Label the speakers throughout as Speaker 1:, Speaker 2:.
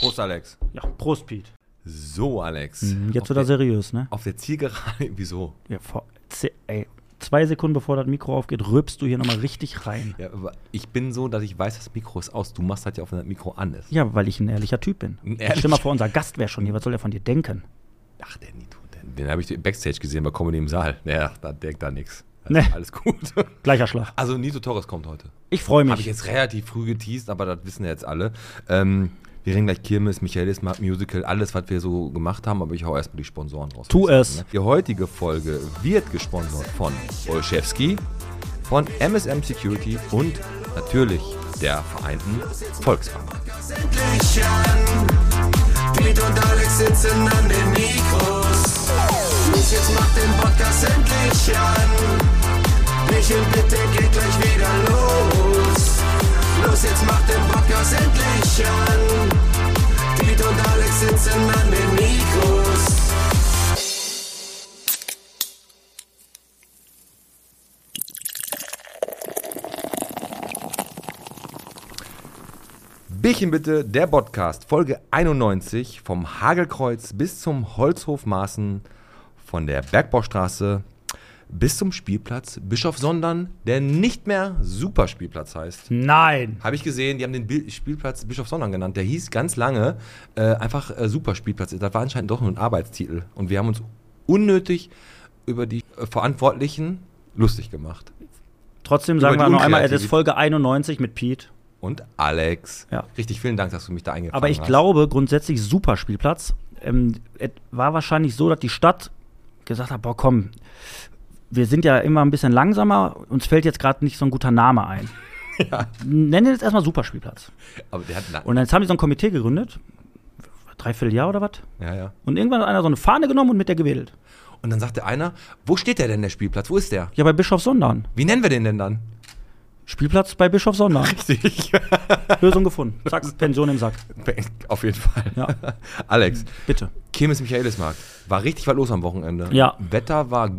Speaker 1: Prost, Alex.
Speaker 2: Ja, Prost, Piet.
Speaker 1: So, Alex.
Speaker 2: Mhm, Jetzt
Speaker 1: Auf
Speaker 2: wird er
Speaker 1: der-
Speaker 2: seriös, ne?
Speaker 1: Auf der Zielgerade, wieso?
Speaker 2: Ja, vor, ze- ey, zwei Sekunden bevor das Mikro aufgeht, rülpst du hier nochmal richtig rein.
Speaker 1: Ja, aber ich bin so, dass ich weiß, das Mikro ist aus. Du machst halt ja auf, wenn das Mikro an ist.
Speaker 2: Ja, weil ich ein ehrlicher Typ bin.
Speaker 1: Ein ehrlicher-
Speaker 2: Stell mal vor, unser Gast wäre schon hier. Was soll er von dir denken?
Speaker 1: Ach, der Nito. Den, den habe ich Backstage gesehen bei Comedy im Saal. Ja, da denkt da nichts. Also,
Speaker 2: Nee.
Speaker 1: Alles gut.
Speaker 2: Gleicher Schlag.
Speaker 1: Also, Nito Torres kommt heute.
Speaker 2: Ich freue
Speaker 1: Habe ich
Speaker 2: mich.
Speaker 1: jetzt relativ früh geteased, aber das wissen ja jetzt alle. Ähm, wir reden gleich Kirmes, Michaelis, Musical, alles, was wir so gemacht haben, aber ich hau erstmal die Sponsoren raus.
Speaker 2: Tu
Speaker 1: Ich sag,
Speaker 2: es.
Speaker 1: ne? Die heutige Folge wird gesponsert von Olszewski, von MSM Security und natürlich der Vereinten Volksbank.
Speaker 3: endlich an. Piet und Alex sitzen an den Mikros. Los, jetzt macht den Podcast endlich an. Michel, bitte geht gleich wieder los. Los, jetzt macht den Podcast endlich an. Piet und Alex sitzen an den Mikros.
Speaker 1: Bierchen bitte, der Podcast, Folge 91 vom Hagelkreuz bis zum Holzhof Maaßen, von der Bergbaustraße bis zum Spielplatz Bischof Sondern, der nicht mehr Superspielplatz heißt.
Speaker 2: Nein.
Speaker 1: Habe ich gesehen, die haben den Bil- Spielplatz Bischof Sondern genannt. Der hieß ganz lange äh, einfach äh, Superspielplatz. Das war anscheinend doch nur ein Arbeitstitel. Und wir haben uns unnötig über die äh, Verantwortlichen lustig gemacht.
Speaker 2: Trotzdem sagen
Speaker 1: Über
Speaker 2: wir
Speaker 1: die
Speaker 2: noch einmal, es ist
Speaker 1: Unkreativität.
Speaker 2: Folge 91 mit Piet.
Speaker 1: Und Alex.
Speaker 2: Ja.
Speaker 1: Richtig, vielen Dank, dass du mich da eingefangen
Speaker 2: Aber ich
Speaker 1: hast.
Speaker 2: glaube grundsätzlich super Spielplatz. Ähm, es war wahrscheinlich so, dass die Stadt gesagt hat, boah komm, wir sind ja immer ein bisschen langsamer, uns fällt jetzt gerade nicht so ein guter Name ein. Nennen wir jetzt erstmal Superspielplatz.
Speaker 1: Aber der hat na-
Speaker 2: Und dann jetzt haben die so ein Komitee gegründet, dreiviertel Jahr oder was?
Speaker 1: ja, ja.
Speaker 2: Und irgendwann hat einer so eine Fahne genommen und mit der gewedelt.
Speaker 1: Und dann sagte einer, wo steht der denn, der Spielplatz? Wo ist der?
Speaker 2: Ja, bei Bischof Sondern.
Speaker 1: Wie nennen wir den denn dann?
Speaker 2: Spielplatz bei Bischof Sondern.
Speaker 1: Richtig.
Speaker 2: Lösung gefunden. Zack, Pension im Sack.
Speaker 1: Auf jeden Fall.
Speaker 2: Ja.
Speaker 1: Alex,
Speaker 2: Bitte.
Speaker 1: Chemis Michaelismarkt. War richtig was los am Wochenende.
Speaker 2: Ja.
Speaker 1: Wetter war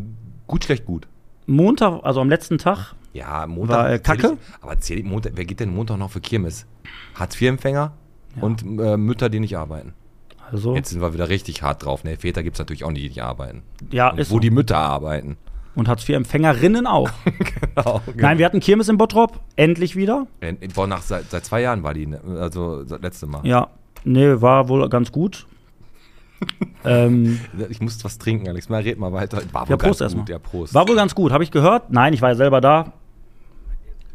Speaker 1: gut, schlecht, gut.
Speaker 2: Montag, also am letzten Tag,
Speaker 1: Ja, Montag.
Speaker 2: War, äh, Kacke?
Speaker 1: Zähl Ich, aber zähl ich Montag, wer geht denn Montag noch für Kirmes? Hartz-IV-Empfänger und äh, Mütter, die nicht arbeiten.
Speaker 2: also
Speaker 1: Jetzt sind wir wieder richtig hart drauf. Ne? Väter gibt es natürlich auch nicht, die nicht arbeiten.
Speaker 2: ja,
Speaker 1: Und
Speaker 2: ist
Speaker 1: wo
Speaker 2: so.
Speaker 1: die Mütter arbeiten.
Speaker 2: und Hartz IV Empfängerinnen auch.
Speaker 1: genau.
Speaker 2: Nein, wir hatten Kirmes in Bottrop, endlich wieder.
Speaker 1: Boah, nach, Äh, seit, seit zwei Jahren war die, ne? also das letzte Mal.
Speaker 2: Ja, nee, war wohl ganz gut. ähm,
Speaker 1: Ich muss was trinken, Alex. Mal red mal weiter. War wohl
Speaker 2: ja, Prost
Speaker 1: ganz gut,
Speaker 2: erstmal.
Speaker 1: Ja, Prost.
Speaker 2: War wohl ganz gut, habe ich gehört. Nein, ich war ja selber da.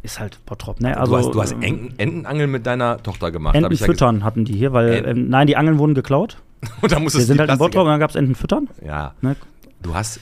Speaker 2: Ist halt Bottrop, ne? Also,
Speaker 1: du hast, du hast
Speaker 2: ähm,
Speaker 1: Enten, Entenangeln mit deiner Tochter gemacht. hab
Speaker 2: Enten
Speaker 1: ich ja gesehen.
Speaker 2: füttern hatten die hier, weil,
Speaker 1: Enten.
Speaker 2: ähm, nein, die Angeln wurden geklaut.
Speaker 1: Und da muss
Speaker 2: Wir
Speaker 1: es
Speaker 2: sind
Speaker 1: die
Speaker 2: halt in
Speaker 1: Klassiker-
Speaker 2: Bottrop und dann gab es Enten füttern.
Speaker 1: Ja.
Speaker 2: Ne?
Speaker 1: Du hast,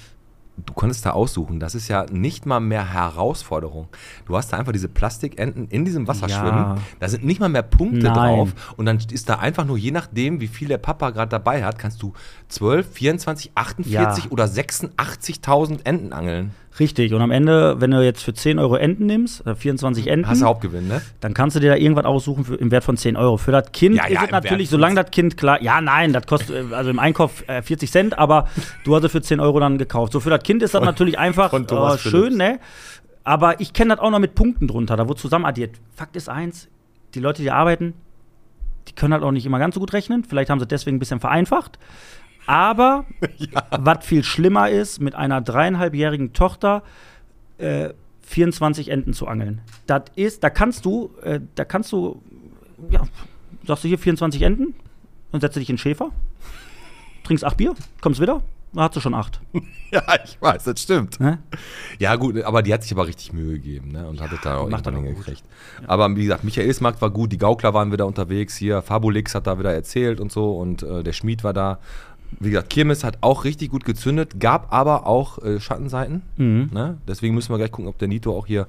Speaker 1: du konntest da aussuchen. Das ist ja nicht mal mehr Herausforderung. Du hast da einfach diese Plastikenten in diesem Wasser
Speaker 2: Ja.
Speaker 1: schwimmen. Da sind nicht mal mehr Punkte
Speaker 2: Nein.
Speaker 1: drauf. Und dann ist da einfach nur, je nachdem, wie viel der Papa gerade dabei hat, kannst du 12, 24, 48
Speaker 2: Ja.
Speaker 1: oder 86.000 Enten angeln.
Speaker 2: Richtig, und am Ende, wenn du jetzt für 10 Euro Enten nimmst, äh, 24 Enten,
Speaker 1: Hast du Hauptgewinn, ne?
Speaker 2: dann kannst du dir da irgendwas aussuchen für, im Wert von 10 Euro. Für das Kind
Speaker 1: Ja, ja,
Speaker 2: ist
Speaker 1: im
Speaker 2: es
Speaker 1: Wert.
Speaker 2: natürlich, solange das Kind klar, ja, nein, das kostet äh, also im Einkauf äh, 40 Cent, aber du hast es für 10 Euro dann gekauft. So für das Kind ist das natürlich einfach
Speaker 1: von Thomas
Speaker 2: äh, schön,
Speaker 1: Phillips.
Speaker 2: ne? Aber ich kenne das auch noch mit Punkten drunter, da wurde zusammen addiert. Fakt ist eins, die Leute, die arbeiten, die können halt auch nicht immer ganz so gut rechnen. Vielleicht haben sie deswegen ein bisschen vereinfacht. Aber was viel schlimmer ist, mit einer dreieinhalbjährigen Tochter äh, 24 Enten zu angeln. Das ist, da kannst du, äh, da kannst du, ja, sagst du hier 24 Enten, dann setzt du dich in den Schäfer, trinkst acht Bier, kommst wieder, dann hast du schon acht.
Speaker 1: Ja, ich weiß, das stimmt.
Speaker 2: Ne?
Speaker 1: Ja, gut, ne, aber die hat sich aber richtig Mühe gegeben, ne? Und hat es da auch
Speaker 2: macht
Speaker 1: irgendwann
Speaker 2: er doch gut.
Speaker 1: hingekriegt. Aber wie gesagt, Michaelsmarkt war gut, die Gaukler waren wieder unterwegs hier, Fabulix hat da wieder erzählt und so und äh, der Schmied war da. Wie gesagt, Kirmes hat auch richtig gut gezündet, gab aber auch äh, Schattenseiten.
Speaker 2: Mhm.
Speaker 1: Ne? Deswegen müssen wir gleich gucken, ob der Nito auch hier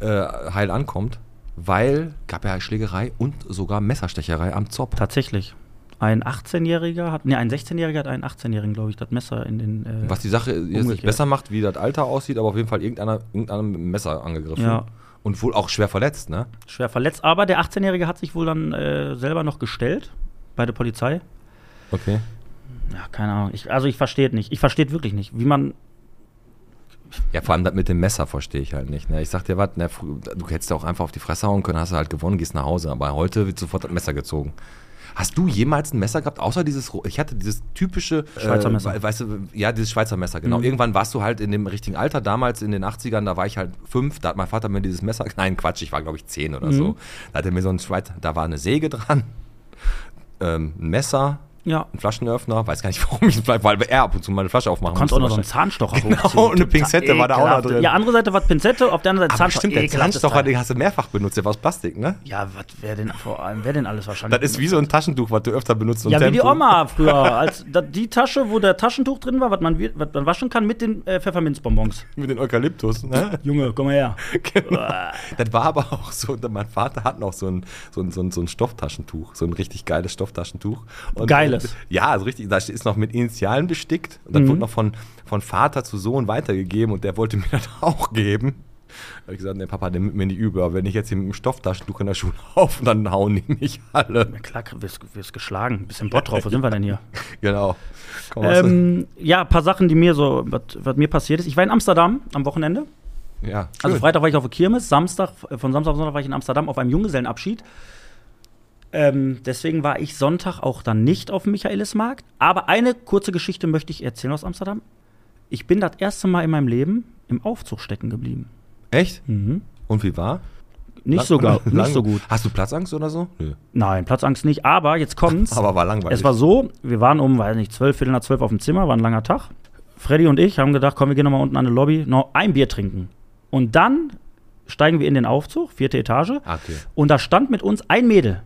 Speaker 1: äh, heil ankommt. Weil gab ja Schlägerei und sogar Messerstecherei am Zopp.
Speaker 2: Tatsächlich. Ein 18-Jähriger hat, ne, ein 16-Jähriger hat einen 18-Jährigen, glaube ich, das Messer in den. Äh,
Speaker 1: Was die Sache jetzt nicht
Speaker 2: Umgekehrt.
Speaker 1: besser macht, wie das Alter aussieht, aber auf jeden Fall irgendeiner, irgendeiner mit einem Messer angegriffen.
Speaker 2: Ja.
Speaker 1: Und wohl auch schwer verletzt, ne?
Speaker 2: schwer verletzt. Aber der 18-Jährige hat sich wohl dann äh, selber noch gestellt bei der Polizei.
Speaker 1: Okay.
Speaker 2: Ja, keine Ahnung. Ich, also ich verstehe es nicht. Ich verstehe es wirklich nicht, wie man.
Speaker 1: Ja, vor allem das mit dem Messer verstehe ich halt nicht. Ne? Ich sag dir was, ne, frü- du hättest auch einfach auf die Fresse hauen können, hast du halt gewonnen, gehst nach Hause. Aber heute wird sofort das Messer gezogen. Hast du jemals ein Messer gehabt, außer dieses, ro- ich hatte dieses typische
Speaker 2: Schweizer
Speaker 1: äh,
Speaker 2: Messer. Mhm.
Speaker 1: we- Weißt du, ja, dieses Schweizer Messer, genau. Irgendwann warst du halt in dem richtigen Alter, damals in den 80ern, da war ich halt fünf, da hat mein Vater mir dieses Messer, nein, Quatsch, ich war glaube ich zehn oder
Speaker 2: Mhm.
Speaker 1: so. Da hat er mir so ein Schweizer, da war eine Säge dran, ähm, ein Messer,
Speaker 2: Ja.
Speaker 1: ein Flaschenöffner, weiß gar nicht, warum ich, weil er ab und zu mal eine Flasche aufmachen
Speaker 2: Kannst auch noch so einen
Speaker 1: wahrscheinlich.
Speaker 2: Zahnstocher
Speaker 1: Genau,
Speaker 2: hochziehen.
Speaker 1: und eine Pinzette war da auch noch
Speaker 2: Ekelhafte-
Speaker 1: drin.
Speaker 2: Ja, andere Seite war Pinzette, auf der anderen Seite
Speaker 1: Aber
Speaker 2: Zahnstocher.
Speaker 1: stimmt, der
Speaker 2: Ekelhaftes
Speaker 1: Zahnstocher,
Speaker 2: Teil.
Speaker 1: den hast du mehrfach benutzt, der war aus Plastik, ne?
Speaker 2: Ja, was wäre denn vor allem, wer denn alles wahrscheinlich?
Speaker 1: Das ist wie so ein Taschentuch, was du öfter benutzt. und
Speaker 2: ja, wie die
Speaker 1: Tempo.
Speaker 2: Oma früher. Als, da, die Tasche, wo der Taschentuch drin war, was man, wir- was man waschen kann mit den äh, Pfefferminzbonbons.
Speaker 1: Mit den Eukalyptus, ne?
Speaker 2: Junge, komm mal her.
Speaker 1: Genau. Das war aber auch so, mein Vater hat noch so ein, so ein, so ein, so ein Stofftaschentuch, so ein richtig geiles Stofftaschentuch. Und,
Speaker 2: Geiles. Mhm.
Speaker 1: ja, also richtig, da ist noch mit Initialen bestickt und das wurde noch von, von Vater zu Sohn weitergegeben und der wollte mir das auch geben. Da hab ich gesagt, nee, Papa, der nimmt mir nicht übel, aber wenn ich jetzt hier mit dem Stofftaschentuch in der Schule auf, dann hauen die mich alle.
Speaker 2: Na klar, du wirst, wirst geschlagen. Bisschen Bott drauf, wo sind wir denn hier?
Speaker 1: Genau. Komm, hast du-
Speaker 2: Ähm, ja, ein paar Sachen, die mir so, was was mir passiert ist. Ich war in Amsterdam am Wochenende.
Speaker 1: ja,
Speaker 2: Also
Speaker 1: schön.
Speaker 2: Freitag war ich auf der Kirmes, Samstag, äh, von Samstag auf Sonntag war ich in Amsterdam auf einem Junggesellenabschied. Ähm, deswegen war ich Sonntag auch dann nicht auf dem Michaelismarkt. Aber eine kurze Geschichte möchte ich erzählen aus Amsterdam. Ich bin das erste Mal in meinem Leben im Aufzug stecken geblieben.
Speaker 1: Echt? Und wie war?
Speaker 2: Mhm. Nicht
Speaker 1: Lang-
Speaker 2: so, ga-
Speaker 1: lang-
Speaker 2: nicht so gut.
Speaker 1: Hast du Platzangst oder so? Nö.
Speaker 2: Nein, Platzangst nicht. Aber jetzt kommt's.
Speaker 1: Aber war langweilig.
Speaker 2: Es war so, wir waren um, weiß nicht, zwölf, Viertel nach zwölf auf dem Zimmer, war ein langer Tag. Freddy und ich haben gedacht, komm, wir gehen nochmal unten an die Lobby, noch ein Bier trinken. Und dann steigen wir in den Aufzug, vierte Etage.
Speaker 1: Ah, okay.
Speaker 2: Und da stand mit uns ein Mädel.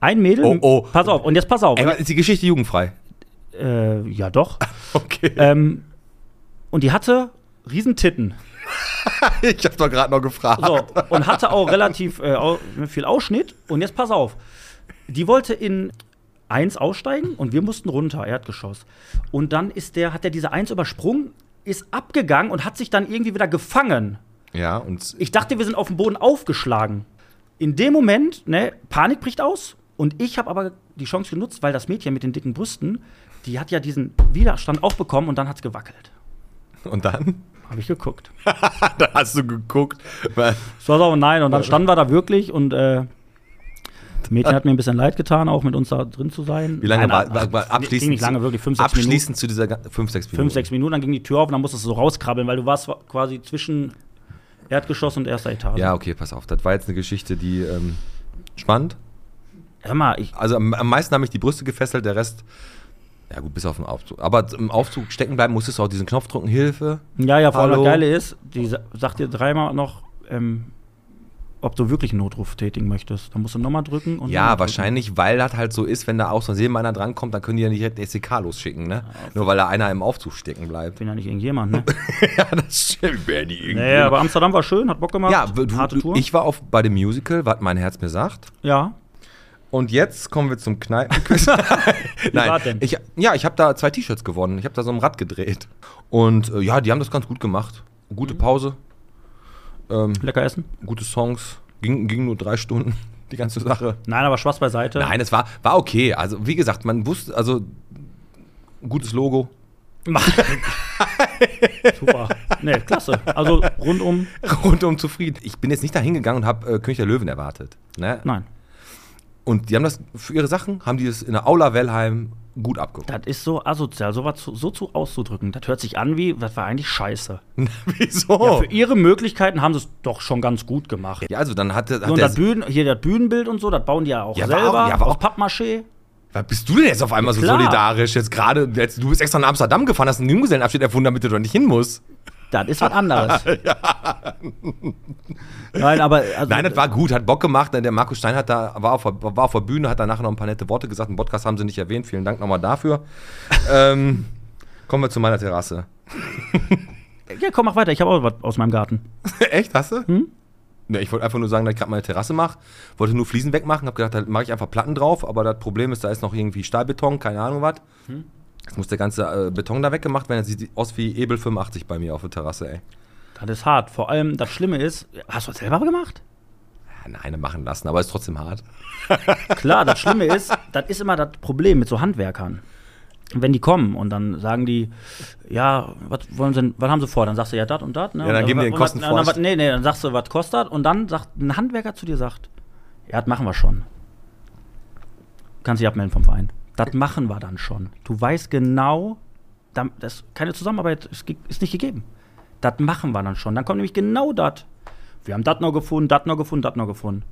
Speaker 2: Ein Mädel.
Speaker 1: Oh, oh.
Speaker 2: Pass auf, und jetzt pass auf.
Speaker 1: Ey, was, ist die Geschichte jugendfrei?
Speaker 2: äh, ja, doch.
Speaker 1: Okay.
Speaker 2: ähm, und die hatte Riesentitten.
Speaker 1: Ich hab doch gerade noch gefragt.
Speaker 2: So, und hatte auch relativ äh, au- viel Ausschnitt. Und jetzt pass auf. Die wollte in 1 aussteigen und wir mussten runter, Erdgeschoss. Und dann ist der, hat er diese 1 übersprungen, ist abgegangen und hat sich dann irgendwie wieder gefangen.
Speaker 1: Ja, und
Speaker 2: Ich dachte, wir sind auf dem Boden aufgeschlagen. In dem Moment, ne, Panik bricht aus. Und ich habe aber die Chance genutzt, weil das Mädchen mit den dicken Brüsten, die hat ja diesen Widerstand auch bekommen und dann hat's gewackelt.
Speaker 1: Und dann?
Speaker 2: Habe ich geguckt.
Speaker 1: da hast du geguckt. weil-
Speaker 2: So, so, nein. Und dann standen wir da wirklich und äh, das Mädchen hat mir ein bisschen leid getan, auch mit uns da drin zu sein.
Speaker 1: Wie lange
Speaker 2: Nein,
Speaker 1: war,
Speaker 2: ach,
Speaker 1: war, war
Speaker 2: ging
Speaker 1: abschließend?
Speaker 2: nicht lange, wirklich fünf, sechs
Speaker 1: abschließend zu dieser ga- fünf sechs Minuten.
Speaker 2: Minuten. Fünf, sechs Minuten, dann ging die Tür auf und dann musstest du so rauskrabbeln, weil du warst quasi zwischen Erdgeschoss und erster Etage.
Speaker 1: Ja, okay, pass auf. Das war jetzt eine Geschichte, die ähm, spannend.
Speaker 2: Hör mal, ich,
Speaker 1: Also am, am meisten haben mich die Brüste gefesselt, der Rest. Ja, gut, bis auf den Aufzug. Aber im Aufzug stecken bleiben musstest du auch diesen Knopf drücken, Hilfe.
Speaker 2: ja, ja, vor allem das
Speaker 1: Hallo.
Speaker 2: Geile ist, die sa- sagt dir dreimal noch, ähm, ob du wirklich einen Notruf tätigen möchtest. Dann musst du nochmal drücken. Und
Speaker 1: Ja,
Speaker 2: nochmal drücken.
Speaker 1: wahrscheinlich, weil das halt so ist, wenn da aus Versehen einer drankommt, dann können die ja nicht direkt SEK losschicken,
Speaker 2: Ah,
Speaker 1: ne? Nur weil da einer im Aufzug stecken
Speaker 2: Ich
Speaker 1: bleibt.
Speaker 2: bin ja nicht irgendjemand, ne?
Speaker 1: ja, das stimmt. Wer die irgendwie.
Speaker 2: naja, aber Amsterdam war schön, hat Bock gemacht.
Speaker 1: ja, du,
Speaker 2: harte
Speaker 1: du,
Speaker 2: Tour.
Speaker 1: ich war auf, bei dem Musical, was mein Herz mir sagt.
Speaker 2: ja,
Speaker 1: Und jetzt kommen wir zum Kneipenquiz. Nein,
Speaker 2: war's denn?
Speaker 1: ich, ja, ich habe da zwei T-Shirts gewonnen. Ich habe da so ein Rad gedreht. Und äh, ja, die haben das ganz gut gemacht. Gute
Speaker 2: Mhm.
Speaker 1: Pause, Hm.
Speaker 2: lecker essen.
Speaker 1: gute Songs. Ging, ging nur drei Stunden, die ganze Sache.
Speaker 2: Nein, aber Spaß beiseite.
Speaker 1: Nein, es war, war okay. Also, wie gesagt, man wusste, also, gutes Logo.
Speaker 2: Super. Nee, klasse. Also rundum.
Speaker 1: Rundum zufrieden. Ich bin jetzt nicht da hingegangen und habe äh, König der Löwen erwartet. Ne?
Speaker 2: Nein.
Speaker 1: Und die haben das für ihre Sachen, haben die das in der Aula Wellheim gut abgeholt.
Speaker 2: Das ist so asozial, so, was zu, so zu auszudrücken. Das hört sich an wie, das war eigentlich scheiße.
Speaker 1: Wieso?
Speaker 2: Für ihre Möglichkeiten haben sie es doch schon ganz gut gemacht.
Speaker 1: Ja, also dann hatte,
Speaker 2: So,
Speaker 1: hat
Speaker 2: und
Speaker 1: der,
Speaker 2: das Bühnen, hier das Bühnenbild und so, das bauen die ja auch
Speaker 1: Ja, war
Speaker 2: selber
Speaker 1: auch- ja, war
Speaker 2: aus
Speaker 1: auch-
Speaker 2: Pappmaché.
Speaker 1: Was bist du denn jetzt auf einmal so
Speaker 2: Klar.
Speaker 1: solidarisch? Jetzt gerade, jetzt, du bist extra nach Amsterdam gefahren, hast einen Junggesellenabschied erfunden, damit du da nicht hin musst.
Speaker 2: Das ist was anderes. Nein, aber also,
Speaker 1: Nein, das war gut, hat Bock gemacht. ne? Der Markus Stein hat da, war, auf, der- war auf der Bühne, hat danach noch ein paar nette Worte gesagt. Im Podcast haben sie nicht erwähnt. Vielen Dank nochmal dafür. ähm, kommen wir zu meiner Terrasse.
Speaker 2: ja, komm, mach weiter. Ich habe auch was aus meinem Garten.
Speaker 1: Echt, hast du?
Speaker 2: Hm?
Speaker 1: Ne, ich wollte einfach nur sagen, dass ich gerade meine Terrasse mache. Wollte nur Fliesen wegmachen, habe gedacht, da mache ich einfach Platten drauf. Aber das Problem ist, da ist noch irgendwie Stahlbeton, keine Ahnung was.
Speaker 2: Hm.
Speaker 1: Jetzt muss der ganze äh, Beton da weggemacht werden. Das sieht aus wie Ebel 85 bei mir auf der Terrasse, ey.
Speaker 2: Das ist hart. Vor allem, das Schlimme ist, hast du das selber gemacht?
Speaker 1: Ja, Ah, Nein, machen lassen, aber ist trotzdem hart.
Speaker 2: Klar, das Schlimme ist, das ist immer das Problem mit so Handwerkern. Wenn die kommen und dann sagen die, ja, was wollen sie denn, was haben sie vor? Dann sagst du ja das und das. Ne?
Speaker 1: Ja, dann
Speaker 2: Und
Speaker 1: geben die den
Speaker 2: und was-
Speaker 1: Kostenvorschlag.
Speaker 2: Dann, nee, nee, dann sagst du, was kostet und dann sagt ein Handwerker zu dir sagt, ja, das machen wir schon. kannst dich abmelden vom Verein. Das machen wir dann schon. Du weißt genau, da- das, keine Zusammenarbeit ist, ge- ist nicht gegeben. Das machen wir dann schon. Dann kommt nämlich genau das. Wir haben das noch gefunden, das noch gefunden, das noch gefunden.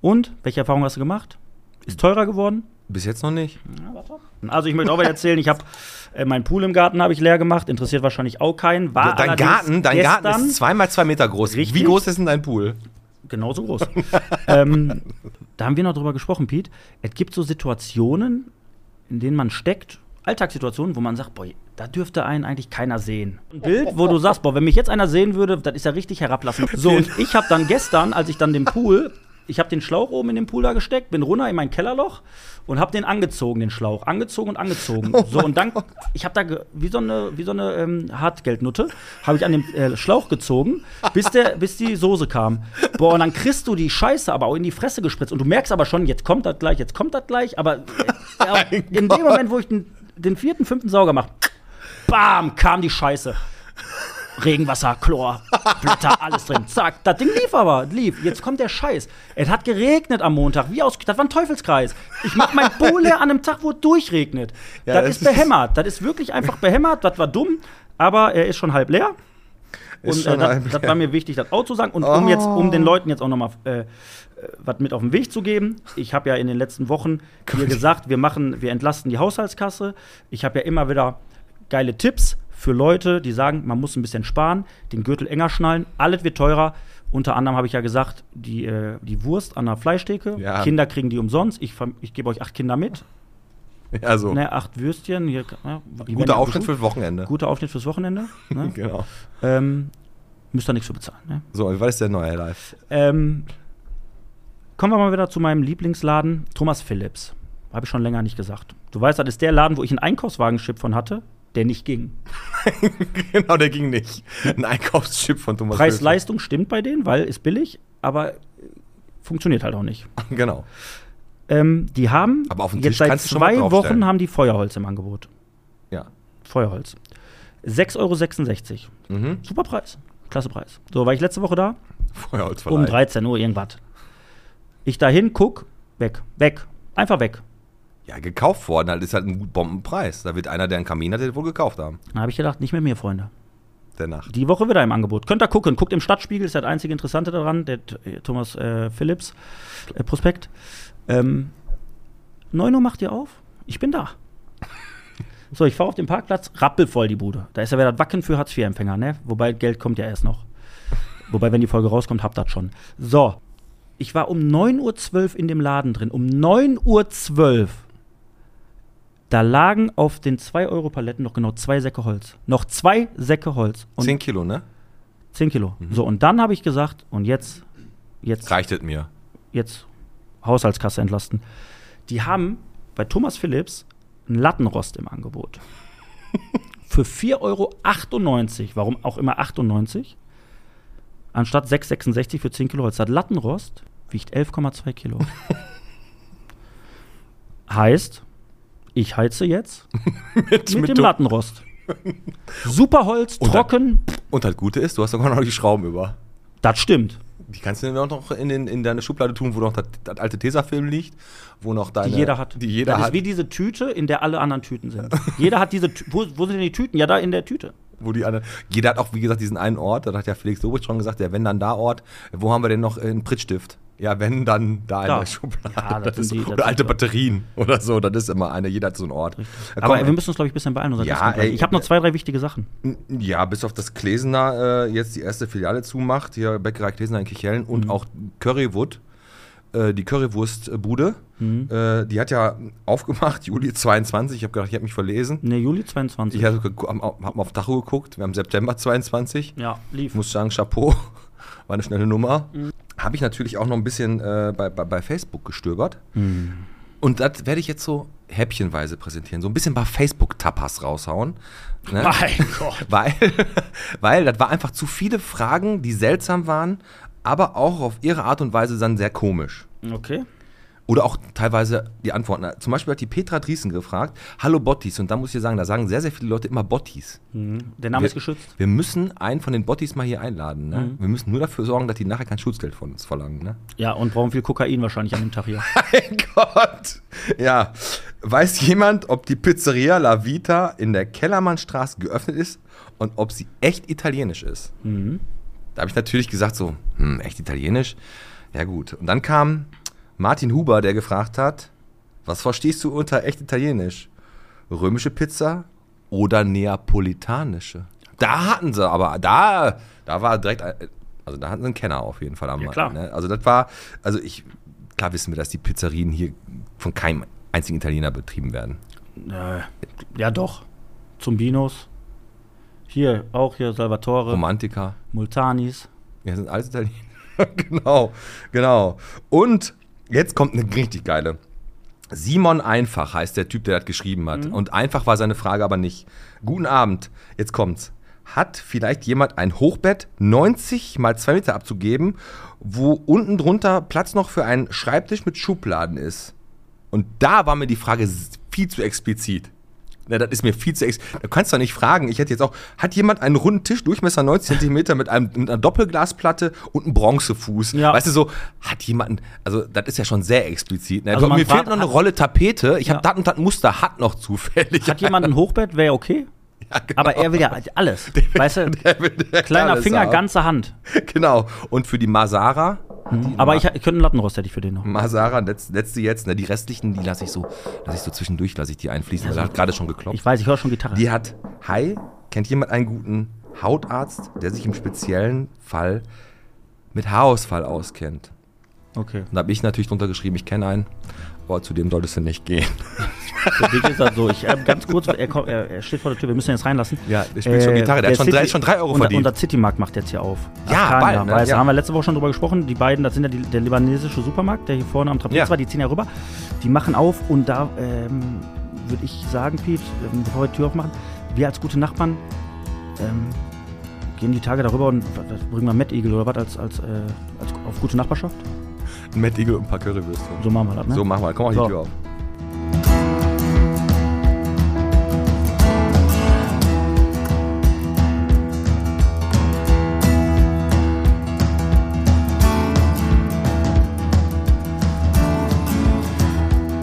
Speaker 2: Und, welche Erfahrung hast du gemacht? Ist teurer geworden?
Speaker 1: Bis jetzt noch nicht.
Speaker 2: Also ich möchte auch was erzählen, ich habe äh, meinen Pool im Garten habe ich leer gemacht, interessiert wahrscheinlich auch keinen.
Speaker 1: dein
Speaker 2: War Ah, allerdings
Speaker 1: Garten, dein
Speaker 2: gestern
Speaker 1: Garten ist zweimal zwei Meter groß. Wie
Speaker 2: Richtig.
Speaker 1: groß ist denn dein Pool?
Speaker 2: genauso groß. ähm, da haben wir noch drüber gesprochen, Pete. Es gibt so Situationen, in denen man steckt, Alltagssituationen, wo man sagt, boah, da dürfte einen eigentlich keiner sehen. Ein Bild, wo du sagst, boah, wenn mich jetzt einer sehen würde, das ist ja richtig herablassend. So, und ich habe dann gestern, als ich dann den Pool, ich habe den Schlauch oben in den Pool da gesteckt, bin runter in mein Kellerloch und habe den angezogen, den Schlauch. Angezogen und angezogen. so, und dann, ich habe da ge- wie so eine, wie so eine ähm, Hartgeldnutte, habe ich an dem äh, Schlauch gezogen, bis, der, bis die Soße kam. Boah, und dann kriegst du die Scheiße aber auch in die Fresse gespritzt. Und du merkst aber schon, jetzt kommt das gleich, jetzt kommt das gleich. Aber äh, ja, in dem Moment, wo ich den, den vierten, fünften Sauger mache, bam, kam die Scheiße. Regenwasser, Chlor, Blätter, alles drin. Zack, das Ding lief aber, lief. Jetzt kommt der Scheiß. Es hat geregnet am Montag, wie aus, das war ein Teufelskreis. Ich mach mein Bohle an einem Tag, wo es durchregnet.
Speaker 1: Ja,
Speaker 2: das
Speaker 1: das
Speaker 2: ist
Speaker 1: ist-
Speaker 2: behämmert, das ist wirklich einfach behämmert, das war dumm, aber er ist schon halb leer. Und
Speaker 1: Ist
Speaker 2: äh,
Speaker 1: schon
Speaker 2: das,
Speaker 1: halb
Speaker 2: das
Speaker 1: leer. Oh.
Speaker 2: war mir wichtig, das auch zu sagen. Und um jetzt, um den Leuten jetzt auch nochmal äh, äh, was mit auf den Weg zu geben, ich habe ja in den letzten Wochen hier gesagt, wir machen, wir entlasten die Haushaltskasse. Ich habe ja immer wieder geile Tipps für Leute, die sagen, man muss ein bisschen sparen, den Gürtel enger schnallen, alles wird teurer. Unter anderem habe ich ja gesagt, die, äh, die Wurst an der Fleischtheke,
Speaker 1: Ja.
Speaker 2: Kinder kriegen die umsonst. Ich, verm- ich gebe euch acht Kinder mit,
Speaker 1: Also,
Speaker 2: ne, acht Würstchen. Hier, ja, die werden ja
Speaker 1: guter Aufschnitt fürs
Speaker 2: besucht.
Speaker 1: Wochenende.
Speaker 2: Guter Aufschnitt fürs Wochenende. Ne?
Speaker 1: Genau.
Speaker 2: ähm, müsst ihr nichts für bezahlen. Ne?
Speaker 1: So, wie war das denn neue Live?
Speaker 2: Ähm, kommen wir mal wieder zu meinem Lieblingsladen, Thomas Phillips. Habe ich schon länger nicht gesagt. Du weißt, das ist der Laden, wo ich einen Einkaufswagenchip von hatte, der nicht ging.
Speaker 1: genau, der ging nicht. Ein Einkaufschip von Thomas Wilson.
Speaker 2: Preis-Leistung stimmt bei denen, weil ist billig, aber äh, funktioniert halt auch nicht.
Speaker 1: Genau.
Speaker 2: Ähm, die haben
Speaker 1: Aber auf den
Speaker 2: jetzt
Speaker 1: Tisch
Speaker 2: seit
Speaker 1: kannst du schon was
Speaker 2: zwei
Speaker 1: draufstellen.
Speaker 2: Wochen haben die Feuerholz im Angebot.
Speaker 1: Ja.
Speaker 2: Feuerholz. 6,66 Euro.
Speaker 1: Mhm.
Speaker 2: Super Preis. Klasse Preis. So, war ich letzte Woche da?
Speaker 1: Feuerholzverleih.
Speaker 2: Um 13 Uhr irgendwas. Ich dahin, guck, weg, weg. Einfach weg.
Speaker 1: Ja, gekauft worden. Das ist halt ein Bombenpreis. Da wird einer, der einen Kamin hat, den wohl gekauft haben.
Speaker 2: Dann habe ich gedacht, nicht mit mir, Freunde.
Speaker 1: Der Nacht.
Speaker 2: Die Woche wieder im Angebot. Könnt ihr gucken. Guckt im Stadtspiegel, ist das einzige Interessante daran, der T- äh, Thomas äh, Phillips äh, Prospekt. Ähm, 9 Uhr macht ihr auf, ich bin da. So, ich fahre auf den Parkplatz, rappelvoll die Bude. Da ist ja wieder das Wacken für Hartz-IV-Empfänger, ne? Wobei Geld kommt ja erst noch. Wobei, wenn die Folge rauskommt, habt ihr das schon. So, ich war um 9.12 Uhr in dem Laden drin. Um 9.12 Uhr. Da lagen auf den 2-Euro-Paletten noch genau zwei Säcke Holz. Noch zwei Säcke Holz. Und
Speaker 1: 10 Kilo, ne?
Speaker 2: 10 Kilo.
Speaker 1: Mhm.
Speaker 2: So, und dann habe ich gesagt, und jetzt, jetzt,
Speaker 1: Reicht es mir.
Speaker 2: jetzt Haushaltskasse entlasten. Die haben bei Thomas Phillips einen Lattenrost im Angebot. Für 4,98 Euro, warum auch immer 98, anstatt 6,66 für 10 Kilo Holz. Das Lattenrost wiegt 11,2 Kilo. heißt, ich heize jetzt mit,
Speaker 1: mit
Speaker 2: dem
Speaker 1: du-
Speaker 2: Lattenrost. Super Holz,
Speaker 1: Und dann-
Speaker 2: trocken,
Speaker 1: Und halt Gute ist, du hast sogar noch die Schrauben über.
Speaker 2: das stimmt.
Speaker 1: Die kannst du dann auch noch in, den, in deine Schublade tun, wo noch das, das alte Tesafilm liegt, wo noch deine.
Speaker 2: Die jeder hat.
Speaker 1: Die jeder
Speaker 2: das
Speaker 1: hat,
Speaker 2: ist wie diese Tüte, in der alle anderen Tüten sind. jeder hat diese Tü- wo, wo sind denn die Tüten? Ja, da in der Tüte.
Speaker 1: wo die anderen. Jeder hat auch, wie gesagt, diesen einen Ort, da hat ja Felix Lobrecht schon gesagt, der wenn dann da Ort, wo haben wir denn noch äh, einen Prittstift? Ja, wenn dann da, in
Speaker 2: Da.
Speaker 1: der Schublade.
Speaker 2: Ja,
Speaker 1: das
Speaker 2: das sind
Speaker 1: ist,
Speaker 2: die- das
Speaker 1: oder
Speaker 2: sind
Speaker 1: alte
Speaker 2: die-
Speaker 1: Batterien oder so, das ist immer eine, jeder hat so einen Ort. Da
Speaker 2: Aber
Speaker 1: kommen-
Speaker 2: wir müssen uns, glaube ich, ein bisschen beeilen. unser
Speaker 1: Ja,
Speaker 2: Gast kommt gleich.
Speaker 1: ey.
Speaker 2: ich habe noch zwei, drei wichtige Sachen.
Speaker 1: Ja, bis auf das Klesener äh, jetzt die erste Filiale zumacht, hier Bäckerei Klesener in Kichellen und auch Currywood, äh, die Currywurstbude, äh, die hat ja aufgemacht, Juli 22, ich habe gedacht, ich habe mich verlesen.
Speaker 2: Ne, Juli 22.
Speaker 1: Ich habe hab mal auf Tacho geguckt, wir haben September 22,
Speaker 2: Ja,
Speaker 1: ich
Speaker 2: lief.
Speaker 1: muss sagen, Chapeau, war eine schnelle Nummer. Habe ich natürlich auch noch ein bisschen äh, bei, bei, bei Facebook gestöbert. Und das werde ich jetzt so häppchenweise präsentieren, so ein bisschen bei Facebook-Tapas raushauen. Ne?
Speaker 2: Mein Gott.
Speaker 1: Weil, weil das war einfach zu viele Fragen, die seltsam waren, aber auch auf ihre Art und Weise dann sehr komisch.
Speaker 2: Okay.
Speaker 1: Oder auch teilweise die Antworten. Zum Beispiel hat die Petra Driesen gefragt, hallo Bottis. Und da muss ich dir sagen, da sagen sehr, sehr viele Leute immer Bottis.
Speaker 2: Der Name ist geschützt.
Speaker 1: Wir müssen einen von den Bottis mal hier einladen. Ne? Wir müssen nur dafür sorgen, dass die nachher kein Schutzgeld von uns verlangen. Ne?
Speaker 2: Ja, und brauchen viel Kokain wahrscheinlich an dem Tag hier.
Speaker 1: Mein Gott. Ja. Weiß jemand, ob die Pizzeria La Vita in der Kellermannstraße geöffnet ist und ob sie echt italienisch ist? Da habe ich natürlich gesagt so, hm, echt italienisch? Ja gut. Und dann kam Martin Huber, der gefragt hat, was verstehst du unter echt italienisch? Römische Pizza oder neapolitanische? Da hatten sie aber, da, da war direkt, ein- also da hatten sie einen Kenner auf jeden Fall am
Speaker 2: Ja,
Speaker 1: Mann,
Speaker 2: klar.
Speaker 1: Ne? Also das war, also ich, klar wissen wir, dass die Pizzerien hier von keinem einzigen Italiener betrieben werden.
Speaker 2: Äh, ja, doch. Zumbinos. Hier, auch hier Salvatore.
Speaker 1: Romantiker,
Speaker 2: Multanis.
Speaker 1: wir sind alles Italiener. genau, genau. Und jetzt kommt eine richtig geile. Simon Einfach heißt der Typ, der das geschrieben
Speaker 2: Mhm.
Speaker 1: hat. Und einfach war seine Frage aber nicht. Guten Abend, jetzt kommt's. Hat vielleicht jemand ein Hochbett 90 mal 2 Meter abzugeben, wo unten drunter Platz noch für einen Schreibtisch mit Schubladen ist? Und da war mir die Frage s- viel zu explizit. Na, das ist mir viel zu ex. Du kannst doch nicht fragen. Ich hätte jetzt auch, hat jemand einen runden Tisch, Durchmesser 90 cm mit, einem, mit einer Doppelglasplatte und einem Bronzefuß?
Speaker 2: Ja.
Speaker 1: Weißt du, so, hat jemand, also das ist ja schon sehr explizit. Ne?
Speaker 2: Also
Speaker 1: Gott,
Speaker 2: man
Speaker 1: mir fehlt
Speaker 2: fragt-
Speaker 1: noch eine
Speaker 2: hat-
Speaker 1: Rolle Tapete. Ich hab habe
Speaker 2: Ja.
Speaker 1: dat und dat Muster, hat noch zufällig.
Speaker 2: Hat jemand ein Hochbett? Wäre okay.
Speaker 1: Ja, genau.
Speaker 2: Aber er will ja alles. weißt du, kleiner
Speaker 1: alles
Speaker 2: Finger,
Speaker 1: haben.
Speaker 2: ganze Hand.
Speaker 1: Genau. Und für die Masara,
Speaker 2: Mhm. Aber ich, ich könnte einen Lattenrost hätte ich für den noch.
Speaker 1: Masara, letz, letzte jetzt, ne, die restlichen, die lasse ich so, lasse ich so zwischendurch, lasse ich die einfließen. Also, hat gerade schon geklopft.
Speaker 2: Ich weiß, ich höre schon Gitarre.
Speaker 1: Die hat, hi, kennt jemand einen guten Hautarzt, der sich im speziellen Fall mit Haarausfall auskennt?
Speaker 2: Okay.
Speaker 1: Und da habe ich natürlich drunter geschrieben, ich kenne einen, aber zu dem solltest du nicht gehen.
Speaker 2: Wie ist das so? Ich, äh, ganz kurz, er, kommt, er, er steht vor der Tür, wir müssen ihn jetzt reinlassen. Äh,
Speaker 1: Ja, der spielt schon Gitarre, der hat schon drei- schon drei Euro
Speaker 2: unser,
Speaker 1: verdient.
Speaker 2: Unser Citymarkt macht jetzt hier auf.
Speaker 1: Ja,
Speaker 2: Askania,
Speaker 1: bald, ne?
Speaker 2: Weißt, du,
Speaker 1: Ja.
Speaker 2: haben wir letzte Woche schon drüber gesprochen. Die beiden, das sind ja die, der libanesische Supermarkt, der hier vorne am Trapez
Speaker 1: Ja.
Speaker 2: war, die ziehen ja rüber. Die machen auf und da ähm, würde ich sagen, Piet, ähm, bevor wir die Tür aufmachen, wir als gute Nachbarn ähm, gehen die Tage darüber und w- das bringen wir Matt Eagle oder was als, als, äh, als auf gute Nachbarschaft.
Speaker 1: Ein Matt Eagle und ein paar Currywürste.
Speaker 2: So machen wir das, ne?
Speaker 1: So, mach mal, komm mal die
Speaker 2: So.
Speaker 1: Tür auf.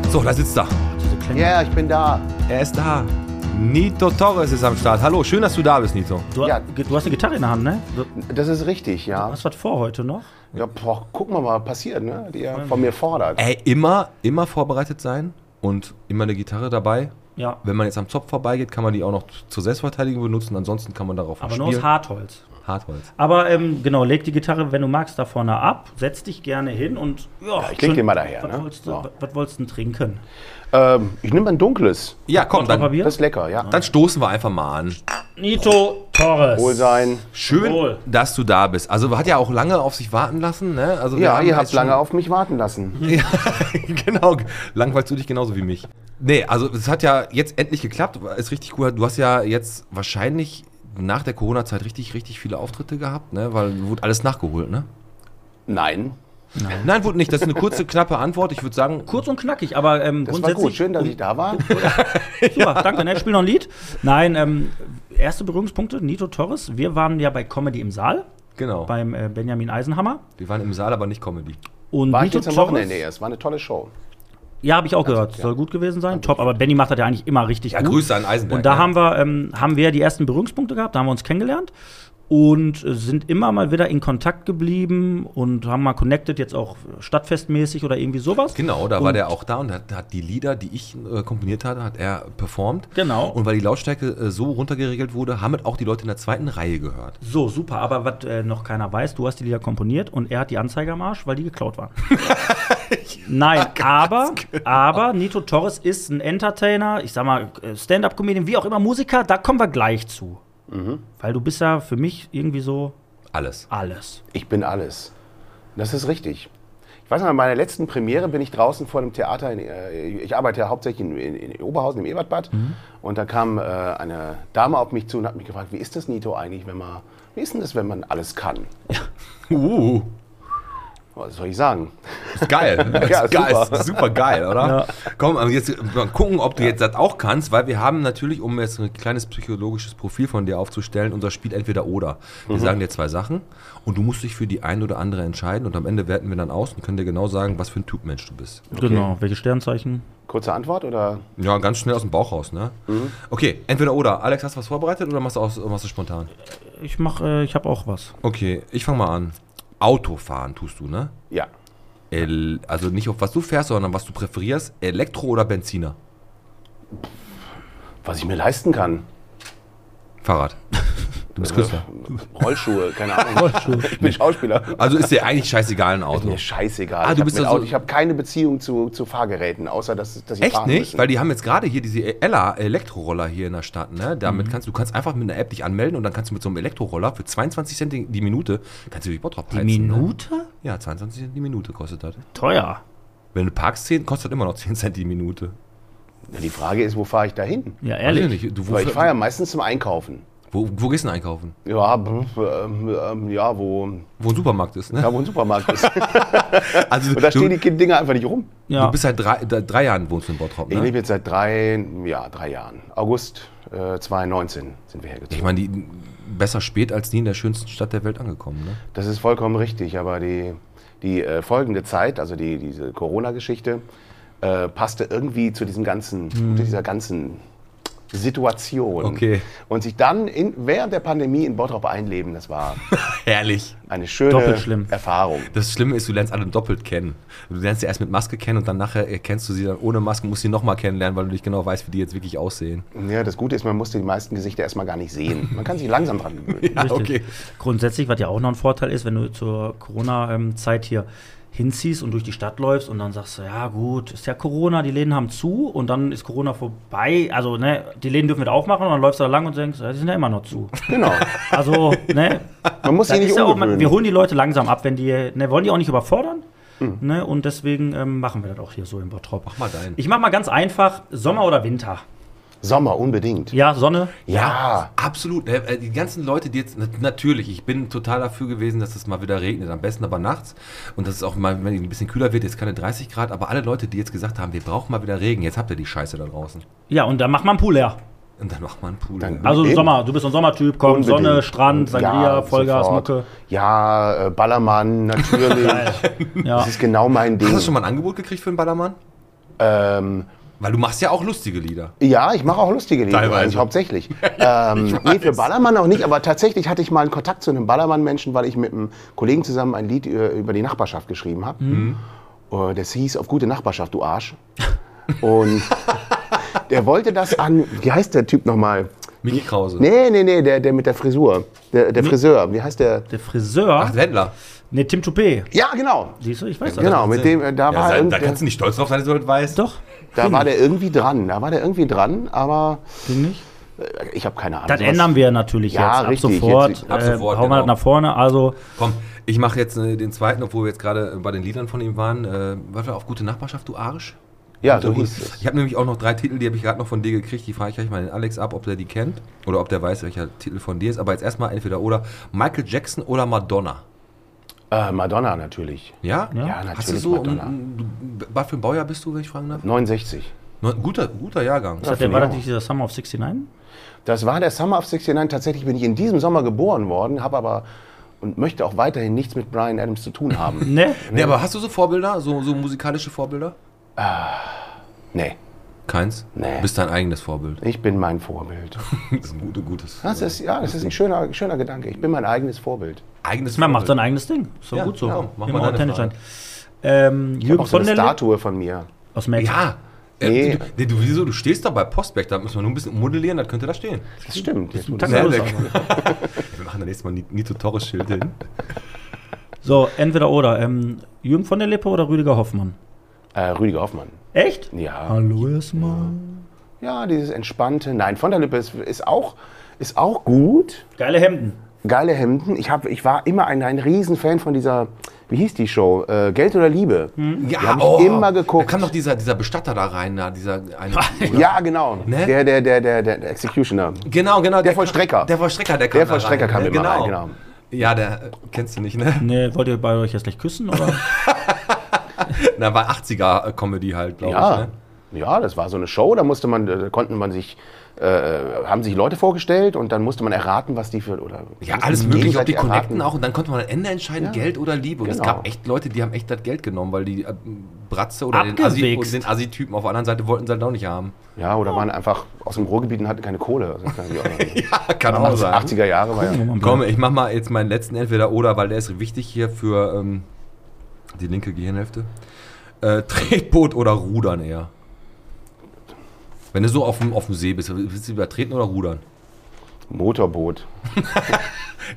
Speaker 1: So, da sitzt er.
Speaker 2: Diese Klänge.
Speaker 4: Ja, ich bin da.
Speaker 1: Er ist da. Nito Torres ist am Start. Hallo, schön, dass du da bist, Nito.
Speaker 2: Du,
Speaker 4: Ja.
Speaker 2: du hast eine Gitarre in der Hand, ne? Du
Speaker 4: Das ist richtig, ja.
Speaker 2: hast was vor heute noch?
Speaker 4: ja boah, gucken wir mal, was passiert, ne? Die er von mir fordert.
Speaker 1: Ey, immer, immer vorbereitet sein und immer eine Gitarre dabei.
Speaker 2: Ja.
Speaker 1: Wenn man jetzt am Zopf vorbeigeht, kann man die auch noch zur Selbstverteidigung benutzen. Ansonsten kann man darauf
Speaker 2: Aber nur aus Hartholz.
Speaker 1: Hartholz.
Speaker 2: Aber ähm, genau, leg die Gitarre, wenn du magst, da vorne ab. Setz dich gerne hin und. Ja,
Speaker 4: ich leg
Speaker 2: schön-
Speaker 4: dir mal daher,
Speaker 2: Was,
Speaker 4: ne?
Speaker 2: wolltest du,
Speaker 4: So.
Speaker 2: was, was wolltest du denn trinken?
Speaker 4: Ähm, ich nehme ein dunkles.
Speaker 1: Ja, komm,
Speaker 2: Ultra
Speaker 1: dann,
Speaker 2: Bier?
Speaker 4: Das ist lecker, ja.
Speaker 1: dann stoßen wir einfach mal an.
Speaker 2: Nito Torres.
Speaker 4: Wohl sein.
Speaker 1: Schön,
Speaker 2: Jawohl.
Speaker 1: dass du da bist. Also hat ja auch lange auf sich warten lassen, ne? Also wir
Speaker 4: Ja,
Speaker 1: haben
Speaker 4: ihr
Speaker 1: jetzt
Speaker 4: habt
Speaker 1: schon-
Speaker 4: lange auf mich warten lassen.
Speaker 1: Ja, genau. Langweilst du dich genauso wie mich. Nee, also es hat ja jetzt endlich geklappt. Ist richtig cool. Du hast ja jetzt wahrscheinlich nach der Corona-Zeit richtig, richtig viele Auftritte gehabt, ne? Weil wurde alles nachgeholt, ne?
Speaker 4: Nein.
Speaker 1: Nein, wurde nicht. Das ist eine kurze, knappe Antwort. Ich würde sagen,
Speaker 2: Kurz und knackig, aber ähm,
Speaker 4: Das war gut.
Speaker 2: grundsätzlich.
Speaker 4: Schön, dass ich da war.
Speaker 2: Super, danke, ne? Spiel noch ein Lied. Nein, ähm, erste Berührungspunkte, Nito Torres. Wir waren ja bei Comedy im Saal,
Speaker 1: genau.
Speaker 2: beim äh, Benjamin Eisenhammer.
Speaker 1: Wir waren im Saal, aber nicht Comedy.
Speaker 2: Und
Speaker 4: War ich
Speaker 2: Nito
Speaker 4: jetzt am
Speaker 2: Torres-
Speaker 4: Wochenende erst. War eine tolle Show.
Speaker 2: Ja, habe ich auch gehört. Soll gut gewesen sein. Top, aber Benny macht das ja eigentlich immer richtig
Speaker 1: Ja,
Speaker 2: gut.
Speaker 1: Grüße an Eisenberg,
Speaker 2: Und da
Speaker 1: ne?
Speaker 2: haben wir ähm, haben wir die ersten Berührungspunkte gehabt, da haben wir uns kennengelernt und äh, sind immer mal wieder in Kontakt geblieben und haben mal connected jetzt auch stadtfestmäßig oder irgendwie sowas.
Speaker 1: Genau, da war
Speaker 2: Und-
Speaker 1: der auch da und hat, hat die Lieder, die ich äh, komponiert hatte, hat er performt.
Speaker 2: Genau.
Speaker 1: Und weil die Lautstärke äh, so runtergeregelt wurde, haben es auch die Leute in der zweiten Reihe gehört.
Speaker 2: So, super, aber was äh, noch keiner weiß, du hast die Lieder komponiert und er hat die Anzeige am Arsch, weil die geklaut waren. Nein, aber, aber Nito Torres ist ein Entertainer, ich sag mal, äh, Stand-up-Comedian, wie auch immer, Musiker, da kommen wir gleich zu. Weil du bist ja für mich irgendwie so
Speaker 1: Alles.
Speaker 2: alles.
Speaker 4: Ich bin alles. Das ist richtig. Ich weiß noch, bei meiner letzten Premiere bin ich draußen vor dem Theater. In, äh, ich arbeite ja hauptsächlich in, in, in Oberhausen, im Ebertbad.
Speaker 1: Mhm.
Speaker 4: Und da kam äh, eine Dame auf mich zu und hat mich gefragt, wie ist das, Nito, eigentlich, wenn man, wie ist denn das, wenn man alles kann?
Speaker 1: Uh.
Speaker 4: Was soll ich sagen?
Speaker 1: Ist geil.
Speaker 4: Ja,
Speaker 1: ist geil.
Speaker 4: super.
Speaker 1: Super. Ist super geil, oder?
Speaker 2: Ja.
Speaker 1: Komm, aber jetzt äh, mal gucken, ob du jetzt das auch kannst, weil wir haben natürlich, um jetzt ein kleines psychologisches Profil von dir aufzustellen, unser Spiel entweder oder.
Speaker 2: Mhm.
Speaker 1: Wir sagen dir zwei Sachen und du musst dich für die eine oder andere entscheiden und am Ende werten wir dann aus und können dir genau sagen, was für ein Typ Mensch du bist.
Speaker 2: Genau, welche Sternzeichen?
Speaker 4: Kurze Antwort oder?
Speaker 1: Ja, ganz schnell aus dem Bauch raus, ne?
Speaker 4: Mhm.
Speaker 1: Okay, entweder oder. Alex, hast du was vorbereitet oder machst du, aus, machst du spontan?
Speaker 2: Ich mach, äh, ich habe auch was.
Speaker 1: Okay, ich fange mal an. Autofahren tust du, ne?
Speaker 4: Ja.
Speaker 1: El also nicht auf was du fährst, sondern was du präferierst, Elektro oder Benziner?
Speaker 4: Was ich mir leisten kann.
Speaker 1: Fahrrad. Du bist Künstler.
Speaker 4: Rollschuhe, keine Ahnung. Rollschuhe. Ich bin Schauspieler.
Speaker 1: Also ist dir eigentlich scheißegal ein
Speaker 4: Ist
Speaker 1: Auto.
Speaker 4: mir scheißegal.
Speaker 1: Ah,
Speaker 4: ich
Speaker 1: du
Speaker 4: hab
Speaker 1: bist
Speaker 4: mit
Speaker 1: ja so-
Speaker 4: Auto- ich habe keine Beziehung zu, zu Fahrgeräten, außer dass, dass ich
Speaker 1: Echt
Speaker 4: fahren
Speaker 1: nicht?
Speaker 4: müssen.
Speaker 1: Weil die haben jetzt gerade hier diese Ella Elektroroller hier in der Stadt, ne?
Speaker 4: Mhm.
Speaker 1: Damit kannst du kannst einfach mit einer App dich anmelden und dann kannst du mit so einem Elektroroller für 22 Cent die Minute kannst du dich Bottrop heizen. Ne? Ja, 22 Cent die Minute kostet das.
Speaker 2: Teuer.
Speaker 1: Wenn du parkst 10, kostet das immer noch 10 Cent die Minute.
Speaker 4: die Frage ist, wo fahre ich da hin?
Speaker 2: Ja,
Speaker 1: Weiß ich
Speaker 2: ehrlich.
Speaker 1: nicht. Du, wo,
Speaker 4: Weil ich fahre ja meistens zum Einkaufen.
Speaker 1: wo, wo gehst du denn einkaufen?
Speaker 4: Ja, b- b- ähm, ähm, ja, wo,
Speaker 1: Wo ein Supermarkt ist, ne?
Speaker 4: da wo ein Supermarkt ist.
Speaker 1: Also
Speaker 4: Und da
Speaker 1: du,
Speaker 4: stehen die Kind- Dinger einfach nicht rum.
Speaker 2: Ja.
Speaker 1: du bist seit drei, drei drei Jahren wohnst du in Bottrop,
Speaker 4: Ich
Speaker 1: ne?
Speaker 4: lebe jetzt seit drei, ja, drei Jahren. August äh, 2019 sind wir hergezogen.
Speaker 1: Ich meine, die besser spät als nie in der schönsten Stadt der Welt angekommen, ne?
Speaker 4: Das ist vollkommen richtig, aber die, die äh, folgende Zeit, also die, diese Corona-Geschichte, äh, passte irgendwie zu diesem ganzen,
Speaker 2: Hm.
Speaker 4: zu dieser ganzen Situation.
Speaker 1: Okay.
Speaker 4: Und sich dann in, während der Pandemie in Bottrop einleben, das war
Speaker 1: Herrlich.
Speaker 4: eine schöne
Speaker 2: Doppelt schlimm.
Speaker 4: Erfahrung.
Speaker 1: Das Schlimme ist, du lernst alle doppelt kennen. Du lernst sie erst mit Maske kennen und dann nachher erkennst du sie dann ohne Maske, musst sie nochmal kennenlernen, weil du nicht genau weißt, wie die jetzt wirklich aussehen.
Speaker 4: Ja, das Gute ist, man musste die meisten Gesichter erstmal gar nicht sehen. Man kann sich langsam dran gewöhnen.
Speaker 1: Ja,
Speaker 2: Richtig. Grundsätzlich, was ja auch noch ein Vorteil ist, wenn du zur Corona-Zeit hier hinziehst und durch die Stadt läufst und dann sagst du, ja gut, ist ja Corona, die Läden haben zu und dann ist Corona vorbei. Also, ne, die Läden dürfen wieder aufmachen und dann läufst du da lang und denkst, ja, die sind ja immer noch zu.
Speaker 4: genau.
Speaker 2: Also, ne,
Speaker 4: Man muss
Speaker 2: das
Speaker 4: sich
Speaker 2: ist
Speaker 4: nicht
Speaker 2: ja auch,
Speaker 4: umgewöhnen.
Speaker 2: man- wir holen die Leute langsam ab, wenn die, ne, wollen die auch nicht überfordern. Ne, und deswegen ähm, machen wir das auch hier so im Bottrop.
Speaker 1: Hm. Mach mal deinen.
Speaker 2: Ich mach mal ganz einfach Sommer oder Winter.
Speaker 4: Sommer unbedingt.
Speaker 2: Ja, Sonne.
Speaker 4: Ja.
Speaker 1: Absolut. Äh, äh, Die ganzen Leute, die jetzt, na- natürlich, ich bin total dafür gewesen, dass es mal wieder regnet, am besten aber nachts. Und dass es auch mal, wenn es ein bisschen kühler wird, jetzt keine 30 Grad, aber alle Leute, die jetzt gesagt haben, wir brauchen mal wieder Regen, jetzt habt ihr die Scheiße da draußen.
Speaker 2: Ja, und dann macht man einen Pool leer.
Speaker 1: Und dann macht man einen Pool.
Speaker 4: Dann-
Speaker 1: ja.
Speaker 2: Also
Speaker 4: Eben.
Speaker 2: Sommer, du bist so ein Sommertyp, komm,
Speaker 4: Unbedingt.
Speaker 2: Sonne, Strand, Sangria,
Speaker 4: Ja,
Speaker 2: Vollgas,
Speaker 4: sofort.
Speaker 2: Mucke.
Speaker 4: Ja, äh, Ballermann, natürlich.
Speaker 2: Ja.
Speaker 4: Das ist genau mein Ding.
Speaker 1: Hast du schon mal ein Angebot gekriegt für einen Ballermann?
Speaker 4: Ähm,
Speaker 1: Weil du machst ja auch lustige Lieder.
Speaker 4: ja, ich mache auch lustige Lieder,
Speaker 1: Teilweise.
Speaker 4: eigentlich hauptsächlich. ähm, nee, für Ballermann auch nicht, aber tatsächlich hatte ich mal einen Kontakt zu einem Ballermann-Menschen, weil ich mit einem Kollegen zusammen ein Lied äh, über die Nachbarschaft geschrieben habe.
Speaker 2: Mhm.
Speaker 4: Äh, Das hieß Auf gute Nachbarschaft, du Arsch. Und der wollte das an, wie heißt der Typ nochmal?
Speaker 1: Mickey Krause.
Speaker 4: Nee, nee, nee, der, der mit der Frisur. Der, der Friseur, wie heißt der?
Speaker 2: Der Friseur.
Speaker 1: Ach, Wendler.
Speaker 2: ne, Tim Toupé.
Speaker 4: Ja, genau.
Speaker 2: Siehst du, ich weiß das.
Speaker 4: Genau, mit dem, äh, da
Speaker 1: Ja,
Speaker 4: war
Speaker 1: sei, da
Speaker 4: irgendwer-
Speaker 1: kannst du nicht stolz drauf sein, dass du das weißt.
Speaker 2: Doch,
Speaker 4: Da war der irgendwie dran, da war der irgendwie dran, aber
Speaker 2: finde ich.
Speaker 4: äh, ich habe keine Ahnung.
Speaker 2: Das
Speaker 4: sowas-
Speaker 2: ändern wir natürlich
Speaker 4: Ja,
Speaker 2: jetzt.
Speaker 4: richtig,
Speaker 2: ab sofort.
Speaker 4: jetzt-
Speaker 1: ab sofort,
Speaker 2: äh, hauen wir
Speaker 1: genau.
Speaker 2: das nach vorne. Also,
Speaker 1: Komm, ich mache jetzt äh, den zweiten, obwohl wir jetzt gerade äh, bei den Liedern von ihm waren. Äh, Warte auf gute Nachbarschaft, du Arsch.
Speaker 4: Ja, so
Speaker 1: Du
Speaker 4: hieß es.
Speaker 1: hieß- ich habe nämlich auch noch drei Titel, die habe ich gerade noch von dir gekriegt. Die frage ich gleich mal den Alex ab, ob der die kennt oder ob der weiß, welcher Titel von dir ist. Aber jetzt erstmal entweder oder Michael Jackson oder Madonna.
Speaker 4: Äh, Madonna natürlich.
Speaker 1: Ja?
Speaker 2: Ja,
Speaker 1: Hast du
Speaker 4: natürlich
Speaker 1: so,
Speaker 4: Madonna.
Speaker 1: um, um, du- was für ein Baujahr bist du, wenn ich fragen darf?
Speaker 4: 69.
Speaker 1: Ne, Guter, guter Jahrgang.
Speaker 2: ist das der,
Speaker 4: finde
Speaker 2: war
Speaker 4: ich
Speaker 2: das
Speaker 4: auch.
Speaker 2: nicht dieser Summer of 69?
Speaker 4: Das war der Summer of 69. Tatsächlich bin ich in diesem Sommer geboren worden, habe aber und möchte auch weiterhin nichts mit Brian Adams zu tun haben.
Speaker 2: Ne?
Speaker 1: Nee, aber hast du so Vorbilder, so, so musikalische Vorbilder?
Speaker 4: nee,
Speaker 1: Keins?
Speaker 4: Nee.
Speaker 1: Bist dein eigenes Vorbild.
Speaker 4: ich bin mein Vorbild.
Speaker 1: Das ist ein gutes, gutes.
Speaker 4: Das ist, ja, das ist ein schöner, schöner Gedanke. Ich bin mein eigenes Vorbild.
Speaker 1: äh, Eigenes
Speaker 2: Man macht sein eigenes Ding. Ist doch
Speaker 1: Ja,
Speaker 2: gut so.
Speaker 1: genau. Mach mal
Speaker 2: Immer
Speaker 1: deine
Speaker 2: authentisch
Speaker 1: Frage.
Speaker 2: sein. Ähm,
Speaker 4: Ich hab
Speaker 2: Jürgen
Speaker 4: auch so
Speaker 2: von
Speaker 4: eine
Speaker 2: der Lippe
Speaker 4: Statue von mir.
Speaker 2: aus Melk.
Speaker 1: Ja. Äh,
Speaker 4: Nee.
Speaker 1: du, nee, du, wieso? Du stehst da bei Postback, da müssen wir nur ein bisschen modellieren, das könnte da stehen.
Speaker 4: Das stimmt. Jetzt, wo du
Speaker 2: Taxi-
Speaker 4: sagst.
Speaker 2: los,
Speaker 1: Nee,
Speaker 2: aber.
Speaker 1: Wir machen da nächstes Mal Ni- Nito Torres Schild hin.
Speaker 2: So, entweder oder. Ähm, Jürgen von der Lippe oder Rüdiger Hoffmann?
Speaker 4: äh, Rüdiger Hoffmann.
Speaker 2: Echt?
Speaker 4: Ja.
Speaker 2: Hallo erstmal.
Speaker 4: ja, dieses entspannte. Nein, von der Lippe ist, ist, auch, ist auch gut.
Speaker 2: Geile Hemden.
Speaker 4: geile Hemden. Ich, hab, ich war immer ein, ein Riesenfan von dieser, wie hieß die Show? Äh, Geld oder Liebe?
Speaker 1: Hm. Ja, oh.
Speaker 4: hab ich immer geguckt.
Speaker 1: Da kam doch dieser, dieser Bestatter da rein, da, dieser eine.
Speaker 4: Ja, genau.
Speaker 1: Ne?
Speaker 4: Der, der, der, der, der Executioner.
Speaker 1: Genau, genau. Der,
Speaker 4: Vollstrecker.
Speaker 1: Der Vollstrecker, der kam
Speaker 4: Der
Speaker 1: da
Speaker 4: Vollstrecker
Speaker 1: rein,
Speaker 4: kam
Speaker 1: ne?
Speaker 4: immer rein, genau.
Speaker 1: Ja, der kennst du nicht, ne?
Speaker 2: Nee, wollt ihr bei euch jetzt gleich küssen? Oder?
Speaker 1: Na, war 80er-Comedy halt, glaube ich.
Speaker 4: Ja.
Speaker 1: Ne?
Speaker 4: ja, das war so eine Show, da musste man, da konnten man sich, äh, haben sich Leute vorgestellt und dann musste man erraten, was die für, oder.
Speaker 1: Ja, alles mögliche, ob die
Speaker 4: gegenseitig
Speaker 1: connecten
Speaker 4: erraten.
Speaker 1: auch. Und dann konnte man am Ende entscheiden,
Speaker 4: Ja.
Speaker 1: Geld oder Liebe. Und es
Speaker 4: Genau.
Speaker 1: gab echt Leute, die haben echt das Geld genommen, weil die äh, Bratze oder den Assi-
Speaker 2: Abgewichst.
Speaker 1: den Assi-Typen auf der anderen Seite wollten sie halt auch nicht haben.
Speaker 4: Ja, oder waren einfach aus dem Ruhrgebiet und hatten keine Kohle. Also, das kann ich auch sagen.
Speaker 1: Ja, kann auch
Speaker 4: Damals,
Speaker 1: sein.
Speaker 4: 80er Jahre war ja.
Speaker 1: Komm, ich mach mal jetzt meinen letzten Entweder-Oder, weil der ist wichtig hier für ähm, die linke Gehirnhälfte. Äh, Tretboot oder Rudern eher? Wenn du so auf dem, auf dem See bist, willst du lieber treten oder rudern?
Speaker 4: Motorboot.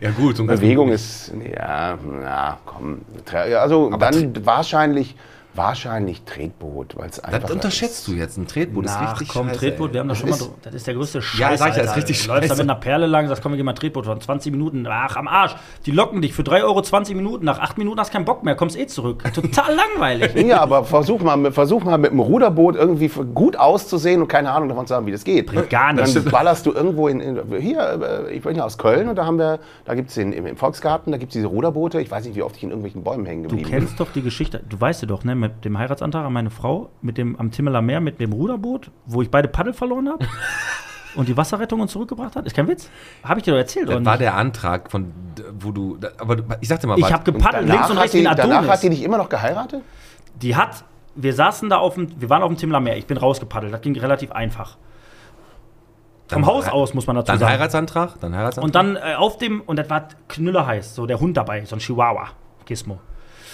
Speaker 1: Ja gut, so ein
Speaker 4: Bewegung ist, Also ja, na, komm. Tre- ja, Also dann wahrscheinlich, wahrscheinlich Tretboot, weil es einfach
Speaker 1: Das unterschätzt du jetzt. Ein Tretboot ist
Speaker 2: Ach
Speaker 1: richtig
Speaker 2: komm,
Speaker 1: scheiße,
Speaker 2: Tretboot,
Speaker 1: ey.
Speaker 2: wir haben das,
Speaker 4: Das
Speaker 2: schon mal
Speaker 4: ist-
Speaker 2: drüber. Das ist der größte Scheiß.
Speaker 1: Ja, sag ich ja, das ist
Speaker 2: Alter.
Speaker 1: richtig
Speaker 2: Du läufst da
Speaker 1: scheiße.
Speaker 2: mit einer Perle lang, sagst, komm, wir gehen mal Tretboot fahren. 20 Minuten, ach, am Arsch. Die locken dich für 3 Euro 20 Minuten. Nach 8 Minuten hast du keinen Bock mehr, kommst eh zurück. Total langweilig.
Speaker 4: Ja, aber versuch mal, mit- versuch mal mit dem Ruderboot irgendwie gut auszusehen und keine Ahnung davon zu haben, wie das geht.
Speaker 2: gar nichts.
Speaker 4: Dann ballerst du irgendwo in, in hier, äh, ich bin ja aus Köln und da haben wir, da gibt's den im, im Volksgarten, da gibt's diese Ruderboote. Ich weiß nicht, wie oft ich in irgendwelchen Bäumen hängen
Speaker 2: Du
Speaker 4: geblieben bin.
Speaker 2: kennst doch die Geschichte, du weißt ja doch, ne, mit dem Heiratsantrag an meine Frau, mit dem am Timmeler Meer, mit dem Ruderboot, wo ich beide Paddel verloren habe und die Wasserrettung uns zurückgebracht hat. Ist kein Witz. Habe ich dir doch erzählt,
Speaker 1: Das
Speaker 2: oder
Speaker 1: war
Speaker 2: nicht?
Speaker 1: der Antrag, von d- wo du. da- Aber du- ich sagte mal
Speaker 2: Ich habe gepaddelt, links und
Speaker 4: hat
Speaker 2: rechts
Speaker 4: die,
Speaker 2: wie ein
Speaker 4: danach
Speaker 2: Adonis.
Speaker 4: hat die dich immer noch geheiratet?
Speaker 2: Die hat, wir saßen da auf dem, wir waren auf dem Timmler Meer, ich bin rausgepaddelt, das ging relativ einfach. Vom
Speaker 1: Dann-
Speaker 2: Haus aus, muss man dazu
Speaker 1: Dann
Speaker 2: sagen.
Speaker 1: Heiratsantrag, dann Heiratsantrag.
Speaker 2: Und dann äh, auf dem, und das war knüllerheiß, so der Hund dabei, so ein Chihuahua, Gizmo.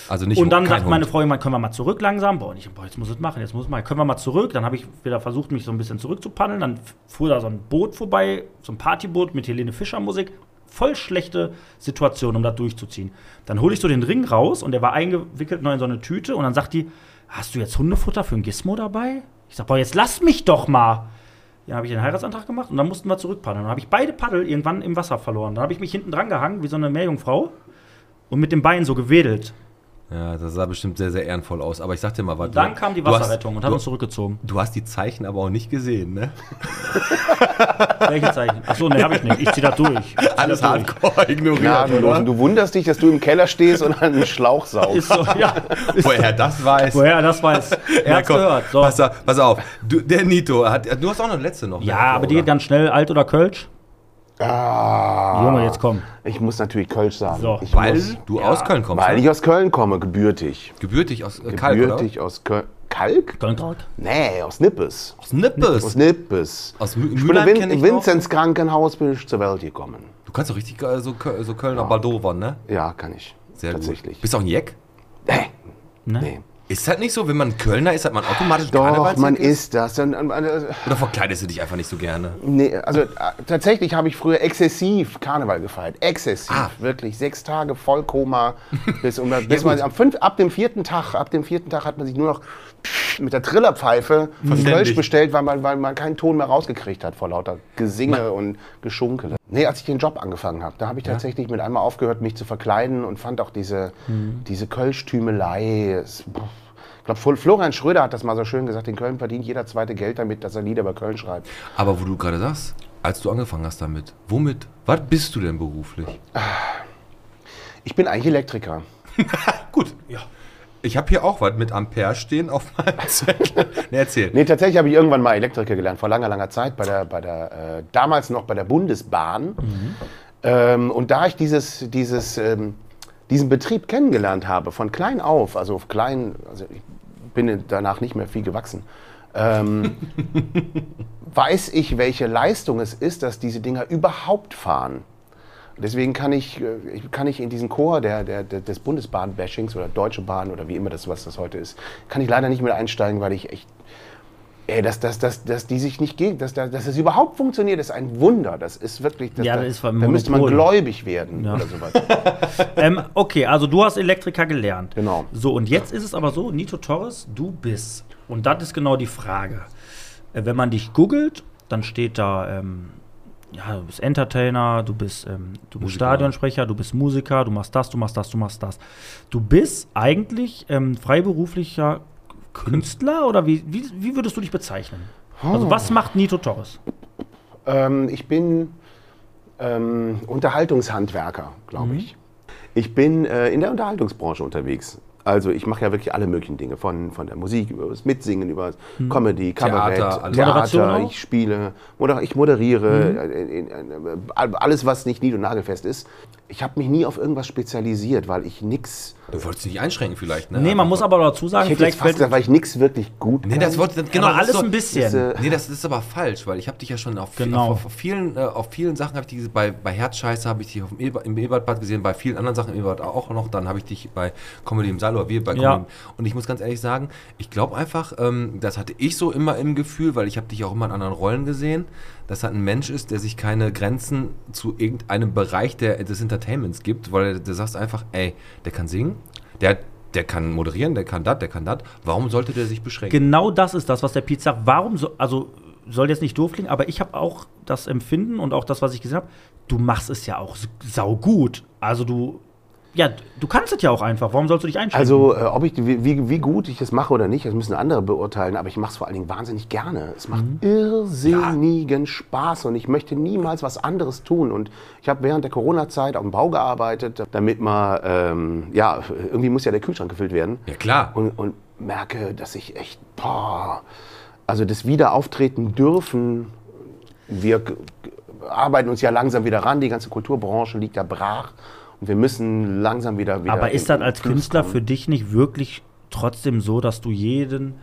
Speaker 1: also nicht
Speaker 2: Und dann
Speaker 1: kein
Speaker 2: sagt
Speaker 1: Hund.
Speaker 2: meine Freundin, mal, können wir mal zurück langsam? Boah, und ich, boah jetzt muss es machen, jetzt muss es machen. Können wir mal zurück? Dann habe ich wieder versucht, mich so ein bisschen zurückzupaddeln. Dann f- fuhr da so ein Boot vorbei, so ein Partyboot mit Helene Fischer Musik. Voll schlechte Situation, um das durchzuziehen. Dann hole ich so den Ring raus und der war eingewickelt nur in so eine Tüte. Und dann sagt die, hast du jetzt Hundefutter für ein Gizmo dabei? Ich sage, boah, jetzt lass mich doch mal. Dann habe ich den Heiratsantrag gemacht und dann mussten wir zurückpaddeln. Dann habe ich beide Paddel irgendwann im Wasser verloren. Dann habe ich mich hinten dran gehangen, wie so eine Meerjungfrau, und mit dem Bein so gewedelt.
Speaker 1: Ja, das sah bestimmt sehr, sehr ehrenvoll aus. Aber ich sagte mal, warte.
Speaker 2: Dann kam die Wasserrettung und
Speaker 1: du
Speaker 2: hat
Speaker 1: hast,
Speaker 2: uns zurückgezogen.
Speaker 1: Du, du hast die Zeichen aber auch nicht gesehen, ne?
Speaker 2: Welche Zeichen? Achso, ne, habe ich nicht. Ich ziehe das durch. Ich zieh
Speaker 1: Alles
Speaker 2: das durch.
Speaker 1: hardcore ignoriert.
Speaker 4: Gnadenlos. Und
Speaker 1: oder?
Speaker 4: du wunderst dich, dass du im Keller stehst und an einem Schlauch saugst.
Speaker 2: Ist so, ja. Ist
Speaker 1: Woher das weiß.
Speaker 2: Woher das weiß. Er hat's
Speaker 1: komm,
Speaker 2: gehört. So.
Speaker 1: pass, auf, pass auf, du, der Nito, hat, du hast auch noch eine letzte noch. ne?
Speaker 2: Ja, aber die geht ganz schnell. Alt oder Kölsch?
Speaker 4: Ah,
Speaker 2: Junge, jetzt komm.
Speaker 4: Ich muss natürlich Kölsch sagen.
Speaker 2: So.
Speaker 4: Ich
Speaker 1: Weil
Speaker 4: muss,
Speaker 1: du aus Köln kommst.
Speaker 4: weil
Speaker 1: ne?
Speaker 4: ich aus Köln komme, gebürtig.
Speaker 1: gebürtig aus äh, Kalk, oder?
Speaker 4: Gebürtig aus Köln. Kalk?
Speaker 2: Köln-Traut.
Speaker 4: Nee, aus Nippes.
Speaker 1: Aus Nippes.
Speaker 4: Aus Nippes.
Speaker 1: Aus Mü-
Speaker 4: ich bin
Speaker 1: Mühlheim
Speaker 4: im Vin
Speaker 1: kenn ich
Speaker 4: Vinzenz Krankenhaus bin ich zur Welt gekommen.
Speaker 1: Du kannst doch richtig äh, so, Kö- so Kölner Baldowern, ne?
Speaker 4: Ja, kann ich.
Speaker 1: Sehr
Speaker 4: Tatsächlich.
Speaker 1: gut. Bist du auch ein Jeck?
Speaker 4: Nee.
Speaker 2: Ne?
Speaker 4: Nee.
Speaker 1: Ist das nicht so, wenn man Kölner ist, hat man automatisch
Speaker 4: Doch,
Speaker 1: Karnevalsjack
Speaker 4: man
Speaker 1: ist?
Speaker 4: ist das. Dann, dann- also,
Speaker 1: Oder verkleidest du dich einfach nicht so gerne?
Speaker 4: nee, also äh, tatsächlich habe ich früher exzessiv Karneval gefeiert. Exzessiv.
Speaker 1: Ah.
Speaker 4: Wirklich. Sechs Tage Vollkoma. Bis, um, bis
Speaker 1: gut.
Speaker 4: man, am fünf, ab dem vierten Tag, ab dem vierten Tag hat man sich nur noch mit der Trillerpfeife von
Speaker 1: Verständlich.
Speaker 4: Kölsch bestellt, weil man, weil man keinen Ton mehr rausgekriegt hat vor lauter Gesinge und Geschunkele. Nee, als ich den Job angefangen habe, da habe ich tatsächlich mit einmal aufgehört, mich zu verkleiden und fand auch diese,
Speaker 1: Mhm.
Speaker 4: diese Kölsch-Tümelei. Es- pff. Ich glaube, Florian Schröder hat das mal so schön gesagt, in Köln verdient jeder zweite Geld damit, dass er Lieder über Köln schreibt.
Speaker 1: Aber wo du gerade sagst, als du angefangen hast damit, womit, was bist du denn beruflich?
Speaker 4: Ich bin eigentlich Elektriker.
Speaker 1: Gut, ja. Ich habe hier auch was mit Ampere stehen auf meinem Zettel. Ne, erzähl.
Speaker 4: Nee, tatsächlich habe ich irgendwann mal Elektriker gelernt, vor langer, langer Zeit, bei der, bei der, äh, damals noch bei der Bundesbahn. Ähm, und da ich dieses, dieses, ähm, diesen Betrieb kennengelernt habe, von klein auf, also auf klein, also ich bin danach nicht mehr viel gewachsen, ähm, weiß ich, welche Leistung es ist, dass diese Dinger überhaupt fahren. Deswegen kann ich, äh, ich- kann ich in diesen Chor der, der, der, des Bundesbahn-Bashings oder Deutsche Bahn oder wie immer das, was das heute ist, kann ich leider nicht mit einsteigen, weil ich echt Ey, dass, dass, dass, dass die sich nicht gegen, dass, dass, dass es überhaupt funktioniert, ist ein Wunder. Das ist wirklich, das,
Speaker 2: Ja,
Speaker 4: da,
Speaker 2: das ist
Speaker 4: da
Speaker 2: beim
Speaker 4: müsste man
Speaker 2: Monopol.
Speaker 4: gläubig werden oder sowas.
Speaker 2: Ähm, okay, also du hast Elektriker gelernt.
Speaker 4: Genau.
Speaker 2: So, und jetzt ist es aber so, Nito Torres, du bist. Und das ist genau die Frage. Äh, wenn man dich googelt, dann steht da, ähm, ja, du bist Entertainer, du bist, ähm, du bist
Speaker 1: Musiker.
Speaker 2: Stadionsprecher, du bist Musiker, du machst das, du machst das, du machst das. Du bist eigentlich ähm, freiberuflicher Künstler oder wie, wie, wie würdest du dich bezeichnen? Also was macht Nito Torres?
Speaker 4: ähm, ich bin ähm, Unterhaltungshandwerker, glaube ich. Ich bin äh, in der Unterhaltungsbranche unterwegs. Also ich mache ja wirklich alle möglichen Dinge, von, von der Musik über das Mitsingen, über das Comedy, Kabarett,
Speaker 1: Theater,
Speaker 4: Theater,
Speaker 1: alles.
Speaker 2: Moderation auch?
Speaker 4: ich spiele, moder ich moderiere, äh, in, in, äh, alles, was nicht nied- und nagelfest ist. Ich habe mich nie auf irgendwas spezialisiert, weil ich nix,
Speaker 1: Du wolltest dich nicht einschränken vielleicht, ne?
Speaker 2: Nee, man muss aber dazu
Speaker 4: ich
Speaker 2: sagen,
Speaker 4: hätte jetzt
Speaker 2: vielleicht
Speaker 4: fast
Speaker 2: fällt
Speaker 4: gesagt, weil ich nix wirklich gut
Speaker 1: Nee,
Speaker 4: kann.
Speaker 1: das wollte genau
Speaker 2: aber
Speaker 1: das
Speaker 2: alles
Speaker 1: ist doch-
Speaker 2: ein bisschen.
Speaker 4: ist, äh,
Speaker 1: Nee, das ist aber falsch, weil ich habe dich ja schon auf,
Speaker 2: Genau.
Speaker 1: auf, auf vielen äh, auf vielen Sachen habe ich dich bei bei Herzscheiße habe ich dich auf dem Eber, im Ebertbad gesehen, bei vielen anderen Sachen im Ebert auch noch, dann habe ich dich bei Comedy im Saal oder wir bei Comedy.
Speaker 2: Ja.
Speaker 1: im- Und ich muss ganz ehrlich sagen, ich glaube einfach, ähm, das hatte ich so immer im Gefühl, weil ich habe dich auch immer in anderen Rollen gesehen, dass das ein Mensch ist, der sich keine Grenzen zu irgendeinem Bereich der, des Entertainments gibt, weil du sagst einfach, ey, der kann singen, der der kann moderieren, der kann das, der kann das. Warum sollte der sich beschränken?
Speaker 2: genau das ist das, was der Pete sagt. Warum so, also soll jetzt nicht doof klingen, aber ich habe auch das Empfinden und auch das, was ich gesehen habe, du machst es ja auch s- saugut. Also du, ja, du kannst es ja auch einfach. Warum sollst du dich einschränken?
Speaker 4: Also, äh, ob ich, wie, wie- wie gut ich das mache oder nicht, das müssen andere beurteilen, aber ich mache es vor allen Dingen wahnsinnig gerne. Es
Speaker 2: Mhm.
Speaker 4: macht irrsinnigen Spaß und ich möchte niemals was anderes tun. Und ich habe während der Corona-Zeit auf dem Bau gearbeitet, damit man, ähm, ja, irgendwie muss ja der Kühlschrank gefüllt werden.
Speaker 1: Ja klar.
Speaker 4: Und, und merke, dass ich echt, boah, also das Wiederauftreten dürfen, wir g- g- arbeiten uns ja langsam wieder ran, die ganze Kulturbranche liegt da brach. Und wir müssen langsam wieder wieder.
Speaker 2: aber
Speaker 4: in-
Speaker 2: ist das
Speaker 4: in
Speaker 2: als
Speaker 4: Fluss
Speaker 2: Künstler
Speaker 4: kommen.
Speaker 2: für dich nicht wirklich trotzdem so, dass du jeden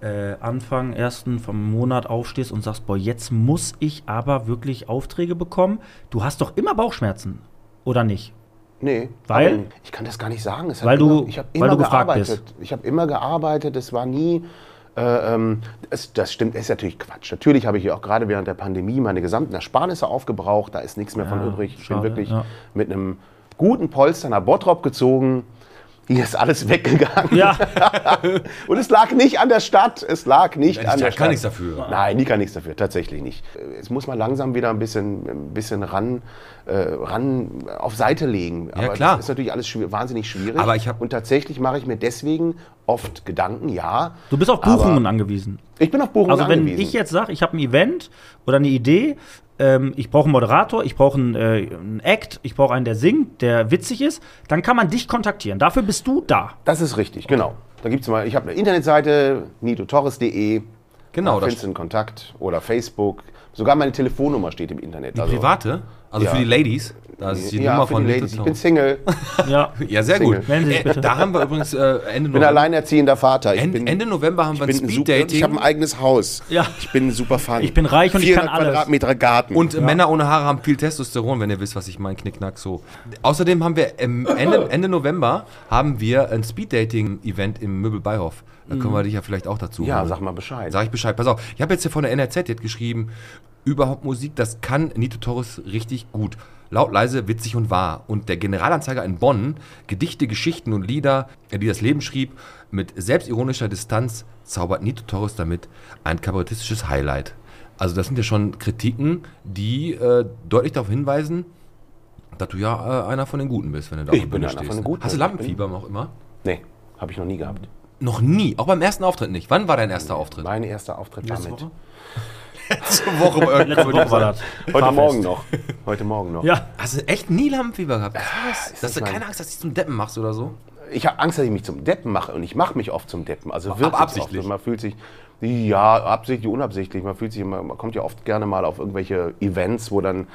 Speaker 2: äh, Anfang, ersten vom Monat aufstehst und sagst, boah, jetzt muss ich aber wirklich Aufträge bekommen? Du hast doch immer Bauchschmerzen, oder nicht?
Speaker 4: Nee,
Speaker 2: Weil?
Speaker 4: aber ich kann das gar nicht sagen. Es hat
Speaker 2: Weil du-
Speaker 4: immer, ich habe
Speaker 2: weil
Speaker 4: immer
Speaker 2: du gefragt
Speaker 4: gearbeitet. Ich habe immer gearbeitet. Es war nie. Äh, ähm, es, das stimmt, ist natürlich Quatsch. Natürlich habe ich ja auch gerade während der Pandemie meine gesamten Ersparnisse aufgebraucht. Da ist nichts mehr von
Speaker 2: Ja,
Speaker 4: übrig. Ich
Speaker 2: schade,
Speaker 4: bin wirklich
Speaker 2: ja.
Speaker 4: mit einem guten Polster nach Bottrop gezogen. Hier ist alles weggegangen.
Speaker 2: Ja.
Speaker 4: Und es lag nicht an der Stadt. Es lag nicht
Speaker 1: Ja,
Speaker 4: an
Speaker 1: ich
Speaker 4: der
Speaker 1: kann
Speaker 4: Stadt.
Speaker 1: nichts dafür.
Speaker 4: Nein, die kann nichts dafür, tatsächlich nicht. Äh, Jetzt muss man langsam wieder ein bisschen, ein bisschen ran, äh, ran auf Seite legen. Aber
Speaker 1: klar.
Speaker 4: Das ist natürlich alles schwi- wahnsinnig schwierig.
Speaker 1: Aber ich hab-
Speaker 4: Und tatsächlich mache ich mir deswegen oft Gedanken, ja.
Speaker 2: Du bist auf
Speaker 4: aber
Speaker 2: Buchungen angewiesen.
Speaker 4: Ich bin auf Buchungen
Speaker 2: Also wenn
Speaker 4: angewiesen.
Speaker 2: ich jetzt sage, ich habe ein Event oder eine Idee, ähm, ich brauche einen Moderator, ich brauche einen, äh, einen Act, ich brauche einen, der singt, der witzig ist, dann kann man dich kontaktieren. Dafür bist du da.
Speaker 4: das ist richtig, genau. Da gibt's mal, ich habe eine Internetseite, nidotorres.de.
Speaker 1: Genau,
Speaker 4: da
Speaker 1: das-
Speaker 4: findest du in Kontakt oder Facebook. Sogar meine Telefonnummer steht im Internet.
Speaker 1: Die private? Also
Speaker 4: Ja.
Speaker 1: für die Ladies? Da ist die
Speaker 4: ja,
Speaker 1: Nummer
Speaker 4: für
Speaker 1: von
Speaker 4: die
Speaker 1: Little
Speaker 4: Ladies. Ich
Speaker 1: Town.
Speaker 4: bin Single,
Speaker 2: Ja.
Speaker 1: Ja, sehr
Speaker 4: Single.
Speaker 1: gut.
Speaker 2: Melden Sie sich
Speaker 1: Äh,
Speaker 2: bitte.
Speaker 1: da haben wir übrigens äh, Ende
Speaker 4: bin
Speaker 1: November.
Speaker 4: alleinerziehender Vater. Ich
Speaker 1: Ende,
Speaker 4: bin,
Speaker 1: Ende November haben wir ein
Speaker 4: bin ein super, ich
Speaker 1: Speed-Dating.
Speaker 4: habe ein eigenes Haus.
Speaker 2: Ja.
Speaker 4: Ich bin ein super Fan.
Speaker 2: Ich bin reich und ich kann alles.
Speaker 4: Quadratmeter Garten.
Speaker 1: Und äh, Männer ohne Haare haben viel Testosteron, wenn ihr wisst, was ich meine, Knickknack so. Außerdem haben wir ähm, Ende, Ende November haben wir ein Speed-Dating-Event im Möbel Beihof. Da können
Speaker 4: Mhm.
Speaker 1: wir dich ja vielleicht auch dazu
Speaker 4: ja,
Speaker 1: holen.
Speaker 4: sag mal Bescheid.
Speaker 1: Mhm. Sag ich Bescheid. Pass auf, ich habe jetzt hier von der NRZ jetzt geschrieben, überhaupt Musik, das kann Nito Torres richtig gut. Laut, leise, witzig und wahr. Und der Generalanzeiger in Bonn, Gedichte, Geschichten und Lieder, die das Leben schrieb, mit selbstironischer Distanz zaubert Nito Torres damit ein kabarettistisches Highlight. Also das sind ja schon Kritiken, die äh, deutlich darauf hinweisen, dass du ja äh, einer von den Guten bist, wenn du da
Speaker 4: Ich
Speaker 1: auf der
Speaker 4: bin
Speaker 1: Bühne
Speaker 4: einer von
Speaker 1: stehst,
Speaker 4: den
Speaker 1: ne?
Speaker 4: Guten.
Speaker 1: Hast du
Speaker 4: Ich bin-
Speaker 1: Lampenfieber auch immer?
Speaker 4: nee, habe ich noch nie gehabt.
Speaker 1: Noch nie, auch beim ersten Auftritt nicht. Wann war dein erster Auftritt?
Speaker 4: Mein erster Auftritt war mit.
Speaker 1: Letzte Woche bei
Speaker 2: Letzte Woche war das.
Speaker 4: Heute Morgen noch. Heute Morgen noch.
Speaker 2: Ja.
Speaker 1: Hast du echt nie Lampenfieber gehabt? Krass. Dass du
Speaker 4: mein-
Speaker 1: keine Angst hast, dass du zum Deppen machst oder so?
Speaker 4: Ich habe Angst, dass ich mich zum Deppen mache und ich mache mich oft zum Deppen. Also wirklich
Speaker 1: absichtlich?
Speaker 4: Oft. Und Man fühlt sich ja absichtlich, unabsichtlich. Man fühlt sich, immer- man kommt ja oft gerne mal auf irgendwelche Events, wo dann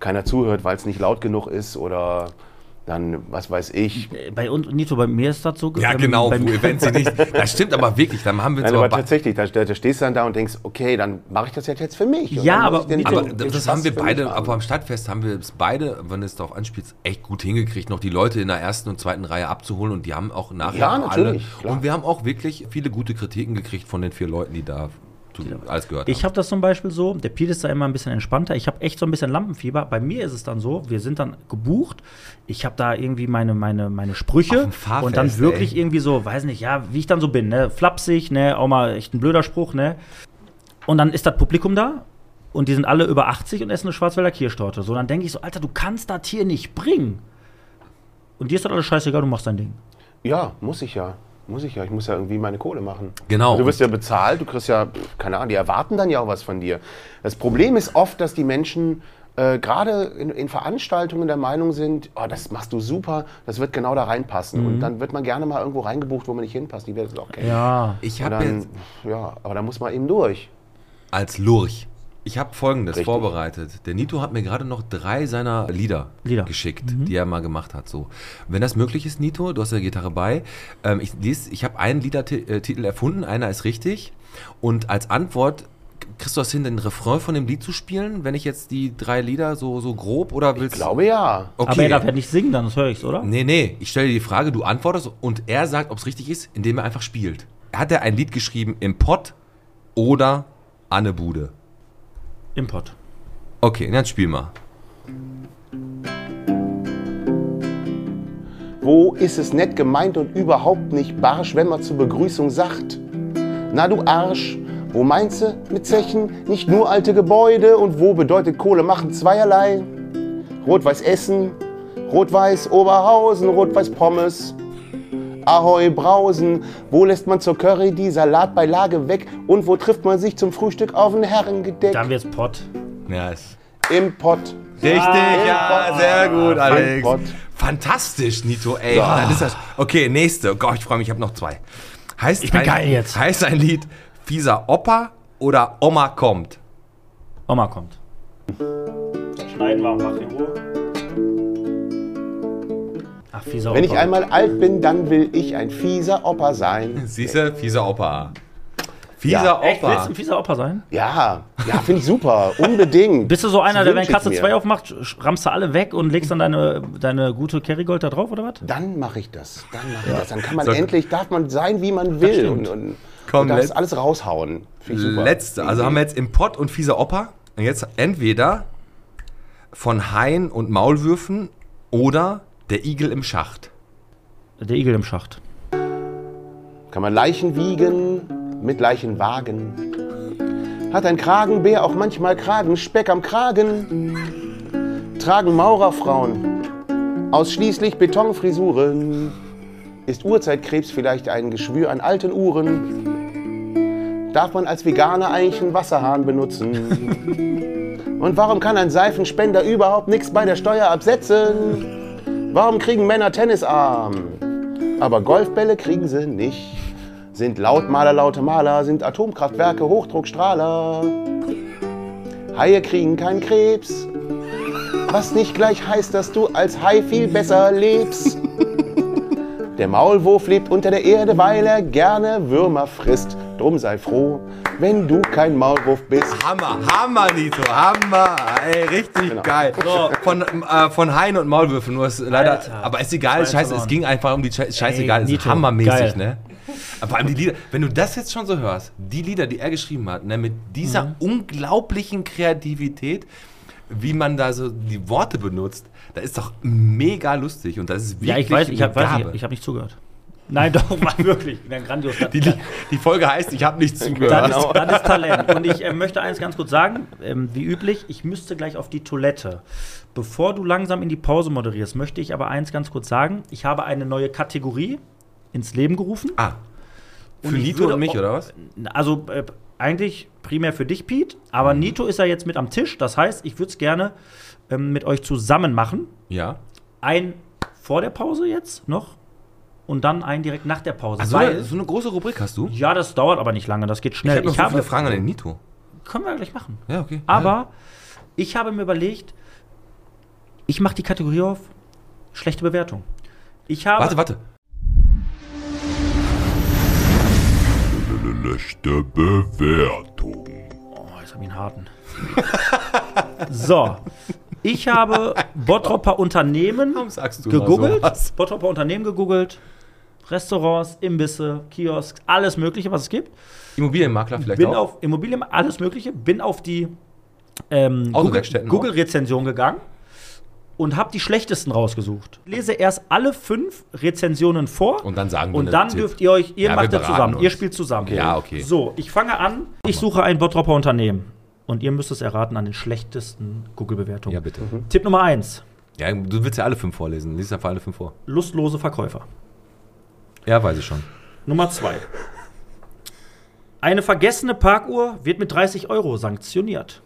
Speaker 4: keiner zuhört, weil es nicht laut genug ist oder dann was weiß ich.
Speaker 2: Äh, Bei uns, Nito, bei mir ist das so. ähm, Bei
Speaker 1: wo
Speaker 2: mir,
Speaker 1: genau, Events sie nicht. Das stimmt aber wirklich. Dann haben wir jetzt
Speaker 4: Nein,
Speaker 2: Also
Speaker 4: aber
Speaker 1: aber. bei-
Speaker 4: tatsächlich, da, da stehst du dann da und denkst, okay, dann mache ich das jetzt, jetzt für mich. Und
Speaker 2: Ja,
Speaker 4: dann muss
Speaker 2: aber
Speaker 4: ich den-
Speaker 2: Nito-
Speaker 1: Aber
Speaker 4: den
Speaker 1: das
Speaker 4: Spaß
Speaker 1: haben wir
Speaker 4: für mich
Speaker 1: beide,
Speaker 4: haben.
Speaker 1: aber am Stadtfest haben wir es beide, wenn du es darauf anspielst, echt gut hingekriegt, noch die Leute in der ersten und zweiten Reihe abzuholen und die haben auch nachher
Speaker 4: Ja,
Speaker 1: noch
Speaker 4: natürlich, klar.
Speaker 1: Und wir haben auch wirklich viele gute Kritiken gekriegt von den vier Leuten, die da zu,
Speaker 4: Genau.
Speaker 1: alles gehört
Speaker 2: Ich
Speaker 1: haben.
Speaker 2: habe das zum Beispiel so, der Pete ist da immer ein bisschen entspannter. Ich habe echt so ein bisschen Lampenfieber. Bei mir ist es dann so, wir sind dann gebucht. Ich habe da irgendwie meine, meine, meine
Speaker 1: Auf
Speaker 2: Sprüche
Speaker 1: dem Fahrfest,
Speaker 2: und dann wirklich
Speaker 1: ey.
Speaker 2: irgendwie so, weiß nicht, ja, wie ich dann so bin, ne? Flapsig, ne? Auch mal echt ein blöder Spruch, ne? Und dann ist das Publikum da und die sind alle über 80 und essen eine Schwarzwälder Kirschtorte. So, dann denke ich so, Alter, du kannst das hier nicht bringen. Und dir ist das alles scheißegal, du machst dein Ding.
Speaker 4: Ja, muss ich ja. Muss ich ja. Ich muss ja irgendwie meine Kohle machen.
Speaker 1: Genau.
Speaker 4: Du wirst ja bezahlt, du kriegst ja, pff, keine Ahnung, die erwarten dann ja auch was von dir. Das Problem ist oft, dass die Menschen äh, gerade in, in Veranstaltungen der Meinung sind, oh, das machst du super, das wird genau da reinpassen.
Speaker 1: Mhm.
Speaker 4: Und dann wird man gerne mal irgendwo reingebucht, wo man nicht hinpasst. Die werdet ihr auch kennen.
Speaker 2: Ja.
Speaker 1: Ich
Speaker 4: Und
Speaker 1: habe jetzt
Speaker 4: dann, ja, aber da muss man eben durch.
Speaker 1: als Lurch. Ich habe folgendes
Speaker 4: Richtig.
Speaker 1: vorbereitet. Der Nito hat mir gerade noch drei seiner Lieder,
Speaker 2: Lieder. Mhm.
Speaker 1: geschickt, die er mal gemacht hat. So. Wenn das möglich ist, Nito, du hast ja Gitarre bei. Ähm, ich lies, ich habe einen Liedertitel erfunden, einer ist richtig. Und als Antwort kriegst du das hin, den Refrain von dem Lied zu spielen, wenn ich jetzt die drei Lieder so, so grob oder willst
Speaker 4: Ich glaube ja.
Speaker 1: Okay.
Speaker 2: Aber er darf ja nicht singen, dann das höre ich's, oder?
Speaker 1: Nee, nee, ich stelle dir die Frage, du antwortest und er sagt, ob es richtig ist, indem er einfach spielt. Hat er ein Lied geschrieben im Pott oder Anne Bude?
Speaker 2: Import.
Speaker 1: Okay, dann spiel mal.
Speaker 4: Wo ist es nett gemeint und überhaupt nicht barsch, wenn man zur Begrüßung sagt? Na du Arsch, wo meinst du mit Zechen? Nicht nur alte Gebäude und wo bedeutet Kohle machen zweierlei? Rot-Weiß Essen, Rot-Weiß Oberhausen, Rot-Weiß Pommes. Ahoi Brausen, wo lässt man zur Curry die Salatbeilage weg und wo trifft man sich zum Frühstück auf ein Herrengedeck?
Speaker 2: Da haben wir jetzt Pott.
Speaker 1: Ja, ist
Speaker 4: Im Pott.
Speaker 1: richtig, ja,
Speaker 4: Pott.
Speaker 1: sehr gut, Alex.
Speaker 4: Pott.
Speaker 1: Fantastisch, Nito, ey. Mann, das ist das. Okay, nächste. Oh Gott, ich freue mich, ich habe noch zwei. Heißt
Speaker 2: Ich bin
Speaker 1: ein,
Speaker 2: geil jetzt.
Speaker 1: Heißt ein Lied Fieser Opa oder Oma kommt?
Speaker 2: Oma kommt. Schneiden wir, mach in Ruhe. Ach, fieser
Speaker 4: Wenn ich
Speaker 2: Opa.
Speaker 4: einmal alt bin, dann will ich ein fieser Opa sein.
Speaker 1: Siehste, Fieser Opa. Fieser
Speaker 4: Ja,
Speaker 2: Echt, willst
Speaker 1: Opa.
Speaker 2: du ein fieser Opa sein?
Speaker 4: Ja, ja, finde ich super, unbedingt.
Speaker 2: Bist du so einer,
Speaker 4: Das
Speaker 2: der, wenn
Speaker 4: wünsch ich
Speaker 2: Katze
Speaker 4: mir.
Speaker 2: 2 aufmacht, sch- rammst du alle weg und legst dann deine, deine gute Kerrygold da drauf, oder was?
Speaker 4: Dann mache ich das. Dann mache ich das. Dann kann man
Speaker 1: So.
Speaker 4: endlich, darf man sein, wie man will.
Speaker 2: stimmt.
Speaker 4: Und, und,
Speaker 1: Komm,
Speaker 4: und darf
Speaker 1: letz-
Speaker 4: alles raushauen. Finde ich super.
Speaker 1: Letzte. Also haben wir jetzt Import und fieser Opa. Und jetzt entweder von Haien und Maulwürfen oder der Igel im Schacht.
Speaker 2: Der Igel im Schacht.
Speaker 4: Kann man Leichen wiegen mit Leichenwagen. Hat ein Kragenbär auch manchmal Kragenspeck am Kragen? Tragen Maurerfrauen ausschließlich Betonfrisuren? Ist Urzeitkrebs vielleicht ein Geschwür an alten Uhren? Darf man als Veganer eigentlich einen Wasserhahn benutzen? Und warum kann ein Seifenspender überhaupt nichts bei der Steuer absetzen? Warum kriegen Männer Tennisarm? Aber Golfbälle kriegen sie nicht. Sind Lautmaler laute Maler, sind Atomkraftwerke Hochdruckstrahler. Haie kriegen keinen Krebs. Was nicht gleich heißt, dass du als Hai viel besser lebst. Der Maulwurf lebt unter der Erde, weil er gerne Würmer frisst. Drum sei froh, wenn du kein Maulwurf bist.
Speaker 1: Hammer, Hammer, Nito, Hammer. Ey, richtig geil. Von, äh, von Haien und Maulwürfen, nur ist leider.
Speaker 2: Alter.
Speaker 1: aber ist egal,
Speaker 2: Zwei
Speaker 1: scheiße, es
Speaker 2: verloren.
Speaker 1: ging einfach um die Sche- Scheißegal.
Speaker 2: Ey,
Speaker 1: ist
Speaker 2: Nito,
Speaker 1: hammermäßig,
Speaker 2: geil.
Speaker 1: ne? Aber Vor allem die Lieder, wenn du das jetzt schon so hörst, die Lieder, die er geschrieben hat, ne, mit dieser
Speaker 2: Mhm.
Speaker 1: unglaublichen Kreativität, wie man da so die Worte benutzt, da ist doch mega lustig und das ist wirklich
Speaker 2: Ja, ich weiß, ich
Speaker 1: eine
Speaker 2: habe
Speaker 1: Gabe.
Speaker 2: hab nicht zugehört. Nein, doch, Mann, wirklich. Na, grandios. Das,
Speaker 1: die, Li- die Folge heißt, ich habe nicht
Speaker 2: das,
Speaker 1: zugehört.
Speaker 2: ist, das ist Talent. Und ich äh, möchte eines ganz kurz sagen, ähm, wie üblich, ich müsste gleich auf die Toilette. Bevor du langsam in die Pause moderierst, möchte ich aber eins ganz kurz sagen. Ich habe eine neue Kategorie ins Leben gerufen.
Speaker 1: Ah,
Speaker 2: Und
Speaker 1: für
Speaker 2: ich
Speaker 1: Nito
Speaker 2: würde
Speaker 1: und mich,
Speaker 2: auch-
Speaker 1: oder was?
Speaker 2: Also äh, eigentlich primär für dich, Pete, aber
Speaker 1: Mhm.
Speaker 2: Nito ist ja jetzt mit am Tisch. Das heißt, ich würde es gerne ähm, mit euch zusammen machen.
Speaker 1: Ja.
Speaker 2: Ein vor der Pause jetzt noch und dann ein direkt nach der Pause.
Speaker 1: Also
Speaker 2: weil,
Speaker 1: so eine große Rubrik hast du?
Speaker 2: ja, das dauert aber nicht lange, das geht schnell.
Speaker 1: Ich, habe noch so viele Fragen an den Nito.
Speaker 2: können wir gleich machen.
Speaker 1: Ja, okay.
Speaker 2: Aber ich habe mir überlegt, ich mache die Kategorie auf schlechte Bewertung. Ich habe
Speaker 1: Warte, warte.
Speaker 5: Schlechte Bewertung.
Speaker 2: Oh, jetzt hab ich einen harten. so. Ich habe Bottropper Unternehmen
Speaker 1: Warum sagst du
Speaker 2: gegoogelt.
Speaker 1: mal sowas?
Speaker 2: Bottropper Unternehmen gegoogelt. Restaurants, Imbisse, Kiosks, alles Mögliche, was es gibt.
Speaker 1: Immobilienmakler vielleicht
Speaker 2: Bin
Speaker 1: auch?
Speaker 2: auf Immobilien, alles Mögliche. Bin auf die ähm,
Speaker 1: Autowerkstätten auch.
Speaker 2: Google-Rezension gegangen und habe die schlechtesten rausgesucht. Lese erst alle fünf Rezensionen vor.
Speaker 1: Und dann sagen wir
Speaker 2: Und
Speaker 1: einen
Speaker 2: dann
Speaker 1: Tipp.
Speaker 2: dürft ihr euch,
Speaker 1: Ja,
Speaker 2: ihr
Speaker 1: wir
Speaker 2: macht das
Speaker 1: beraten
Speaker 2: zusammen,
Speaker 1: uns.
Speaker 2: ihr spielt zusammen.
Speaker 1: Ja, okay.
Speaker 2: So, ich fange an. Ich suche ein Bottropper Unternehmen. Und ihr müsst es erraten an den schlechtesten Google-Bewertungen.
Speaker 1: Ja, bitte.
Speaker 2: Tipp Nummer eins:
Speaker 1: Ja, du willst ja alle fünf vorlesen. Lies einfach alle fünf vor.
Speaker 2: Lustlose Verkäufer.
Speaker 1: Ja, weiß ich schon.
Speaker 2: Nummer zwei: Eine vergessene Parkuhr wird mit 30 Euro sanktioniert.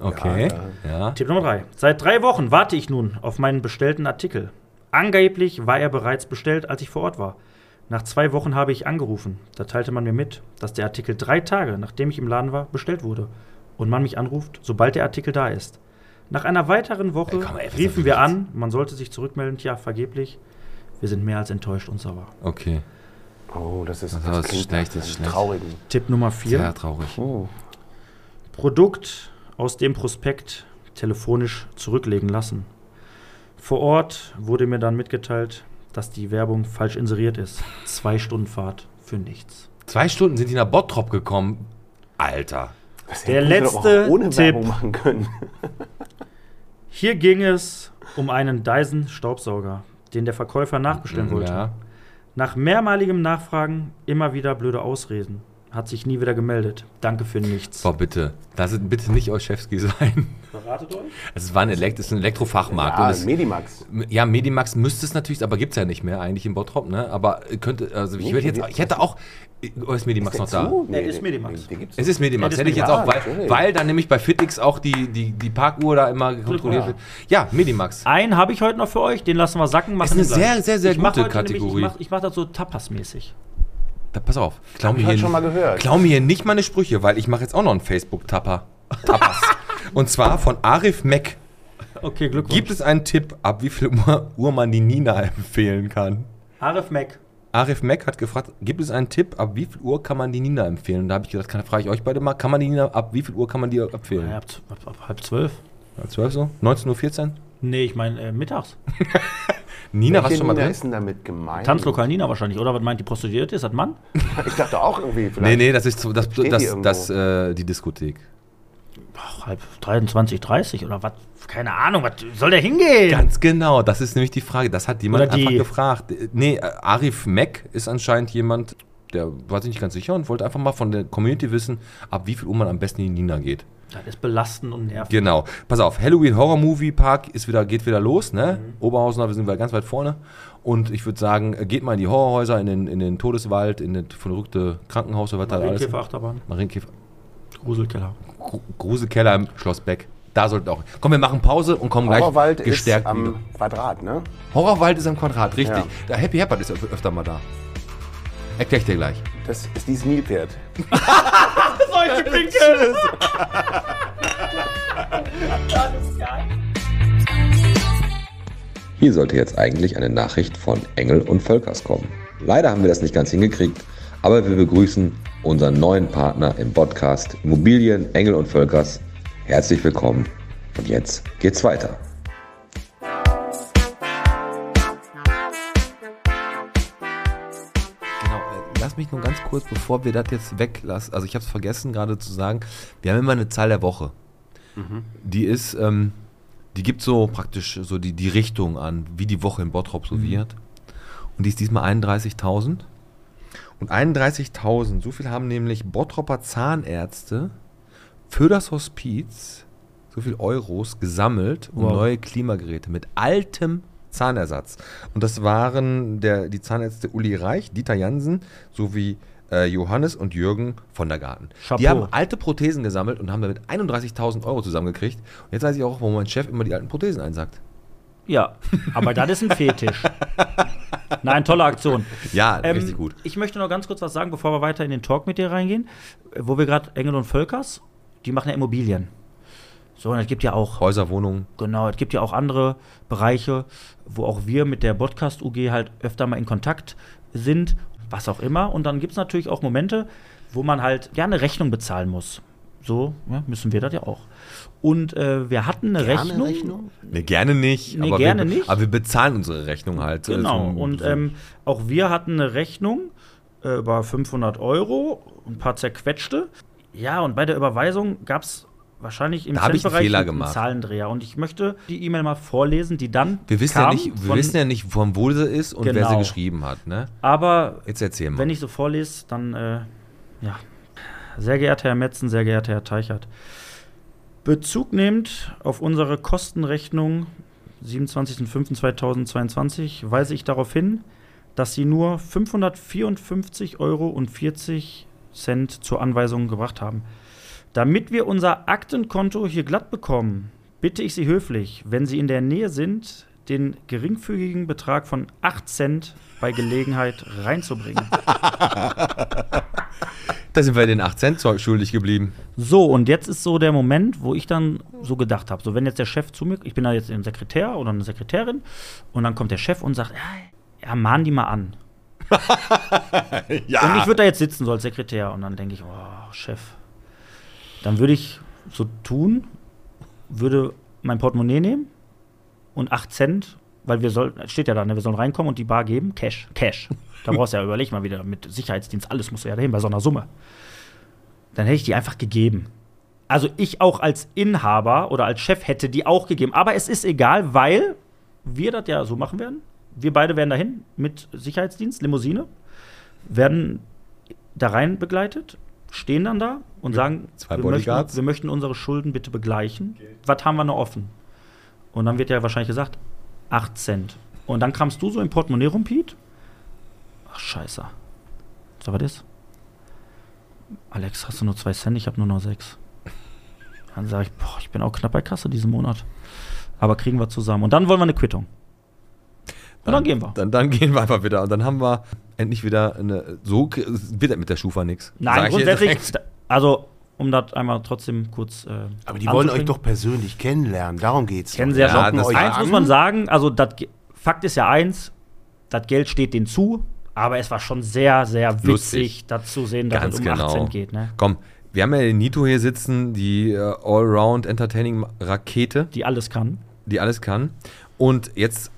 Speaker 1: Okay. ja.
Speaker 2: Tipp Nummer drei. Seit drei Wochen warte ich nun auf meinen bestellten Artikel. Angeblich war er bereits bestellt, als ich vor Ort war. Nach zwei Wochen habe ich angerufen. Da teilte man mir mit, dass der Artikel drei Tage, nachdem ich im Laden war, bestellt wurde. Und man mich anruft, sobald der Artikel da ist. Nach einer weiteren Woche
Speaker 1: Ey, komm, ey, was ist
Speaker 2: riefen
Speaker 1: das
Speaker 2: wir
Speaker 1: jetzt?
Speaker 2: an, man sollte sich zurückmelden, tja, vergeblich. Wir sind mehr als enttäuscht und sauer.
Speaker 1: Okay.
Speaker 4: Oh, das ist,
Speaker 1: das Also ist schlecht, das ist
Speaker 4: nach einem
Speaker 1: schlecht.
Speaker 4: traurigen.
Speaker 2: Tipp Nummer vier.
Speaker 1: Sehr traurig.
Speaker 4: Uh,
Speaker 2: Produkt aus dem Prospekt telefonisch zurücklegen lassen. Vor Ort wurde mir dann mitgeteilt, dass die Werbung falsch inseriert ist. Zwei Stunden Fahrt für nichts.
Speaker 1: Zwei Stunden sind die nach Bottrop gekommen. Alter.
Speaker 4: Das
Speaker 2: Der
Speaker 4: hätten wir doch
Speaker 2: letzte
Speaker 4: auch ohne
Speaker 2: Tipp.
Speaker 4: Werbung machen können.
Speaker 2: Hier ging es um einen Dyson-Staubsauger, den der Verkäufer nachbestellen wollte.
Speaker 1: Ja.
Speaker 2: Nach mehrmaligem Nachfragen immer wieder blöde Ausreden. Hat sich nie wieder gemeldet. Danke für nichts.
Speaker 1: Boah, bitte. Da sind bitte nicht Olszewski sein.
Speaker 2: Beratet euch?
Speaker 1: Es war ein, Elekt es ist ein Elektrofachmarkt.
Speaker 4: Ah,
Speaker 1: und es,
Speaker 4: Medimax.
Speaker 1: ja, Medimax müsste es natürlich, aber gibt es ja nicht mehr eigentlich in Bottrop, ne? Aber äh, könnte, also ich,
Speaker 4: Nee,
Speaker 1: würde jetzt,
Speaker 4: die-
Speaker 1: ich hätte auch. Oder ist Medimax noch da?
Speaker 4: Zu?
Speaker 2: ist Medimax.
Speaker 4: die gibt's.
Speaker 1: Es ist Medimax,
Speaker 2: Ja, das
Speaker 1: hätte ich jetzt auch,
Speaker 4: Medimax.
Speaker 1: weil,
Speaker 4: Natürlich.
Speaker 1: weil dann nämlich bei Fitix auch die, die, die Parkuhr da immer kontrolliert wird. Ja, Medimax.
Speaker 2: Einen habe ich heute noch für euch, den lassen wir sacken. Machen
Speaker 1: Ist eine
Speaker 2: den gleich.
Speaker 1: sehr, sehr, sehr
Speaker 2: ich mach
Speaker 1: gute
Speaker 2: heute nämlich-
Speaker 1: Kategorie.
Speaker 2: ich mache ich mach das so tapasmäßig.
Speaker 1: Da, pass auf, klau mir,
Speaker 4: ich
Speaker 1: hier,
Speaker 4: schon mal gehört.
Speaker 1: klau mir hier nicht meine Sprüche, weil ich mache jetzt auch noch einen Facebook-Tapper. Tapas. Und zwar von Arif Mack.
Speaker 2: Okay, Glückwunsch.
Speaker 1: Gibt es einen Tipp, ab wie viel Uhr, Uhr man die Nina empfehlen kann?
Speaker 2: Arif Mac.
Speaker 1: Arif Mack hat gefragt, gibt es einen Tipp, ab wie viel Uhr kann man die Nina empfehlen? Und da habe ich gedacht, kann, frage ich euch beide mal, kann man die Nina, ab wie viel Uhr kann man die empfehlen?
Speaker 2: Ja, ab, z- ab, ab halb zwölf.
Speaker 1: Ja, 12 so? 19.14 Uhr?
Speaker 2: Nee, ich meine äh, mittags.
Speaker 1: Nina, was schon mal
Speaker 4: Nina
Speaker 1: drin?
Speaker 4: ist denn damit gemeint?
Speaker 2: Tanzlokal Nina wahrscheinlich, oder? Was meint die Prostituierte? Ist das Mann?
Speaker 4: Ich dachte auch irgendwie
Speaker 1: Nee,
Speaker 4: vielleicht.
Speaker 1: nee, das ist so- das,
Speaker 4: Steht
Speaker 1: das,
Speaker 4: hier
Speaker 1: das, äh, die Diskothek.
Speaker 2: Ach, halb 23, 30 oder was? Keine Ahnung, was soll der hingehen?
Speaker 1: Ganz genau, das ist nämlich die Frage. Das hat jemand
Speaker 2: Oder die-
Speaker 1: einfach gefragt. Äh, Nee, äh, Arif Mack ist anscheinend jemand, der war sich nicht ganz sicher und wollte einfach mal von der Community wissen, ab wie viel Uhr man am besten in die Nina geht.
Speaker 2: Das ist belastend und nervig.
Speaker 1: Genau. Pass auf, Halloween Horror Movie Park ist wieder, geht wieder los, ne?
Speaker 4: Mhm.
Speaker 1: Oberhausen, da sind wir ganz weit vorne. Und ich würde sagen, äh, geht mal in die Horrorhäuser, in den, in den Todeswald, in das verrückte Krankenhaus oder was da alles.
Speaker 2: Marienkäfer, Achterbahn,
Speaker 1: Marienkäfer.
Speaker 2: Gruselkeller.
Speaker 1: Gru- Gruselkeller im Schloss Beck. Da sollten auch. Komm, wir machen Pause und kommen gleich
Speaker 4: Horrorwald ist
Speaker 1: gestärkt
Speaker 4: am
Speaker 1: wieder.
Speaker 4: Quadrat, ne?
Speaker 1: Horrorwald ist am Quadrat, richtig.
Speaker 4: Ja.
Speaker 1: Der Happy Herbert ist öf- öfter mal da. Erklär ich dir gleich.
Speaker 4: Das ist dieses Nilpferd.
Speaker 2: Solche Pinkel!
Speaker 6: Hier sollte jetzt eigentlich eine Nachricht von Engel und Völkers kommen. Leider haben wir das nicht ganz hingekriegt, aber wir begrüßen unseren neuen Partner im Podcast Immobilien Engel und Völkers. Herzlich willkommen und jetzt geht's weiter.
Speaker 1: Genau, äh, lass mich nur ganz kurz, bevor wir das jetzt weglassen, also ich habe es vergessen gerade zu sagen, wir haben immer eine Zahl der Woche. Die ist, ähm, die gibt so praktisch so die, die Richtung an, wie die Woche in Bottrop so wird. Und die ist diesmal 31.000. Und 31.000, so viel haben nämlich Bottropper Zahnärzte für das Hospiz so viel Euros gesammelt, um
Speaker 2: Wow.
Speaker 1: neue Klimageräte mit altem Zahnersatz. Und das waren der, die Zahnärzte Uli Reich, Dieter Jansen sowie äh, Johannes und Jürgen von der Garten. Die
Speaker 2: Chapeau.
Speaker 1: haben alte Prothesen gesammelt und haben damit 31.000 Euro zusammengekriegt. Und jetzt weiß ich auch, warum mein Chef immer die alten Prothesen einsagt.
Speaker 2: Ja, aber das ist ein Fetisch. Nein, tolle Aktion.
Speaker 1: Ja,
Speaker 2: Ähm,
Speaker 1: richtig gut.
Speaker 2: Ich möchte noch ganz kurz was sagen, bevor wir weiter in den Talk mit dir reingehen. Äh, Wo wir gerade Engel und Völkers, die machen ja Immobilien. So, und es gibt ja auch,
Speaker 1: Häuser, Wohnungen.
Speaker 2: genau, es gibt ja auch andere Bereiche, wo auch wir mit der Podcast UG halt öfter mal in Kontakt sind, was auch immer. Und dann gibt es natürlich auch Momente, wo man halt ja eine Rechnung bezahlen muss. So ja, müssen wir das ja auch. Und äh, wir hatten eine
Speaker 4: Gerne
Speaker 2: Rechnung.
Speaker 4: Rechnung?
Speaker 1: Ne, gerne nicht.
Speaker 2: Nee,
Speaker 1: aber
Speaker 2: gerne
Speaker 1: wir,
Speaker 2: nicht.
Speaker 1: Aber wir bezahlen unsere Rechnung halt. So
Speaker 2: Genau,
Speaker 1: ist ein-
Speaker 2: und
Speaker 1: so ein-
Speaker 2: ähm, auch wir hatten eine Rechnung äh, über 500 Euro, ein paar zerquetschte. Ja, und bei der Überweisung gab es wahrscheinlich im
Speaker 1: Da hab ich einen
Speaker 2: Centbereich
Speaker 1: Fehler gemacht.
Speaker 2: Zahlendreher. Und ich möchte die E-Mail mal vorlesen, die dann
Speaker 1: wir wissen, ja
Speaker 2: kam
Speaker 1: nicht, wir
Speaker 2: von-
Speaker 1: wissen ja nicht, von wo sie ist und wer sie
Speaker 2: Genau.
Speaker 1: geschrieben hat. Ne?
Speaker 2: Aber
Speaker 1: Jetzt erzähl mal.
Speaker 2: wenn ich so vorlese, dann, äh, ja. Sehr geehrter Herr Metzen, sehr geehrter Herr Teichert. Bezug nehmend auf unsere Kostenrechnung 27.05.2022 weise ich darauf hin, dass Sie nur 554,40 Euro zur Anweisung gebracht haben. Damit wir unser Aktenkonto hier glatt bekommen, bitte ich Sie höflich, wenn Sie in der Nähe sind, den geringfügigen Betrag von 8 Cent bei Gelegenheit reinzubringen.
Speaker 1: Da sind wir den 8 Cent Zeug schuldig geblieben.
Speaker 2: So, und jetzt ist so der Moment, wo ich dann so gedacht habe, so wenn jetzt der Chef zu mir, ich bin da jetzt ein Sekretär oder eine Sekretärin, und dann kommt der Chef und sagt, ja, ja mahn die mal an. Und ich würde da jetzt sitzen, so als Sekretär, und dann denke ich, oh, Chef. Dann würde ich so tun, würde mein Portemonnaie nehmen und 8 Cent, weil wir sollten, steht ja da, ne, wir sollen reinkommen und die Bar geben, Cash, Cash. Da brauchst du ja, überleg mal wieder, mit Sicherheitsdienst, alles musst du ja dahin bei so einer Summe dann hätte ich die einfach gegeben. Also ich auch als Inhaber oder als Chef hätte die auch gegeben. Aber es ist egal, weil wir das ja so machen werden. Wir beide werden dahin mit Sicherheitsdienst, Limousine, werden da rein begleitet, stehen dann da und sagen,
Speaker 1: zwei
Speaker 2: wir, möchten,
Speaker 1: Bodyguards.
Speaker 2: wir möchten unsere Schulden bitte begleichen. Was haben wir noch offen? Und dann wird ja wahrscheinlich gesagt, 8 Cent. Und dann kramst du so im Portemonnaie rum, Piet. Ach, scheiße. So, was ist? Alex, hast du nur zwei Cent? Ich habe nur noch sechs. Dann sage ich, boah, ich bin auch knapp bei Kasse diesen Monat. Aber kriegen wir zusammen. Und dann wollen wir eine Quittung. Und dann, gehen wir.
Speaker 1: Dann, dann gehen wir einfach wieder. Und dann haben wir endlich wieder eine. So k- wird das mit der Schufa nichts.
Speaker 2: Nein, grundsätzlich, also um das einmal trotzdem kurz. Äh,
Speaker 4: Aber die wollen euch
Speaker 2: anzubringen.
Speaker 4: doch persönlich kennenlernen, darum geht's.
Speaker 2: Kennen
Speaker 4: doch.
Speaker 2: sie ja,
Speaker 1: Ja,
Speaker 2: schon.
Speaker 1: das-
Speaker 2: eins
Speaker 4: an.
Speaker 2: muss man sagen, also das Ge- Fakt ist ja eins, das Geld steht denen zu, aber es war schon sehr, sehr witzig,
Speaker 1: Lustig.
Speaker 2: das zu sehen, dass
Speaker 1: Ganz
Speaker 2: es um
Speaker 1: genau.
Speaker 2: 18 geht. Ne?
Speaker 1: Komm, wir haben ja den Nito hier sitzen, die äh, Allround Entertaining Rakete,
Speaker 2: Die alles kann.
Speaker 1: die alles kann. Und jetzt.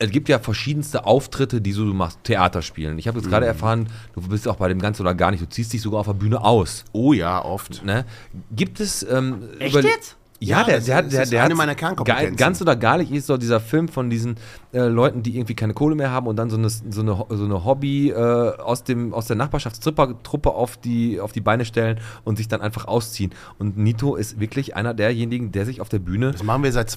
Speaker 1: Es gibt ja verschiedenste Auftritte, die so du machst, Theater spielen. Ich habe jetzt gerade
Speaker 2: Mhm.
Speaker 1: erfahren, du bist auch bei dem Ganzen oder gar nicht, du ziehst dich sogar auf der Bühne aus.
Speaker 4: Oh ja, oft.
Speaker 1: Ne? Gibt es. Ähm,
Speaker 2: Echt
Speaker 1: über-
Speaker 2: jetzt?
Speaker 1: Ja,
Speaker 4: Ja,
Speaker 1: der,
Speaker 4: das
Speaker 1: der,
Speaker 4: ist-
Speaker 1: der,
Speaker 4: das ist
Speaker 1: der
Speaker 4: eine
Speaker 1: hat's-
Speaker 4: meiner Kernkompetenzen.
Speaker 1: Geil- Ganz oder gar nicht ist so dieser Film von diesen äh, Leuten, die irgendwie keine Kohle mehr haben und dann so eine, so eine, so eine Hobby äh, aus, dem, aus der Nachbarschaftstruppe auf die, auf die Beine stellen und sich dann einfach ausziehen. Und Nito ist wirklich einer derjenigen, der sich auf der Bühne.
Speaker 4: Das machen wir seit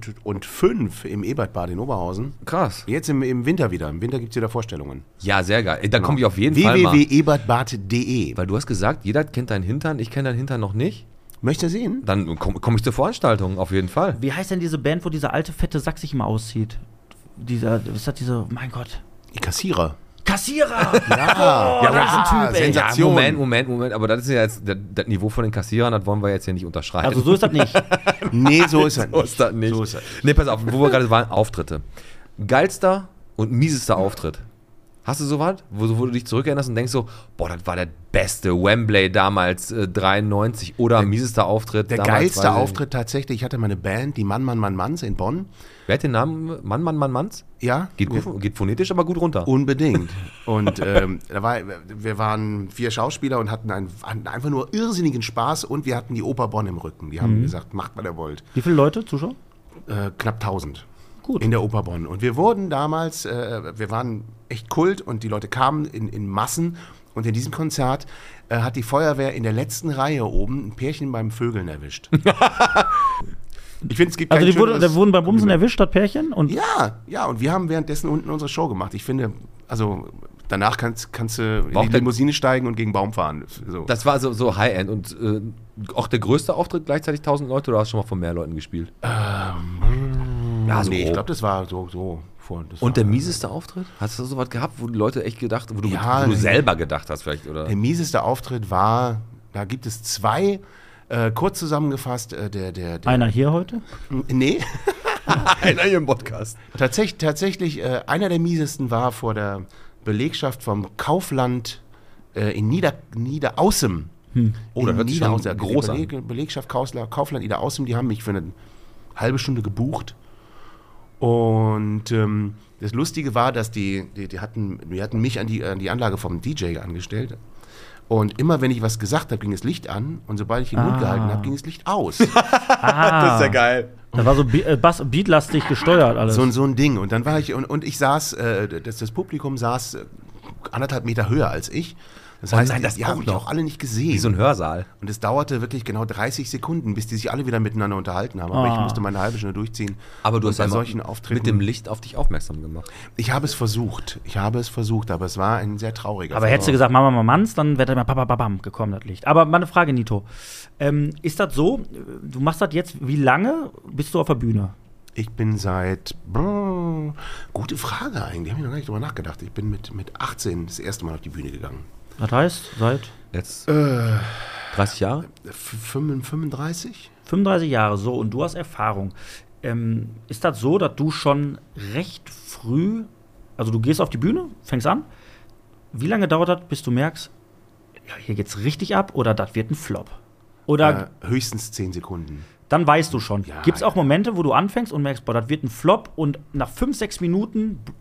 Speaker 4: 2005 im Ebertbad in Oberhausen.
Speaker 1: Krass.
Speaker 4: Jetzt im, im Winter wieder. Im Winter gibt's wieder Vorstellungen.
Speaker 1: Ja, sehr geil. Ey, Da komme ich auf jeden Fall mal.
Speaker 4: E www.ebertbad.de.
Speaker 1: Weil du hast gesagt, jeder kennt deinen Hintern, ich kenne deinen Hintern noch nicht.
Speaker 4: Möchtest du sehen?
Speaker 1: Dann komme komm ich zur Veranstaltung, auf jeden Fall.
Speaker 2: Wie heißt denn diese Band, wo dieser alte fette Sack sich immer aussieht? Dieser, was hat diese, mein Gott.
Speaker 4: Die Kassierer.
Speaker 2: Kassierer!
Speaker 4: Ja,
Speaker 1: Ah, Ja,
Speaker 2: das ist ein Typ, ey.
Speaker 4: Sensation.
Speaker 1: Ja, Moment, Moment, Moment. Aber das ist ja jetzt das, das Niveau von den Kassierern, das wollen wir jetzt hier nicht unterschreiben.
Speaker 2: Also so ist das nicht.
Speaker 4: Nee, so ist er nicht.
Speaker 1: so ist das nicht.
Speaker 4: So ist das.
Speaker 1: Nee, pass auf, wo wir gerade waren, Auftritte. Geilster und miesester
Speaker 4: Mhm.
Speaker 1: Auftritt. Hast du sowas, wo, wo du dich zurückerinnerst und denkst so, boah, das war der beste Wembley damals, äh, 93 oder miesester Auftritt.
Speaker 4: Der
Speaker 1: damals, weiß
Speaker 4: geilste
Speaker 1: ich nicht.
Speaker 4: Auftritt tatsächlich, ich hatte meine Band, die Mann, Mann, Mann, Manns in Bonn.
Speaker 1: Wer hat den Namen? Mann, Mann, Mann, Manns?
Speaker 4: Ja,
Speaker 1: Geht, gut, geht phonetisch, aber gut runter.
Speaker 4: Unbedingt. Und ähm, da war, wir waren vier Schauspieler und hatten, einen, hatten einfach nur irrsinnigen Spaß und wir hatten die Oper Bonn im Rücken. Die haben
Speaker 1: Mhm.
Speaker 4: gesagt, macht, was ihr wollt.
Speaker 2: Wie viele Leute, Zuschauer?
Speaker 4: Äh, knapp 1000
Speaker 2: Gut.
Speaker 4: in der Oper Bonn. Und wir wurden damals, äh, wir waren echt Kult und die Leute kamen in, in Massen. Und in diesem Konzert äh, hat die Feuerwehr in der letzten Reihe oben ein Pärchen beim Vögeln erwischt. ich finde, es gibt
Speaker 2: Also
Speaker 4: kein
Speaker 2: die wurde,
Speaker 4: schöneres-
Speaker 2: da wurden beim Bumsen erwischt, das Pärchen. Und
Speaker 4: ja, ja, und wir haben währenddessen unten unsere Show gemacht. Ich finde, also danach kannst, kannst du in
Speaker 1: War auch
Speaker 4: die
Speaker 1: der-
Speaker 4: Limousine steigen und gegen Baum fahren. So.
Speaker 1: Das war so, so High-End und äh, auch der größte Auftritt gleichzeitig 1000 Leute oder hast du schon mal von mehr Leuten gespielt?
Speaker 4: ja,
Speaker 1: so
Speaker 4: Ähm, nee, ich
Speaker 1: grob.
Speaker 4: glaube, das war so, so vor. Das
Speaker 1: Und der
Speaker 4: war,
Speaker 1: mieseste Auftritt? Hast du sowas gehabt, wo die Leute echt gedacht, wo du,
Speaker 4: Ja,
Speaker 1: wo du
Speaker 4: nee.
Speaker 1: selber gedacht hast vielleicht? Oder?
Speaker 4: der mieseste Auftritt war, da gibt es zwei, äh, kurz zusammengefasst, äh, der, der, der
Speaker 2: einer hier heute.
Speaker 4: nee,
Speaker 1: Einer hier im Podcast.
Speaker 4: tatsächlich, tatsächlich äh, einer der miesesten war vor der Belegschaft vom Kaufland äh, in Nieder, Niederaußem.
Speaker 1: Oh, da
Speaker 4: In
Speaker 1: hört sich schon
Speaker 4: Niederaußem.
Speaker 1: groß an.
Speaker 4: Die Beleg Belegschaft Kausler, Kaufland Niederaußem, die haben mich für eine halbe Stunde gebucht. Und ähm, das Lustige war, dass die, die, die, hatten, die hatten mich an die, an die Anlage vom DJ angestellt. Und immer wenn ich was gesagt habe, ging das Licht an. Und sobald ich den Mund
Speaker 2: Ah.
Speaker 4: gehalten habe, ging das Licht aus.
Speaker 2: Ah,
Speaker 1: geil.
Speaker 2: da war so Bi- äh, Bass- beatlastig gesteuert alles.
Speaker 4: so, ein- so ein Ding. Und dann war ich, und, und ich saß, äh, das, das Publikum saß äh, anderthalb Meter höher als ich. Das
Speaker 1: Oh
Speaker 4: heißt,
Speaker 1: nein, das
Speaker 4: die
Speaker 1: auch
Speaker 4: haben mich
Speaker 1: noch.
Speaker 4: auch alle nicht gesehen.
Speaker 1: Wie so ein Hörsaal.
Speaker 4: Und es dauerte wirklich genau 30 Sekunden, bis die sich alle wieder miteinander unterhalten haben. Aber ich
Speaker 2: Ah.
Speaker 4: musste meine halbe Stunde durchziehen.
Speaker 1: Aber du
Speaker 4: Und
Speaker 1: hast
Speaker 4: bei
Speaker 1: einmal
Speaker 4: solchen Auftritten.
Speaker 1: mit dem Licht auf dich aufmerksam gemacht.
Speaker 4: ich habe es versucht. Ich habe es versucht, aber es war ein sehr trauriger
Speaker 2: Aber hättest du gesagt, Mama, Mama, Manns, dann wäre da immer Papa, Babam gekommen, das Licht. Aber meine Frage, Nito. Ähm, ist das so, du machst das jetzt, wie lange bist du auf der Bühne?
Speaker 4: Ich bin seit. brr, Gute Frage eigentlich. Habe ich noch gar nicht drüber nachgedacht. Ich bin mit, mit 18 das erste Mal auf die Bühne gegangen.
Speaker 2: Das heißt, seit
Speaker 1: Jetzt
Speaker 4: Äh.
Speaker 1: 30 Jahre?
Speaker 4: F 35?
Speaker 2: 35 Jahre so und du hast Erfahrung. Ähm, ist das so, dass du schon recht früh, also du gehst auf die Bühne, fängst an. Wie lange dauert das, bis du merkst, ja, hier geht's richtig ab oder das wird ein Flop? Oder
Speaker 4: Äh, höchstens 10 Sekunden.
Speaker 2: dann weißt du schon.
Speaker 4: ja,
Speaker 2: Gibt es auch
Speaker 4: ja.
Speaker 2: Momente, wo du anfängst und merkst, boah, das wird ein Flop und nach 5, 6 Minuten b-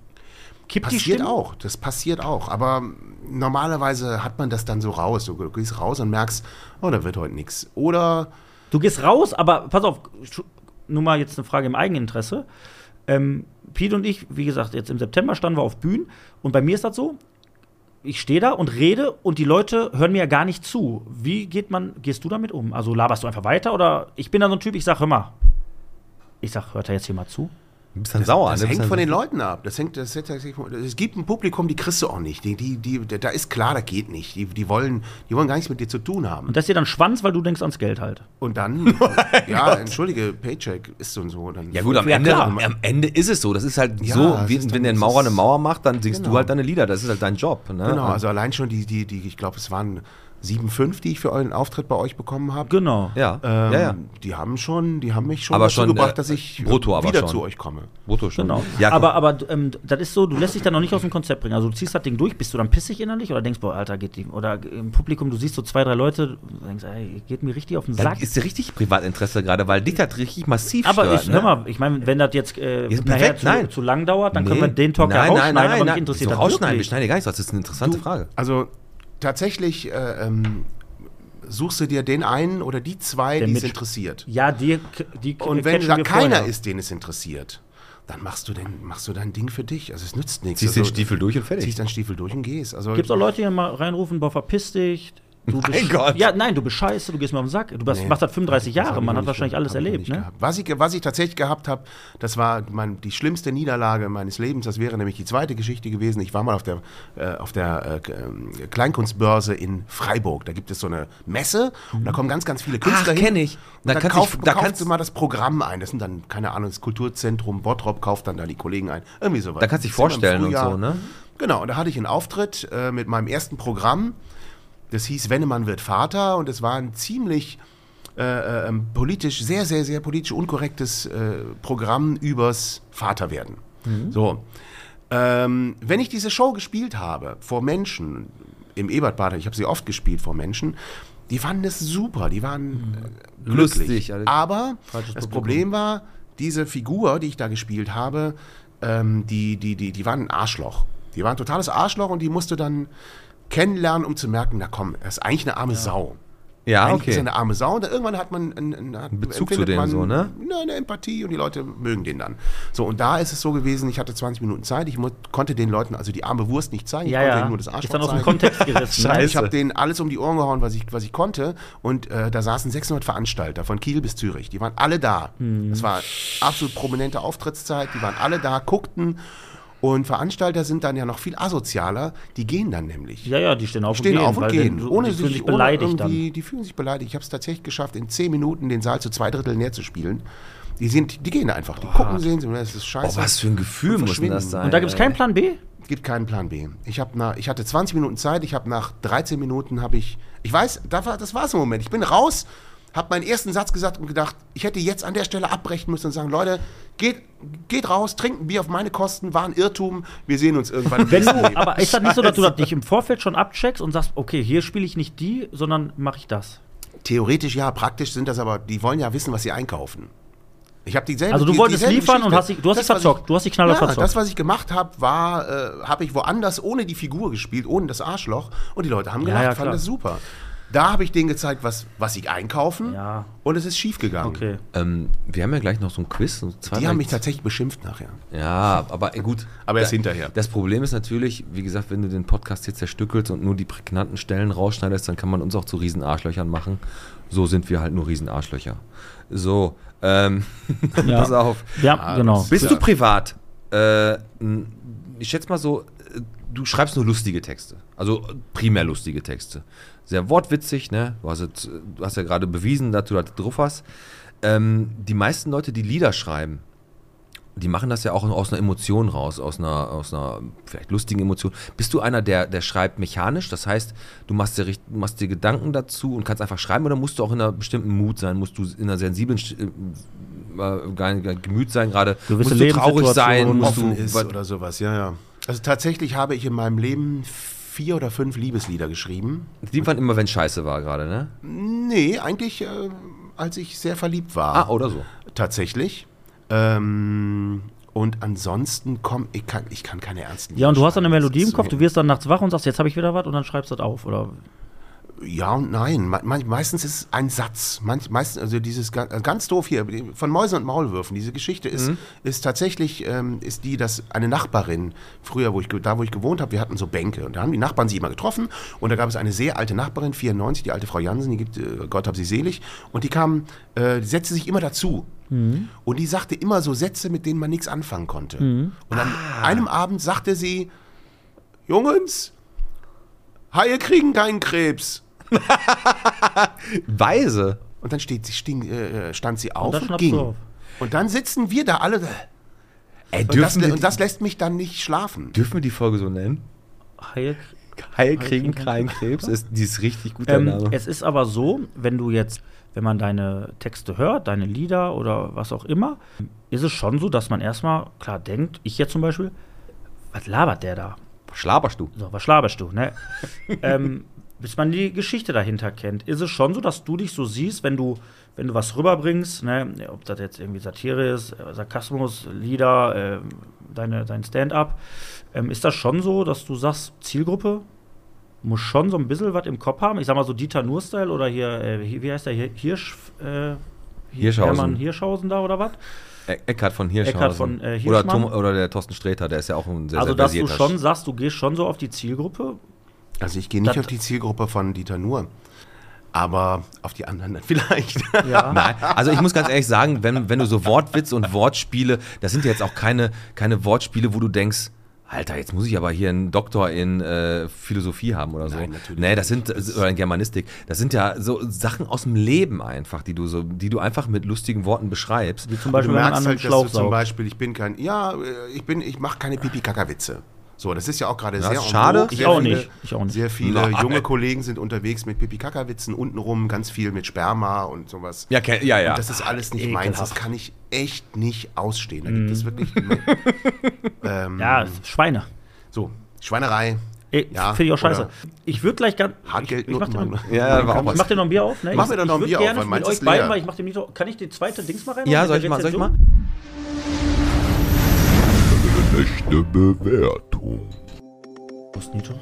Speaker 2: kippt die
Speaker 4: Passiert
Speaker 2: Stimmung?
Speaker 4: auch, das passiert auch. Aber normalerweise hat man das dann so raus. Du gehst raus und merkst, oh, da wird heute nichts. Oder
Speaker 2: Du gehst raus, aber pass auf, schu- nur mal jetzt eine Frage im Eigeninteresse. Ähm, Pete und ich, wie gesagt, jetzt im September standen wir auf Bühnen und bei mir ist das so, ich stehe da und rede und die Leute hören mir ja gar nicht zu. Wie geht man, gehst du damit um? Also laberst du einfach weiter oder ich bin da so ein Typ, ich sag, hör mal. Ich sag, hört er jetzt hier mal zu?
Speaker 1: Du bist dann sauer.
Speaker 4: das
Speaker 1: ne? Du bist
Speaker 4: hängt
Speaker 1: dann
Speaker 4: von den
Speaker 1: so-
Speaker 4: Leuten ab. Das hängt, das, hängt- das, hängt von- es gibt ein Publikum, die kriegst du auch nicht. Die, die, die, da ist klar, das geht nicht. Die, die, wollen, die wollen gar nichts mit dir zu tun haben.
Speaker 2: Und das ist dir dann Schwanz, weil du denkst ans Geld halt.
Speaker 4: Und dann, ja, entschuldige, Paycheck ist so und so. Dann
Speaker 1: Oh Ja gut, am,
Speaker 2: Ja,
Speaker 1: Ende, ne?
Speaker 2: klar.
Speaker 1: am Ende ist es so. Das ist halt
Speaker 4: Ja,
Speaker 1: so,
Speaker 4: es
Speaker 1: wie,
Speaker 4: ist dann-
Speaker 1: wenn der
Speaker 4: es
Speaker 1: Maurer eine
Speaker 4: ist-
Speaker 1: Mauer macht, dann singst
Speaker 4: Genau.
Speaker 1: du halt deine Lieder. Das ist halt dein Job. Ne?
Speaker 4: Genau, also allein schon die, die, die ich glaube, es waren sieben, fünf, die ich für euren Auftritt bei euch bekommen habe.
Speaker 2: Genau.
Speaker 1: ja,
Speaker 4: Ähm,
Speaker 1: ja, ja.
Speaker 4: Die haben schon, die haben mich schon
Speaker 1: Aber schon,
Speaker 4: gebracht,
Speaker 1: äh,
Speaker 4: dass ich
Speaker 1: brutto aber
Speaker 4: wieder
Speaker 1: schon.
Speaker 4: zu euch komme.
Speaker 1: Brutto schon.
Speaker 2: Genau.
Speaker 1: Ja,
Speaker 2: aber aber ähm, das ist so, du lässt dich dann noch nicht aus dem Konzept bringen. Also du ziehst das Ding durch, bist du dann pissig innerlich oder denkst, boah, Alter, geht die. Oder im Publikum, du siehst so zwei, drei Leute, du denkst, ey, geht mir richtig auf den
Speaker 1: dann
Speaker 2: Sack.
Speaker 1: ist dir richtig Privatinteresse gerade, weil dich das richtig massiv ne?
Speaker 2: aber
Speaker 1: stört.
Speaker 4: ne?
Speaker 2: ich, hör mal, ich meine, wenn das jetzt äh,
Speaker 1: Ist
Speaker 2: nachher
Speaker 1: perfekt,
Speaker 2: zu,
Speaker 1: nein.
Speaker 2: zu lang dauert, dann können
Speaker 1: Nee.
Speaker 2: wir den Talk ja
Speaker 1: nein, nein,
Speaker 2: rausschneiden,
Speaker 1: nein,
Speaker 2: aber
Speaker 1: nein.
Speaker 2: mich
Speaker 1: Wieso
Speaker 2: interessiert das
Speaker 1: rausschneiden, wir
Speaker 2: wirklich.
Speaker 1: schneiden ja gar nichts raus. Das ist eine interessante Frage.
Speaker 4: Also tatsächlich äh, ähm, suchst du dir den einen oder die zwei,
Speaker 2: Der
Speaker 4: die es
Speaker 2: mit-
Speaker 4: interessiert.
Speaker 2: Ja, die, die
Speaker 4: Und wenn
Speaker 2: catchen
Speaker 4: da
Speaker 2: wir
Speaker 4: keiner
Speaker 2: vorher.
Speaker 4: ist, den es interessiert, dann machst du, den, machst du dein Ding für dich. Also es nützt nichts.
Speaker 1: Ziehst
Speaker 4: also,
Speaker 1: den Stiefel durch und fertig.
Speaker 4: Ziehst deinen Stiefel durch und gehst. Also
Speaker 2: Gibt's auch Leute, die mal reinrufen, boah, verpiss dich. Du
Speaker 1: Mein
Speaker 2: bist-
Speaker 1: Gott.
Speaker 2: Ja, nein, du bist scheiße, du gehst mir auf den Sack. Du bist-
Speaker 4: Nee,
Speaker 2: machst das 35
Speaker 4: das hab
Speaker 2: Jahre,
Speaker 4: ich
Speaker 2: man
Speaker 4: noch
Speaker 2: hat
Speaker 4: nicht
Speaker 2: wahrscheinlich
Speaker 4: gehabt,
Speaker 2: alles
Speaker 4: hab ich noch
Speaker 2: erlebt,
Speaker 4: nicht
Speaker 2: ne?
Speaker 4: gehabt. Was ich, was ich tatsächlich gehabt habe, das war mein, die schlimmste Niederlage meines Lebens. Das wäre nämlich die zweite Geschichte gewesen. Ich war mal auf der, äh, auf der äh, ähm, Kleinkunstbörse in Freiburg. Da gibt es so eine Messe und da kommen ganz, ganz viele Künstler hin.
Speaker 1: Mhm. kenn ich.
Speaker 4: Da
Speaker 1: Da
Speaker 4: dann
Speaker 1: kannst
Speaker 4: kauf,
Speaker 1: ich- da
Speaker 4: kaufst
Speaker 1: kannst-
Speaker 4: du mal das Programm ein. Das sind dann, keine Ahnung, das Kulturzentrum Bottrop kauft dann da die Kollegen ein. Irgendwie sowas.
Speaker 1: Da kannst du dich
Speaker 4: Das ist immer im
Speaker 1: vorstellen und
Speaker 4: Frühjahr.
Speaker 1: so, ne?
Speaker 4: Genau, und da hatte ich einen Auftritt äh, mit meinem ersten Programm. Das hieß Wennemann wird Vater und es war ein ziemlich äh, ähm, politisch, sehr, sehr, sehr politisch unkorrektes äh, Programm übers Vaterwerden.
Speaker 1: Mhm.
Speaker 4: So. Ähm, wenn ich diese Show gespielt habe vor Menschen im Ebertbad, ich habe sie oft gespielt vor Menschen, die fanden es super, die waren äh,
Speaker 1: Mhm. Lustig,
Speaker 4: glücklich.
Speaker 1: alles-
Speaker 4: Aber
Speaker 1: Falsches
Speaker 4: das
Speaker 1: Publikum.
Speaker 4: Problem war, diese Figur, die ich da gespielt habe, ähm, die, die, die, die waren ein Arschloch. Die waren ein totales Arschloch und die musste dann kennenlernen, um zu merken, na komm, er ist eigentlich eine arme Sau.
Speaker 1: Ja,
Speaker 4: Eigentlich ist er
Speaker 1: okay.
Speaker 4: eine arme Sau. Und irgendwann hat man einen, einen, einen
Speaker 1: Bezug zu dem
Speaker 4: man
Speaker 1: so, ne?
Speaker 4: na, eine Empathie und die Leute mögen den dann. So, und da ist es so gewesen, ich hatte 20 Minuten Zeit, ich mu- konnte den Leuten also die arme Wurst nicht zeigen,
Speaker 2: Ja,
Speaker 4: ich konnte
Speaker 2: ja.
Speaker 4: ihnen nur das Arschloch
Speaker 2: Ist dann aus dem
Speaker 4: zeigen.
Speaker 2: Kontext gerissen. ne?
Speaker 1: Scheiße.
Speaker 4: Ich habe denen alles um die Ohren gehauen, was ich, was ich konnte. Und äh, da saßen 600 Veranstalter von Kiel bis Zürich. Die waren alle da.
Speaker 2: Hm.
Speaker 4: Das war absolut prominente Auftrittszeit. Die waren alle da, guckten. Und Veranstalter sind dann ja noch viel asozialer. Die gehen dann nämlich.
Speaker 2: Ja, ja, die stehen auf und
Speaker 4: Stehen
Speaker 2: gehen.
Speaker 4: auf und
Speaker 2: weil
Speaker 4: gehen.
Speaker 2: die-
Speaker 4: ohne
Speaker 2: die fühlen
Speaker 4: sich,
Speaker 2: sich
Speaker 4: ohne
Speaker 2: beleidigt dann.
Speaker 4: irgendwie, Die fühlen sich beleidigt. Ich habe es tatsächlich geschafft, in 10 Minuten den Saal zu zwei Drittel leer zu spielen. Die, sind, die gehen einfach. Die gucken, sehen sie, das ist
Speaker 1: Oh,
Speaker 4: scheiße.
Speaker 1: was für ein Gefühl muss denn das
Speaker 4: verschwinden.
Speaker 1: sein?
Speaker 2: Und da gibt es
Speaker 1: ey?
Speaker 2: keinen Plan B?
Speaker 4: gibt keinen Plan B. Ich, hab na, ich hatte 20 Minuten Zeit, ich habe nach 13 Minuten habe ich, ich weiß, da war, das war es im Moment. Ich bin raus, habe meinen ersten Satz gesagt und gedacht, ich hätte jetzt an der Stelle abbrechen müssen und sagen, Leute, geht, geht raus, trinkt ein Bier auf meine Kosten, war ein Irrtum, wir sehen uns irgendwann. im
Speaker 2: Wenn
Speaker 4: nächsten
Speaker 2: du,
Speaker 4: Leben.
Speaker 2: aber ist das nicht so, dass du das nicht im Vorfeld schon abcheckst und sagst, okay, hier spiele ich nicht die, sondern mache ich das?
Speaker 4: Theoretisch ja, praktisch sind das aber, die wollen ja wissen, was sie einkaufen. Ich habe dieselbe
Speaker 2: Also du
Speaker 4: die-
Speaker 2: wolltest
Speaker 4: dieselbe
Speaker 2: liefern und
Speaker 4: Geschichte.
Speaker 2: hast dich- du hast
Speaker 4: Das,
Speaker 2: dich
Speaker 4: was
Speaker 2: verzockt. Du hast dich knallhart
Speaker 4: ja,
Speaker 2: verzockt.
Speaker 4: Das, was ich gemacht habe, war, äh, habe ich woanders ohne die Figur gespielt, ohne das Arschloch und die Leute haben
Speaker 2: Ja,
Speaker 4: gelacht,
Speaker 2: ja,
Speaker 4: fanden
Speaker 2: klar.
Speaker 4: das super. Da habe ich denen gezeigt, was, was sie einkaufen.
Speaker 2: Ja.
Speaker 4: Und es ist schief gegangen.
Speaker 2: Okay.
Speaker 1: Ähm, wir haben ja gleich noch so ein Quiz. So zwei,
Speaker 4: Die
Speaker 1: drei-
Speaker 4: haben mich tatsächlich beschimpft nachher.
Speaker 1: Ja, aber äh, gut.
Speaker 4: Aber erst
Speaker 1: Da-
Speaker 4: hinterher.
Speaker 1: Das Problem ist natürlich, wie gesagt, wenn du den Podcast jetzt zerstückelst und nur die prägnanten Stellen rausschneidest, dann kann man uns auch zu Riesenarschlöchern machen. So sind wir halt nur Riesenarschlöcher. So, ähm,
Speaker 2: Ja.
Speaker 1: pass auf.
Speaker 2: Ja,
Speaker 4: Ah,
Speaker 2: genau.
Speaker 1: Bist du privat? Äh, n- ich schätze mal so, äh, du schreibst nur lustige Texte. Also äh, primär lustige Texte. Sehr wortwitzig, ne? Du hast, jetzt, äh, du hast ja gerade bewiesen, dass du das drauf hast. Ähm, die meisten Leute, die Lieder schreiben, die machen das ja auch aus einer Emotion raus, aus einer, aus einer vielleicht lustigen Emotion. Bist du einer, der, der schreibt mechanisch? Das heißt, du machst dir, richt- machst dir Gedanken dazu und kannst einfach schreiben oder musst du auch in einer bestimmten Mut sein? Musst du in einer sensiblen Sch- äh, ge- ge- Gemüt sein gerade?
Speaker 2: Gewisse
Speaker 1: Musst du traurig
Speaker 2: Lebenssituationen
Speaker 1: sein? Musst
Speaker 4: offen
Speaker 1: du,
Speaker 4: ist
Speaker 1: wa-
Speaker 4: oder sowas, ja, ja. Also tatsächlich habe ich in meinem Leben vier oder fünf Liebeslieder geschrieben.
Speaker 1: die waren immer, wenn scheiße war gerade, ne?
Speaker 4: Nee, eigentlich, äh, als ich sehr verliebt war.
Speaker 1: Ah, oder so.
Speaker 4: Tatsächlich. Ähm, und ansonsten, komm, ich kann, ich kann keine ernsten
Speaker 2: Ja, und du
Speaker 4: Lieder
Speaker 2: hast dann eine
Speaker 4: schreiben.
Speaker 2: Melodie
Speaker 4: Das
Speaker 2: im
Speaker 4: ist
Speaker 2: Kopf,
Speaker 4: so-
Speaker 2: du wirst dann nachts wach und sagst, jetzt habe ich wieder was und dann schreibst du das auf. Oder
Speaker 4: Ja und nein. Me me- meistens ist es ein Satz. Manch, meistens, also dieses ga- äh, ganz doof hier, von Mäusen und Maulwürfen, diese Geschichte ist, ist tatsächlich, ähm, ist die, dass eine Nachbarin, früher, wo ich, ge- da wo ich gewohnt habe, wir hatten so Bänke und da haben die Nachbarn sich immer getroffen und da gab es eine sehr alte Nachbarin, 94, die alte Frau Jansen, die gibt, äh, Gott hab sie selig, und die kam, äh, die setzte sich immer dazu. Und die sagte immer so Sätze, mit denen man nichts anfangen konnte. Und an einem Abend sagte sie, Jungens, Haie kriegen keinen Krebs.
Speaker 1: Weise.
Speaker 4: Und dann steht sie, sting, äh, stand sie
Speaker 2: Und
Speaker 4: auf
Speaker 2: dann
Speaker 4: und,
Speaker 2: schnappst
Speaker 4: ging.
Speaker 2: du auf.
Speaker 4: Und dann sitzen wir da alle.
Speaker 1: Ey,
Speaker 4: Und das,
Speaker 1: dürfen,
Speaker 4: lä-
Speaker 1: wir,
Speaker 4: und das lässt mich dann nicht schlafen.
Speaker 1: dürfen wir die Folge so nennen?
Speaker 2: Heil.
Speaker 1: Heil kriegen keinen
Speaker 2: keinen
Speaker 1: Krebs. Ist, die ist richtig gut, der
Speaker 2: Ähm,
Speaker 1: Name.
Speaker 2: es ist aber so, wenn du jetzt, wenn man deine Texte hört, deine Lieder oder was auch immer, ist es schon so, dass man erstmal klar denkt, ich jetzt zum Beispiel, was labert der da?
Speaker 1: Schlaberst du?
Speaker 2: So, was laberst du, ne? ähm, bis man die Geschichte dahinter kennt, ist es schon so, dass du dich so siehst, wenn du, wenn du was rüberbringst, ne, ob das jetzt irgendwie Satire ist, äh, Sarkasmus, Lieder, ähm, deine, dein Stand-up, ähm, ist das schon so, dass du sagst, Zielgruppe muss schon so ein bisschen was im Kopf haben? Ich sag mal so Dieter Nur-Style oder hier, äh, hier- wie heißt der, hier? Hirsch, äh,
Speaker 1: Hirschhausen.
Speaker 2: Hermann Hirschhausen da oder was?
Speaker 1: E Eckhard von Hirschhausen.
Speaker 2: Eckhard von, äh,
Speaker 1: oder,
Speaker 2: Hirschmann.
Speaker 1: Tom, oder der Thorsten Sträter, der ist ja auch ein sehr,
Speaker 2: Also,
Speaker 1: sehr
Speaker 2: dass du
Speaker 1: versierter
Speaker 2: schon sagst, du gehst schon so auf die Zielgruppe.
Speaker 4: Also ich gehe nicht
Speaker 2: Das-
Speaker 4: auf die Zielgruppe von Dieter Nuhr. Aber auf die anderen dann vielleicht.
Speaker 2: Ja.
Speaker 1: Nein, also ich muss ganz ehrlich sagen, wenn, wenn du so Wortwitz und Wortspiele, das sind ja jetzt auch keine, keine Wortspiele, wo du denkst, Alter, jetzt muss ich aber hier einen Doktor in äh, Philosophie haben oder so.
Speaker 4: Nein, natürlich
Speaker 1: nee, das sind äh, oder in Germanistik. Das sind ja so Sachen aus dem Leben einfach, die du so, die du einfach mit lustigen Worten beschreibst.
Speaker 2: Wie zum
Speaker 4: Du
Speaker 2: Beispiel, wenn man an
Speaker 4: merkst
Speaker 2: einem
Speaker 4: halt, dass
Speaker 2: Schlauch
Speaker 4: du zum
Speaker 2: saugt.
Speaker 4: Beispiel, ich bin kein, ja, äh, ich bin, ich mache keine Pipi-Kaka-Witze. So, das ist ja auch gerade
Speaker 1: Ja,
Speaker 4: sehr
Speaker 1: ist
Speaker 4: en
Speaker 1: schade.
Speaker 4: vogue.
Speaker 1: Ich
Speaker 4: Sehr
Speaker 2: auch
Speaker 4: viele-
Speaker 2: nicht. Ich auch nicht.
Speaker 4: Sehr viele
Speaker 1: Nein.
Speaker 4: junge Kollegen sind unterwegs mit Pipi-Kaka-Witzen untenrum, ganz viel mit Sperma und sowas.
Speaker 1: Ja, ke- ja, ja.
Speaker 4: Und das ist alles nicht meins. Das kann ich echt nicht ausstehen. Da
Speaker 2: Mhm.
Speaker 4: gibt es wirklich. ähm,
Speaker 2: Ja, Schweine.
Speaker 4: So, Schweinerei.
Speaker 2: Ey,
Speaker 4: Ja,
Speaker 2: Finde ich auch scheiße.
Speaker 4: oder-
Speaker 2: Ich würde gleich ganz.
Speaker 4: Hartgeld-
Speaker 2: ich, ich mach dir noch,
Speaker 4: Notenmann.
Speaker 1: ja, war auch
Speaker 2: ich
Speaker 1: was.
Speaker 2: mach dir noch ein Bier auf. Ne?
Speaker 4: Mach
Speaker 2: ich,
Speaker 4: mir doch noch ein
Speaker 2: ich würd
Speaker 4: Bier auf,
Speaker 2: gerne
Speaker 4: weil meins
Speaker 2: Mit euch
Speaker 4: ist
Speaker 2: beiden,
Speaker 4: leer.
Speaker 2: weil ich mach dem Nito. Kann ich die zweite Dings mal rein?
Speaker 1: Ja,
Speaker 2: Mit
Speaker 1: soll
Speaker 2: der
Speaker 1: ich mal, soll ich mal?
Speaker 2: Rezension?
Speaker 5: Schlechte Bewertung.
Speaker 2: Prost, Nito.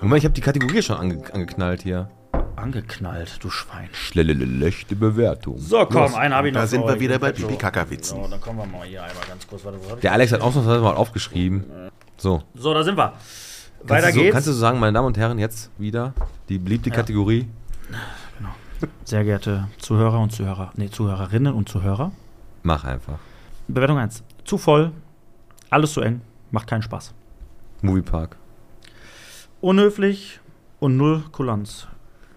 Speaker 1: Moment, ich habe die Kategorie schon ange angeknallt hier.
Speaker 2: Angeknallt, du Schwein.
Speaker 1: Schlechte Bewertung.
Speaker 2: So, komm, einen habe ich noch.
Speaker 4: Da
Speaker 2: für
Speaker 4: sind wir
Speaker 2: euch.
Speaker 4: wieder bei
Speaker 2: So.
Speaker 4: Pipi-Kaka-Witzen.
Speaker 2: So, dann kommen wir mal hier einmal ganz kurz. Warte, wo hab ich
Speaker 1: Der Alex hat ausnahmsweise mal aufgeschrieben. So.
Speaker 2: so, da sind wir.
Speaker 1: Kannst
Speaker 2: Weiter
Speaker 1: du so,
Speaker 2: geht's.
Speaker 1: Kannst du so sagen, meine Damen und Herren, jetzt wieder die beliebte Kategorie?
Speaker 2: Sehr geehrte Zuhörer und Zuhörer. Nee, Zuhörerinnen und Zuhörer.
Speaker 1: Mach einfach.
Speaker 2: Bewertung 1. Zu voll, alles zu eng, macht keinen Spaß.
Speaker 1: Moviepark.
Speaker 2: Unhöflich und null Kulanz.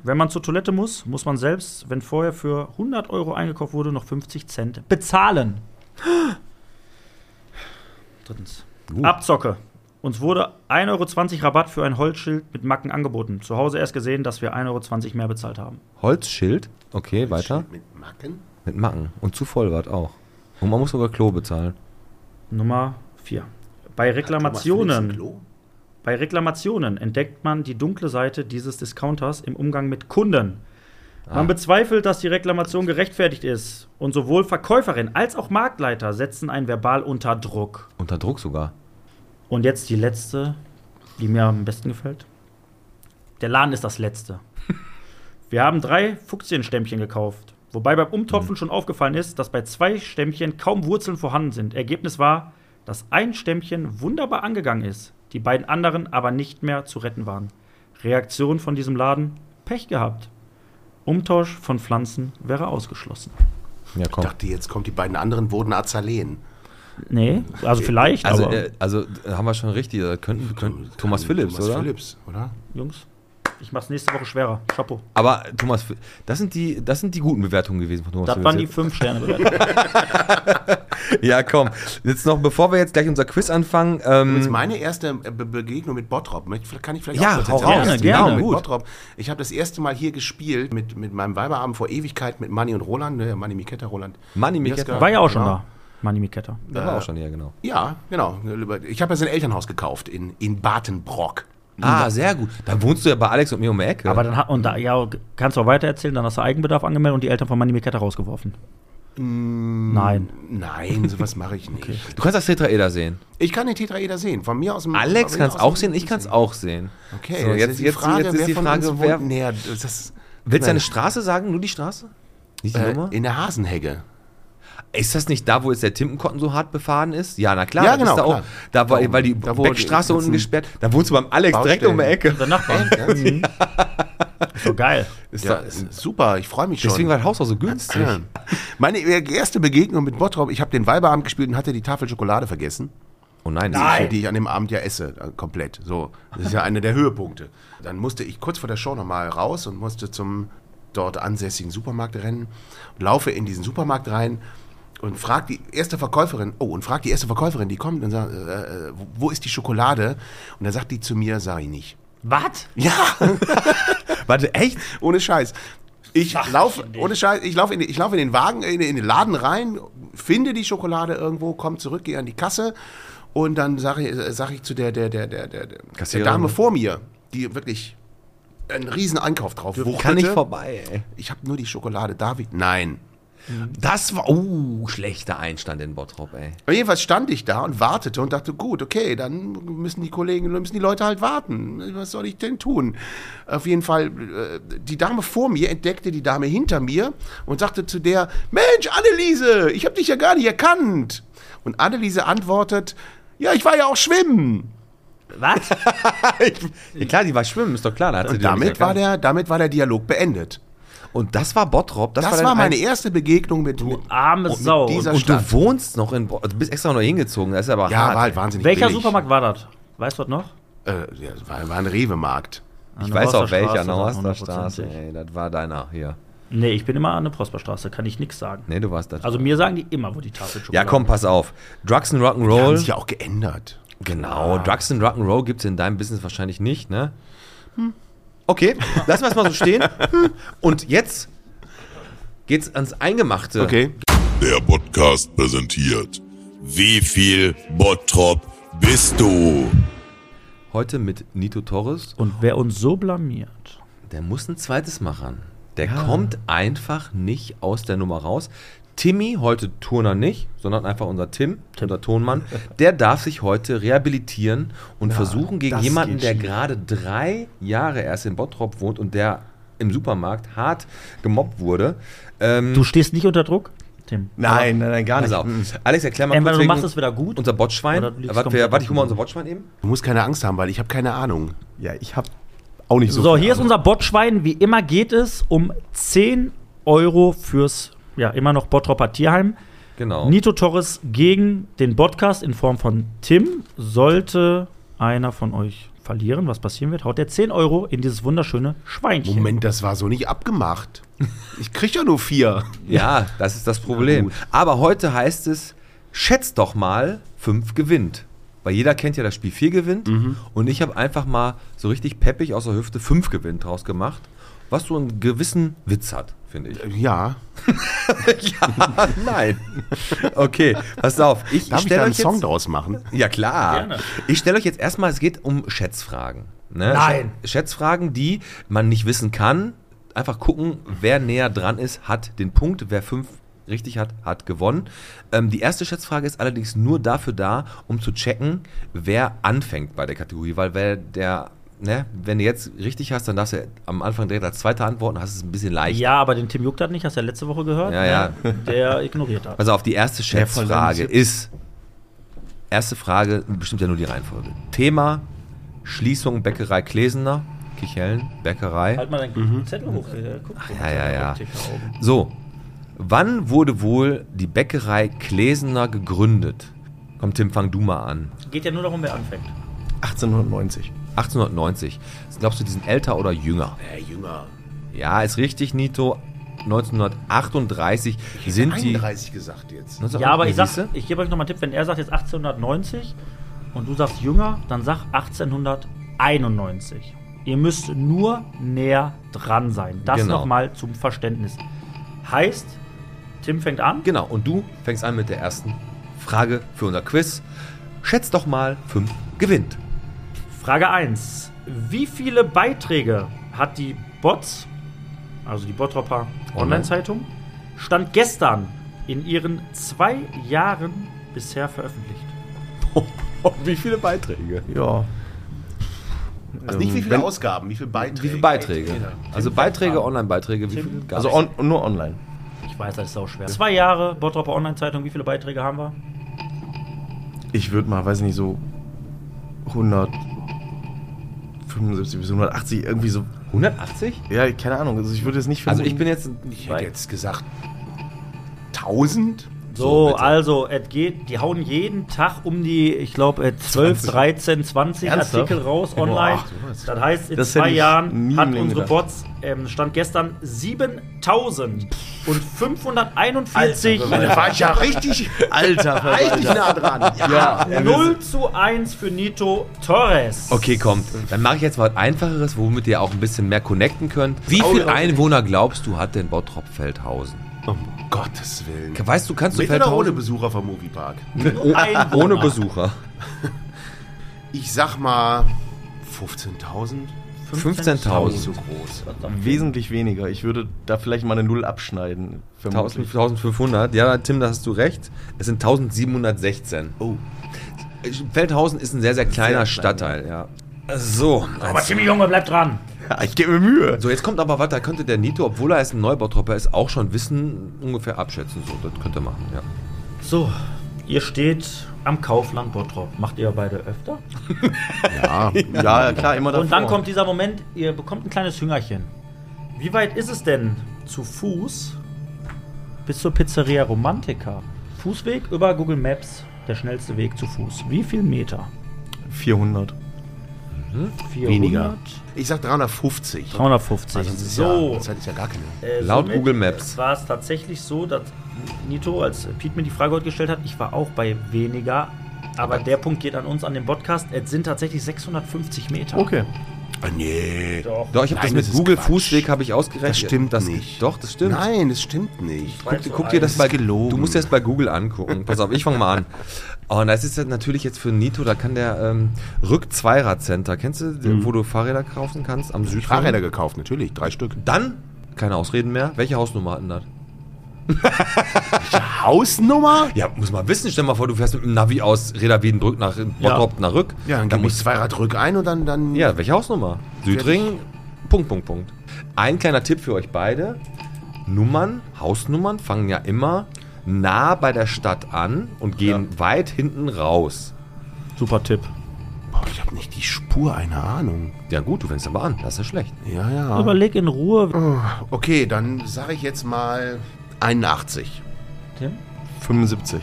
Speaker 2: Wenn man zur Toilette muss, muss man selbst, wenn vorher für 100 Euro eingekauft wurde, noch 50 Cent bezahlen. Drittens.
Speaker 1: Gut.
Speaker 2: Abzocke. Uns wurde 1,20 Euro Rabatt für ein Holzschild mit Macken angeboten. Zu Hause erst gesehen, dass wir 1,20 Euro mehr bezahlt haben.
Speaker 1: Holzschild. Okay, weiter.
Speaker 4: Mit Macken?
Speaker 1: Mit Macken. Und zu Vollwart auch. Und man muss sogar Klo bezahlen.
Speaker 2: Nummer 4. Bei
Speaker 4: Thomas
Speaker 2: Reklamationen.
Speaker 4: Philips im Klo?
Speaker 2: Bei Reklamationen entdeckt man die dunkle Seite dieses Discounters im Umgang mit Kunden. Man bezweifelt, dass die Reklamation gerechtfertigt ist. Und sowohl Verkäuferin als auch Marktleiter setzen einen verbal unter Druck.
Speaker 1: Unter Druck sogar.
Speaker 2: Und jetzt die letzte, die mir am besten gefällt. Der Laden ist das Letzte. Wir haben drei Fuchsienstämmchen gekauft, wobei beim Umtopfen
Speaker 1: Hm.
Speaker 2: schon aufgefallen ist, dass bei zwei Stämmchen kaum Wurzeln vorhanden sind. Ergebnis war, dass ein Stämmchen wunderbar angegangen ist, die beiden anderen aber nicht mehr zu retten waren. Reaktion von diesem Laden: Pech gehabt. Umtausch von Pflanzen wäre ausgeschlossen.
Speaker 1: Ja, komm.
Speaker 4: Ich dachte, jetzt kommt, die beiden anderen wurden Azaleen.
Speaker 2: Nee, also vielleicht,
Speaker 1: Also,
Speaker 2: aber
Speaker 1: äh, also äh, haben wir schon richtig. äh, Könnten, könnten, Thomas Phillips,
Speaker 4: Äh, Thomas
Speaker 1: oder? Hm.
Speaker 4: Phillips, oder?
Speaker 2: Jungs, ich mach's nächste Woche schwerer. Chapeau.
Speaker 1: Aber äh, Thomas, Phil- das sind die, das sind die guten Bewertungen gewesen von Thomas
Speaker 2: Das waren die
Speaker 1: Phillips.
Speaker 2: 5 Sterne bewertet.
Speaker 1: Ja, komm. Jetzt noch, bevor wir jetzt gleich unser Quiz anfangen.
Speaker 4: Das ist
Speaker 1: Ähm,
Speaker 4: meine erste äh, Be Begegnung mit Bottrop. Möcht- vielleicht- Kann ich vielleicht
Speaker 1: Ja,
Speaker 4: kurz
Speaker 1: hau
Speaker 4: erzählen?
Speaker 2: raus.
Speaker 4: Erste
Speaker 2: Gerne,
Speaker 4: Begegnung
Speaker 1: gerne.
Speaker 4: Mit
Speaker 1: Gut.
Speaker 4: Bottrop. Ich habe das erste Mal hier gespielt mit, mit meinem Weiberabend vor Ewigkeit mit Manni und Roland. Ne? Manni Miketta, Roland.
Speaker 1: Manni Miketta.
Speaker 4: Jaska.
Speaker 2: War ja auch schon
Speaker 4: Genau.
Speaker 2: da, Mani Miketta.
Speaker 1: da war auch schon hier, genau.
Speaker 4: Ja, genau. Ich habe ja sein Elternhaus gekauft in, in Batenbrock.
Speaker 1: Ah, sehr gut. Da wohnst du ja bei Alex und mir um die Ecke.
Speaker 2: Aber dann hat, und da, ja, kannst du auch weitererzählen, dann hast du Eigenbedarf angemeldet und die Eltern von Manny Miketta rausgeworfen.
Speaker 1: Mm.
Speaker 2: Nein.
Speaker 4: Nein, sowas mache ich nicht.
Speaker 1: du kannst das Tetraeder sehen.
Speaker 4: Ich kann den Tetraeder sehen. Von mir aus dem
Speaker 1: Alex
Speaker 4: von mir
Speaker 1: kann es
Speaker 4: aus
Speaker 1: auch
Speaker 4: dem-
Speaker 1: sehen, ich kann es auch sehen.
Speaker 4: Okay,
Speaker 1: so, jetzt,
Speaker 4: ist die
Speaker 1: jetzt,
Speaker 4: Frage,
Speaker 1: jetzt ist
Speaker 4: wer
Speaker 1: die
Speaker 4: von
Speaker 1: Frage,
Speaker 4: uns
Speaker 1: wer.
Speaker 4: wohnt näher. Das ist,
Speaker 1: Willst du
Speaker 4: Nein.
Speaker 1: eine Straße sagen? Nur die Straße? Nicht die Nummer?
Speaker 4: äh, in der Hasenhegge.
Speaker 1: Ist das nicht da, wo jetzt der Timpenkotten so hart befahren ist? Ja, na klar.
Speaker 4: Ja,
Speaker 1: das
Speaker 4: genau,
Speaker 1: Ist da auch,
Speaker 4: klar.
Speaker 1: da war,
Speaker 4: Da oben.
Speaker 1: weil die
Speaker 4: Da, wo die
Speaker 1: Beckstraße unten
Speaker 4: ganzen
Speaker 1: gesperrt. Da wohnst du beim Alex direkt
Speaker 4: Baustellen.
Speaker 1: um die Ecke.
Speaker 2: Der Nachbar. Mhm. Ist doch geil.
Speaker 1: Ist
Speaker 4: Ja,
Speaker 1: da, ist,
Speaker 4: super, ich freue mich schon.
Speaker 1: deswegen war das Haus auch so günstig.
Speaker 4: Meine äh, erste Begegnung mit Bottrop, ich habe den Weiberabend gespielt und hatte die Tafel Schokolade vergessen,
Speaker 1: Oh nein, das
Speaker 4: die
Speaker 1: Nein.
Speaker 4: ich, die ich an dem Abend ja esse, äh, komplett. So, das ist ja einer der Höhepunkte. Dann musste ich kurz vor der Show nochmal raus und musste zum dort ansässigen Supermarkt rennen, laufe in diesen Supermarkt rein und frag die erste Verkäuferin, oh, und frag die erste Verkäuferin, die kommt und sagt, äh, äh, wo- wo ist die Schokolade? Und dann sagt die zu mir, sag ich nicht.
Speaker 2: Was?
Speaker 4: Ja!
Speaker 1: Warte, echt?
Speaker 4: Ohne Scheiß. Ich laufe, ohne Scheiß, ich laufe in, den- ich lauf in den Wagen, in, den- in den Laden rein, finde die Schokolade irgendwo, komme zurück, gehe an die Kasse und dann sage ich, sag ich zu der, der, der, der, der, der
Speaker 1: Kassiererin.
Speaker 4: Dame vor mir, die wirklich einen riesen Einkauf drauf
Speaker 1: Wo kann ich
Speaker 4: wuchtete,
Speaker 1: vorbei? Ey?
Speaker 4: Ich habe nur die Schokolade, David. Nein.
Speaker 1: Das war, oh, schlechter Einstand in Bottrop, ey.
Speaker 4: Und jedenfalls stand ich da und wartete und dachte, gut, okay, dann müssen die Kollegen, müssen die Leute halt warten. Was soll ich denn tun? Auf jeden Fall, äh, die Dame vor mir entdeckte die Dame hinter mir und sagte zu der, Mensch, Anneliese, ich habe dich ja gar nicht erkannt. Und Anneliese antwortet, ja, ich war ja auch schwimmen.
Speaker 2: Was?
Speaker 1: Ja, klar, die war schwimmen, ist doch klar. Da hat sie die doch
Speaker 4: Damit
Speaker 1: nicht
Speaker 4: war,
Speaker 1: erkannt.
Speaker 4: der, damit war der Dialog beendet.
Speaker 1: Und das war Bottrop. Das,
Speaker 4: Das,
Speaker 1: dein
Speaker 4: war meine
Speaker 1: Einst-
Speaker 4: erste Begegnung mit, mit
Speaker 2: Arme
Speaker 4: mit
Speaker 2: Sau.
Speaker 4: dieser
Speaker 1: Und
Speaker 4: Stadt.
Speaker 1: du wohnst noch in Bottrop. Du bist extra noch hingezogen. Das ist aber
Speaker 4: ja,
Speaker 1: hart.
Speaker 4: war halt wahnsinnig
Speaker 2: Welcher
Speaker 4: billig.
Speaker 2: Supermarkt war das? Weißt du das noch?
Speaker 4: Äh, ja, es war, war ein Rewe-Markt.
Speaker 1: Ich
Speaker 2: An der
Speaker 1: weiß auch
Speaker 2: Horster
Speaker 1: welcher, ne?
Speaker 2: Straße,
Speaker 1: an der
Speaker 2: dann
Speaker 1: Horster Straße.
Speaker 2: 100%.
Speaker 1: Ey, das war deiner hier.
Speaker 2: Nee, ich bin immer an der Prosperstraße, kann ich nichts sagen.
Speaker 1: Nee, du warst das.
Speaker 2: Also mir sagen die immer, wo die Tafel Schokolade
Speaker 1: ja, komm, pass auf. Drugs and
Speaker 4: Die haben sich
Speaker 1: Rock'n'Roll.
Speaker 4: ja auch geändert.
Speaker 1: Genau, Drugs and Rock'n'Roll gibt es in deinem Business wahrscheinlich nicht, ne?
Speaker 4: Hm.
Speaker 1: Okay, lassen wir es mal so stehen. Hm. Und jetzt geht's ans Eingemachte.
Speaker 4: Okay.
Speaker 5: Der Podcast präsentiert. Wie viel Bottrop bist du?
Speaker 1: Heute mit Nito Torres.
Speaker 2: Und wer uns so blamiert.
Speaker 1: Der muss ein zweites machen. Der kommt einfach nicht aus der Nummer raus. Timmy, heute Turner nicht, sondern einfach unser Tim, unser Tonmann, der darf sich heute rehabilitieren und versuchen gegen
Speaker 4: das
Speaker 1: jemanden,
Speaker 4: geht
Speaker 1: der
Speaker 4: schief.
Speaker 1: gerade drei Jahre erst in Bottrop wohnt und der im Supermarkt hart gemobbt wurde. Ähm,
Speaker 2: Du stehst nicht unter Druck, Tim.
Speaker 1: nein, nein, nein, gar nicht. Alex, erklär mal
Speaker 2: Entweder du
Speaker 1: wegen
Speaker 2: machst es wieder gut.
Speaker 1: Unser Botschwein. Äh,
Speaker 2: oder du liegst
Speaker 1: Warte, wir-
Speaker 2: komplett
Speaker 1: warte, ich hol mal
Speaker 2: auf dem
Speaker 1: unser Botschwein eben.
Speaker 4: Du musst keine Angst haben, weil ich habe keine Ahnung.
Speaker 7: Ja, ich habe auch nicht so.
Speaker 2: So,
Speaker 7: viel
Speaker 2: hier ist unser Botschwein. Wie immer geht es um 10 Euro fürs, ja, immer noch Bottropper Tierheim.
Speaker 1: Genau.
Speaker 2: Nito Torres gegen den Podcast in Form von Tim. Sollte einer von euch verlieren, was passieren wird, haut der 10 Euro in dieses wunderschöne Schweinchen.
Speaker 4: Moment, das war so nicht abgemacht. Ich krieg ja nur vier.
Speaker 1: Ja, das ist das Problem. Aber heute heißt es, schätzt doch mal, fünf gewinnt. Weil jeder kennt ja das Spiel vier gewinnt.
Speaker 4: Mhm.
Speaker 1: Und ich habe einfach mal so richtig peppig aus der Hüfte fünf gewinnt draus gemacht. Was so einen gewissen Witz hat, finde ich.
Speaker 4: Ja.
Speaker 1: ja, nein. Okay, pass auf. Ich
Speaker 4: Darf ich,
Speaker 1: stell
Speaker 4: da einen
Speaker 1: euch
Speaker 4: Song
Speaker 1: jetzt,
Speaker 4: draus machen?
Speaker 1: Ja, klar.
Speaker 2: Gerne.
Speaker 1: Ich stelle euch jetzt erstmal, es geht um Schätzfragen. Ne?
Speaker 2: Nein.
Speaker 1: Sch- Schätzfragen, die man nicht wissen kann. Einfach gucken, wer näher dran ist, hat den Punkt. Wer fünf richtig hat, hat gewonnen. Ähm, die erste Schätzfrage ist allerdings nur dafür da, um zu checken, wer anfängt bei der Kategorie, weil wer der ne, wenn du jetzt richtig hast, dann darfst du am Anfang direkt als zweiter antworten, hast es ein bisschen leichter.
Speaker 2: Ja, aber den Tim juckt das nicht, hast du ja letzte Woche gehört.
Speaker 1: Ja, ja.
Speaker 2: Ne? Der ignoriert das.
Speaker 1: Also auf die erste
Speaker 8: voll
Speaker 1: Schätzfrage
Speaker 8: langsam.
Speaker 1: ist. Erste Frage bestimmt ja nur die Reihenfolge. Thema Schließung Bäckerei Klesener, Kichellen, Bäckerei.
Speaker 2: halt mal deinen Zettel hoch. der guckt so.
Speaker 1: Ja, ja, ja.
Speaker 2: Optische Augen.
Speaker 1: So, wann wurde wohl die Bäckerei Klesener gegründet? Komm, Tim, fang du mal an.
Speaker 2: Geht ja nur darum, wer anfängt.
Speaker 8: 1890.
Speaker 1: 1890. Glaubst du, die sind älter oder jünger?
Speaker 4: Äh, Jünger.
Speaker 1: Ja, ist richtig, Nito. 1938 sind die.
Speaker 4: 31 gesagt jetzt.
Speaker 1: 1938,
Speaker 2: Ja, aber ich, sag,
Speaker 1: siehste?
Speaker 2: ich gebe euch nochmal einen Tipp, wenn er sagt jetzt 1890 und du sagst jünger, dann sag 1891. Ihr müsst nur näher dran sein. Das
Speaker 1: Genau.
Speaker 2: nochmal zum Verständnis. Heißt, Tim fängt an.
Speaker 1: Genau, und du fängst an mit der ersten Frage für unser Quiz. Schätz doch mal, 5 gewinnt.
Speaker 2: Frage 1. Wie viele Beiträge hat die Bots, also die Bottropper Online-Zeitung, Stand gestern in ihren zwei Jahren bisher veröffentlicht?
Speaker 1: Oh, Wie viele Beiträge?
Speaker 8: Ja.
Speaker 4: Also nicht wie viele Ausgaben, wie viele Beiträge.
Speaker 1: Wie viele Beiträge? Also Beiträge, Online-Beiträge, wie
Speaker 2: Tim.
Speaker 1: viele?
Speaker 8: Also on, nur online.
Speaker 2: Ich weiß, das ist auch schwer. Zwei Jahre Bottropper Online-Zeitung, wie viele Beiträge haben wir?
Speaker 8: Ich würde mal, weiß nicht, so 175 bis 180 irgendwie so.
Speaker 1: 180?
Speaker 8: Ja, keine Ahnung. Also ich würde es nicht
Speaker 1: Also ich bin jetzt
Speaker 4: Ich hätte jetzt gesagt 1000.
Speaker 2: So,
Speaker 1: bitte.
Speaker 2: also, es geht, die hauen jeden Tag um die, ich glaube, 12, 13, 20
Speaker 8: Ernsthaft?
Speaker 2: Artikel raus online. das heißt, in
Speaker 8: Das hätte
Speaker 2: zwei
Speaker 8: ich nie
Speaker 2: Jahren
Speaker 8: im
Speaker 2: hat
Speaker 8: Leben
Speaker 2: unsere
Speaker 8: gedacht.
Speaker 2: Bots, ähm, stand gestern, 7541
Speaker 4: Da war ich ja richtig,
Speaker 8: Alter,
Speaker 4: richtig nah dran.
Speaker 8: Ja, er will-
Speaker 2: 0 zu 1 für Nito Torres.
Speaker 1: Okay, kommt. Dann mache ich jetzt mal was Einfacheres, womit ihr auch ein bisschen mehr connecten könnt. Wie viel Einwohner glaubst du hat denn Bottrop-Feldhausen?
Speaker 4: Um Gottes Willen.
Speaker 1: Weißt du, kannst du
Speaker 4: Mit oder ohne
Speaker 1: Feldhausen?
Speaker 4: Besucher vom Moviepark?
Speaker 2: Einwohner.
Speaker 1: ohne Besucher.
Speaker 4: Ich sag mal 15.000.
Speaker 1: 15.000.
Speaker 4: Nicht so groß.
Speaker 8: wesentlich weniger. Ich würde da vielleicht mal eine Null abschneiden. vermutlich.
Speaker 1: 1500, ja, Tim, da hast du recht. Es sind 1716. Oh. Feldhausen ist ein sehr, sehr kleiner
Speaker 8: klein.
Speaker 1: Stadtteil, ja. So,
Speaker 4: Oh,
Speaker 2: Aber Timmy Junge, bleib dran.
Speaker 8: Ja, ich gebe mir Mühe.
Speaker 1: so jetzt kommt aber was, da könnte der Nito, obwohl er jetzt ein Neubautropper ist, auch schon wissen, ungefähr abschätzen. So, das könnte er machen, ja.
Speaker 2: So, ihr steht am Kaufland Bottrop. Macht ihr beide öfter?
Speaker 8: Ja, ja klar, immer davor.
Speaker 2: Und dann kommt dieser Moment, ihr bekommt ein kleines Hüngerchen. Wie weit ist es denn zu Fuß bis zur Pizzeria Romantica? Fußweg über Google Maps, der schnellste Weg zu Fuß. Wie viel Meter?
Speaker 8: 400.
Speaker 2: 400?
Speaker 4: Weniger. Ich sag 350.
Speaker 2: 350.
Speaker 4: Also das ist
Speaker 2: so,
Speaker 4: Ja, das ist ja gar keine.
Speaker 2: äh,
Speaker 1: Laut
Speaker 2: somit
Speaker 1: Google Maps.
Speaker 2: War es tatsächlich so, dass Nito, als Piet mir die Frage heute gestellt hat, ich war auch bei weniger. Aber der Punkt geht an uns, an den Podcast. Es sind tatsächlich 650 Meter.
Speaker 8: Okay.
Speaker 4: Ah, nee.
Speaker 2: Doch.
Speaker 1: Doch, ich habe das
Speaker 4: Nein,
Speaker 1: mit
Speaker 4: das ist
Speaker 1: Google
Speaker 4: Quatsch.
Speaker 1: Fußweg habe ich ausgerechnet.
Speaker 4: Das stimmt
Speaker 1: das,
Speaker 4: nicht.
Speaker 1: Doch, das stimmt.
Speaker 4: Nein, das stimmt nicht.
Speaker 1: Guck, dir- guck dir das
Speaker 4: Das
Speaker 1: bei
Speaker 4: ist gelogen.
Speaker 1: Du musst dir das bei Google angucken. Pass auf, ich fange mal an. Oh, und das ist ja natürlich jetzt für Nito, da kann der ähm, Rück-Zweirad Center, kennst du, wo du Fahrräder kaufen kannst am Südfang?
Speaker 4: Mhm. Fahrräder gekauft, natürlich. Drei Stück.
Speaker 1: Dann keine Ausreden mehr. Welche Hausnummer hatten das?
Speaker 4: Hausnummer?
Speaker 1: Ja, muss man wissen. Stell mal vor, du fährst mit dem Navi aus Reda Wiedenbrück nach Bottrop nach Rück.
Speaker 4: Ja, dann
Speaker 1: da
Speaker 4: gib ich
Speaker 1: muss
Speaker 4: Zweirad rück ein und dann. dann
Speaker 1: Ja, welche Hausnummer? Südring. Punkt, Punkt, Punkt. Ein kleiner Tipp für euch beide. Nummern, Hausnummern fangen ja immer nah bei der Stadt an und gehen weit hinten raus.
Speaker 2: Super Tipp.
Speaker 4: Boah, ich habe nicht die Spur einer Ahnung.
Speaker 1: Ja gut, du fängst aber an. Das ist ja schlecht.
Speaker 4: Ja, ja.
Speaker 2: Überleg in Ruhe.
Speaker 4: okay, dann sage ich jetzt mal 81.
Speaker 2: Tim?
Speaker 8: 75.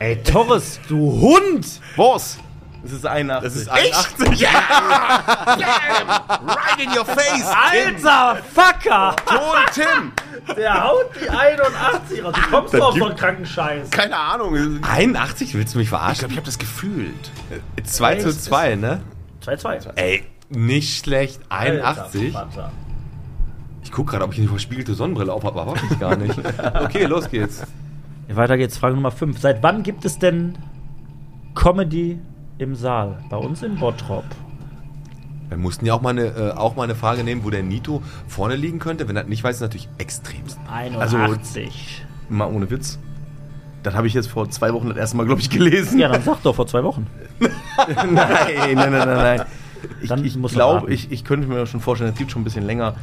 Speaker 2: Ey, Torres, du Hund!
Speaker 8: Was? Das ist 81. Das ist 81.
Speaker 4: Right in your face!
Speaker 2: Alter Fucker!
Speaker 4: Ton Tim!
Speaker 2: Der haut die 81 raus. Du kommst doch auf so einen kranken Scheiß.
Speaker 4: Keine Ahnung.
Speaker 1: 81? Willst du mich
Speaker 4: Ich
Speaker 1: verarschen?
Speaker 4: glaube, ich habe das gefühlt.
Speaker 1: 2 zu 2, ne?
Speaker 2: 2-2.
Speaker 1: Ey, nicht schlecht. 81?
Speaker 2: Alter, Vater.
Speaker 1: Ich guck gerade, ob ich eine verspiegelte Sonnenbrille auf habe, aber hab ich gar nicht. Okay, los geht's.
Speaker 2: Weiter geht's. Frage Nummer 5. Seit wann gibt es denn Comedy im Saal? Bei uns in Bottrop.
Speaker 1: Wir mussten ja auch mal, eine, äh, auch mal eine Frage nehmen, wo der Nito vorne liegen könnte. Wenn er nicht weiß, ist natürlich extremst.
Speaker 2: 81.
Speaker 8: Mal ohne Witz. Das habe ich jetzt vor zwei Wochen das erste Mal, glaube ich, gelesen.
Speaker 2: ja, dann sag doch vor zwei Wochen.
Speaker 8: nein, nein, nein, nein, nein. Ich,
Speaker 2: Dann
Speaker 8: ich
Speaker 2: muss man
Speaker 8: glaube,
Speaker 2: warten.
Speaker 8: ich, ich könnte mir schon vorstellen, es gibt schon ein bisschen länger.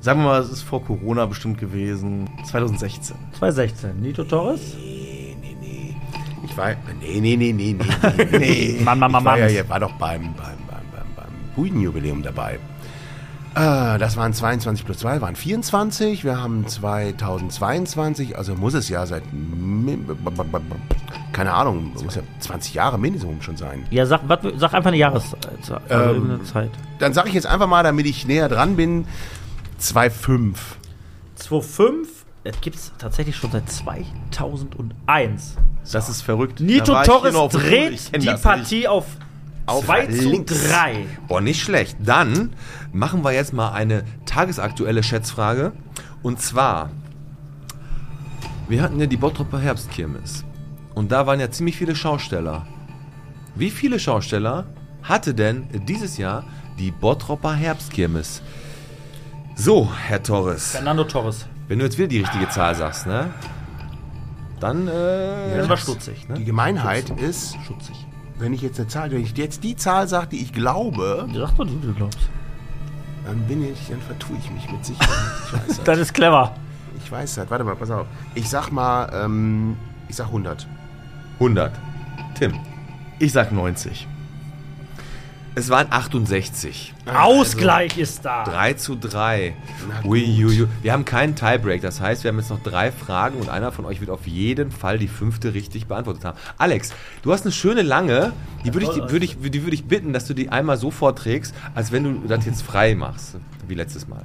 Speaker 8: Sagen wir mal, es ist vor Corona bestimmt gewesen. 2016.
Speaker 2: 2016. Nito Torres?
Speaker 4: Ich war. Nee, nee, nee, nee, nee. nee, nee.
Speaker 2: Mann, Mann, Mann,
Speaker 4: ich war, ja,
Speaker 2: Mann.
Speaker 4: hier- war doch beim, beim, beim, beim, beim Budenjubiläum dabei. Äh, das waren 22 plus 2, waren 24. Wir haben 2022, also muss es ja seit. min- b- b- b- b- Keine Ahnung, muss ja 20 Jahre Minimum schon sein.
Speaker 2: Ja, sag, wat, sag einfach eine Jahreszeit. Also
Speaker 4: Ähm,
Speaker 2: irgendeine Zeit.
Speaker 4: Dann sage ich jetzt einfach mal, damit ich näher dran bin: 2,5.
Speaker 2: 2,5. Das gibt's tatsächlich schon seit 2001.
Speaker 8: Das ist verrückt.
Speaker 2: Nito
Speaker 8: Da war ich hier
Speaker 2: Torres
Speaker 8: noch auf dem Boden. Ich
Speaker 2: dreht
Speaker 8: kenn
Speaker 2: die
Speaker 8: das nicht.
Speaker 2: Partie auf 2 zu
Speaker 1: links.
Speaker 2: 3.
Speaker 1: Boah, nicht schlecht. Dann machen wir jetzt mal eine tagesaktuelle Schätzfrage. Und zwar, wir hatten ja die Bottroper Herbstkirmes. Und da waren ja ziemlich viele Schausteller. Wie viele Schausteller hatte denn dieses Jahr die Bottroper Herbstkirmes? So, Herr Torres,
Speaker 2: Fernando Torres.
Speaker 1: wenn du jetzt wieder die richtige Zahl sagst, ne? Dann, äh,
Speaker 2: Das war stutzig. Ne?
Speaker 4: Die Gemeinheit ist,
Speaker 2: Schutzig.
Speaker 4: wenn ich jetzt eine Zahl, wenn ich jetzt die Zahl sage, die ich glaube,
Speaker 2: Sag doch, du, du glaubst.
Speaker 4: dann bin ich, dann vertue ich mich mit Sicherheit. Scheiße.
Speaker 2: Das ist clever.
Speaker 4: Ich weiß halt, warte mal, pass auf. Ich sag mal, ähm, ich sag 100.
Speaker 1: 100. Tim,
Speaker 8: Ich sag 90.
Speaker 1: es waren 68.
Speaker 2: Ausgleich ist da.
Speaker 1: 3 zu 3.
Speaker 4: Na
Speaker 1: Uiuiui. Wir haben keinen Tiebreak, das heißt, wir haben jetzt noch drei Fragen und einer von euch wird auf jeden Fall die fünfte richtig beantwortet haben. Alex, du hast eine schöne lange, die würde ich, die würde ich, die würde ich bitten, dass du die einmal so vorträgst, als wenn du das jetzt frei machst, wie letztes Mal.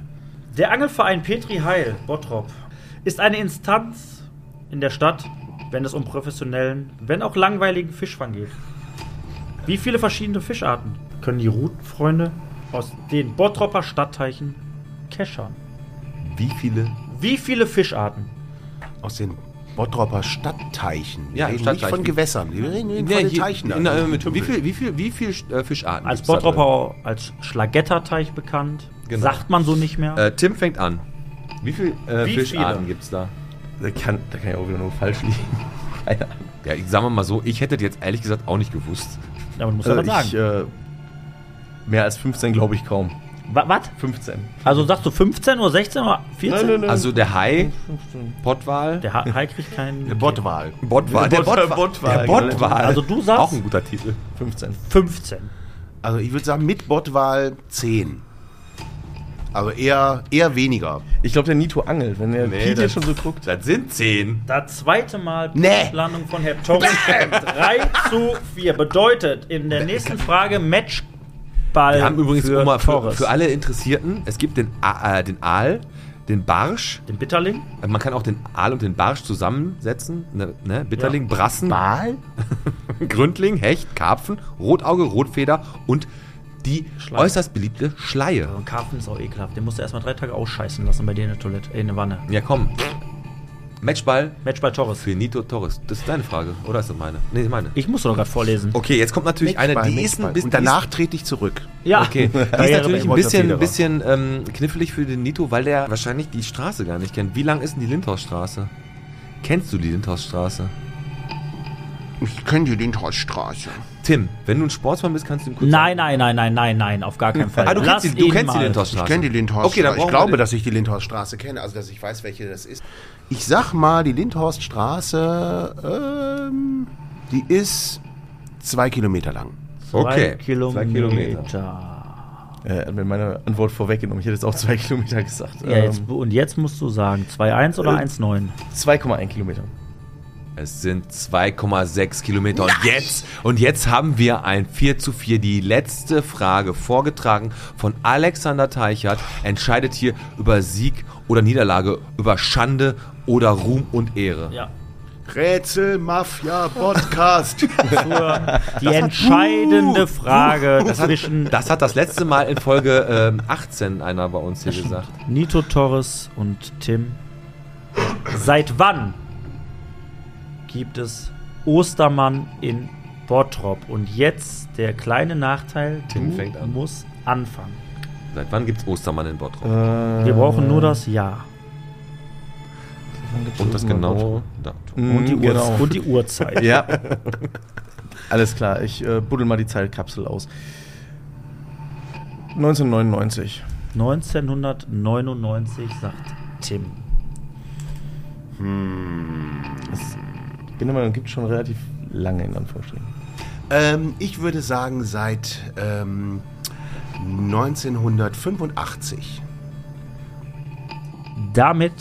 Speaker 2: Der Angelverein Petri Heil, Bottrop, ist eine Instanz in der Stadt, wenn es um professionellen, wenn auch langweiligen Fischfang geht. Wie viele verschiedene Fischarten können die Routenfreunde aus den Bottropper Stadtteichen keschern?
Speaker 1: Wie viele?
Speaker 2: Wie viele Fischarten?
Speaker 4: Aus den Bottropper Stadtteichen. Wir
Speaker 1: Ja,
Speaker 4: reden nicht
Speaker 1: Stadtteichen.
Speaker 4: von Gewässern. Wir reden reden
Speaker 1: Ja,
Speaker 4: von den
Speaker 1: hier-
Speaker 4: Teichen.
Speaker 1: in,
Speaker 4: also
Speaker 1: äh, mit, wie
Speaker 4: Tümpel.
Speaker 1: viel, wie viel, wie viel äh, Fischarten?
Speaker 2: Als
Speaker 1: gibt's da
Speaker 2: Bottropper als Schlagetterteich bekannt.
Speaker 1: Genau.
Speaker 2: Sagt man so nicht mehr.
Speaker 1: drin? Äh, Tim fängt an. Wie viel äh,
Speaker 2: Wie
Speaker 1: Fischarten
Speaker 2: viele?
Speaker 1: gibt es da?
Speaker 8: Da kann, da kann ich auch wieder nur falsch liegen. Keine Ahnung.
Speaker 1: Ja, ich sag mal so, ich hätte das jetzt ehrlich gesagt auch nicht gewusst.
Speaker 2: Aber du musst
Speaker 8: Also
Speaker 2: aber sagen.
Speaker 8: ich, äh, mehr als 15 glaube ich kaum.
Speaker 1: äh,
Speaker 2: Wa- Was?
Speaker 8: 15.
Speaker 2: Also sagst du 15 oder 16 oder 14?
Speaker 1: Also der Hai, Pottwal,
Speaker 2: Der Ha- Hai kriegt keinen.
Speaker 4: Der Bottwal.
Speaker 1: Bottwal. Der
Speaker 8: Der
Speaker 1: Bottwal.
Speaker 8: Bott-
Speaker 1: Der
Speaker 8: Bottwal.
Speaker 1: Bottwal.
Speaker 2: Also du sagst-
Speaker 1: Auch ein guter Titel.
Speaker 8: 15.
Speaker 2: 15.
Speaker 4: Also ich würde sagen, mit Bottwal 10. Also eher, eher weniger.
Speaker 8: Ich glaube, der Nito angelt, wenn der
Speaker 1: Nee,
Speaker 8: Piet
Speaker 1: das-
Speaker 8: jetzt schon so guckt.
Speaker 1: Das sind zehn.
Speaker 2: Das zweite Mal
Speaker 4: Nee.
Speaker 2: Punktlandung von Herr Torres 3 zu 4 bedeutet in der nächsten Frage Matchball.
Speaker 1: Wir haben übrigens
Speaker 2: für
Speaker 1: für, mal für,
Speaker 2: Torres.
Speaker 1: für alle Interessierten, es gibt den, A- äh, den Aal, den Barsch.
Speaker 2: den Bitterling.
Speaker 1: Also Man kann auch den Aal und den Barsch zusammensetzen. Ne, ne? Bitterling, Brassen,
Speaker 4: Mal?
Speaker 1: Gründling, Hecht, Karpfen, Rotauge, Rotfeder und die
Speaker 2: Schleie.
Speaker 1: äußerst beliebte Schleie.
Speaker 2: Und Karpfen ist auch ekelhaft. Den musst du erstmal drei Tage ausscheißen lassen bei dir in der Toilette, äh, in der Wanne.
Speaker 1: Ja, komm. Matchball
Speaker 2: Matchball Torres.
Speaker 1: für Nito Torres. Das ist deine Frage, oder ist das meine? Nee, meine.
Speaker 2: Ich muss doch gerade vorlesen.
Speaker 1: Okay, jetzt kommt natürlich eine, die ist ein
Speaker 4: Matchball.
Speaker 1: bisschen...
Speaker 4: Und danach trete ich zurück.
Speaker 2: Ja.
Speaker 1: Okay, die ist
Speaker 2: Karriere
Speaker 1: natürlich ein
Speaker 2: beendet.
Speaker 1: bisschen,
Speaker 4: Jeder.
Speaker 1: bisschen ähm, knifflig für den Nito, weil der wahrscheinlich die Straße gar nicht kennt. Wie lang ist denn die Lindhausstraße? Kennst du die Lindhausstraße?
Speaker 4: Ich kenne die Lindhorststraße.
Speaker 1: Tim, wenn du ein Sportsmann bist, kannst du ihm kurz.
Speaker 2: Nein, nein, nein, nein, nein, nein, auf gar keinen Fall.
Speaker 1: Ah, du kennst, die, du
Speaker 2: ihn
Speaker 1: kennst die
Speaker 2: mal.
Speaker 1: Lindhausstraße.
Speaker 4: Ich kenne die Lindhorststraße.
Speaker 1: Okay, dann brauchen
Speaker 4: ich glaube,
Speaker 1: wir den.
Speaker 4: dass ich die Lindhorststraße kenne, also dass ich weiß, welche das ist. Ich sag mal, die Lindhorststraße, ähm, die ist zwei Kilometer lang.
Speaker 2: Zwei
Speaker 1: Okay,
Speaker 2: Kilometer.
Speaker 1: zwei Kilometer.
Speaker 8: Äh, hat mir meine Antwort vorweggenommen. Ich hätte jetzt auch 2 Kilometer gesagt.
Speaker 2: Ja, jetzt,
Speaker 8: ähm,
Speaker 2: und jetzt musst du sagen, 2,1
Speaker 1: Äh,
Speaker 2: oder 1,9?
Speaker 8: 2,1 Kilometer.
Speaker 1: Es sind 2,6 Kilometer. Und jetzt, und jetzt haben wir ein 4 zu 4. Die letzte Frage, vorgetragen von Alexander Teichert, entscheidet hier über Sieg oder Niederlage, über Schande oder Ruhm und Ehre.
Speaker 2: Ja.
Speaker 4: Rätsel Mafia Podcast.
Speaker 2: Die entscheidende Frage zwischen
Speaker 1: Das hat das letzte Mal in Folge ähm, 18 einer bei uns hier gesagt.
Speaker 2: Nito Torres und Tim. Seit wann gibt es Ostermann in Bottrop? Und jetzt der kleine Nachteil,
Speaker 1: Tim
Speaker 2: du
Speaker 1: fängt an.
Speaker 2: musst anfangen.
Speaker 1: Seit wann gibt's Ostermann in Bottrop?
Speaker 2: Wir brauchen
Speaker 1: Äh,
Speaker 2: nur das Jahr
Speaker 1: Und das genau. genaue Datum.
Speaker 8: Und die
Speaker 2: Uhr-
Speaker 8: genau.
Speaker 2: und die Uhrzeit.
Speaker 8: Ja. Alles klar, ich äh, buddel mal die Zeitkapsel aus. 1999.
Speaker 2: 1999 sagt Tim.
Speaker 8: Ich bin der Meinung, gibt schon relativ lange in Anführungsstrichen.
Speaker 4: Ähm, ich würde sagen seit ähm, 1985.
Speaker 2: Damit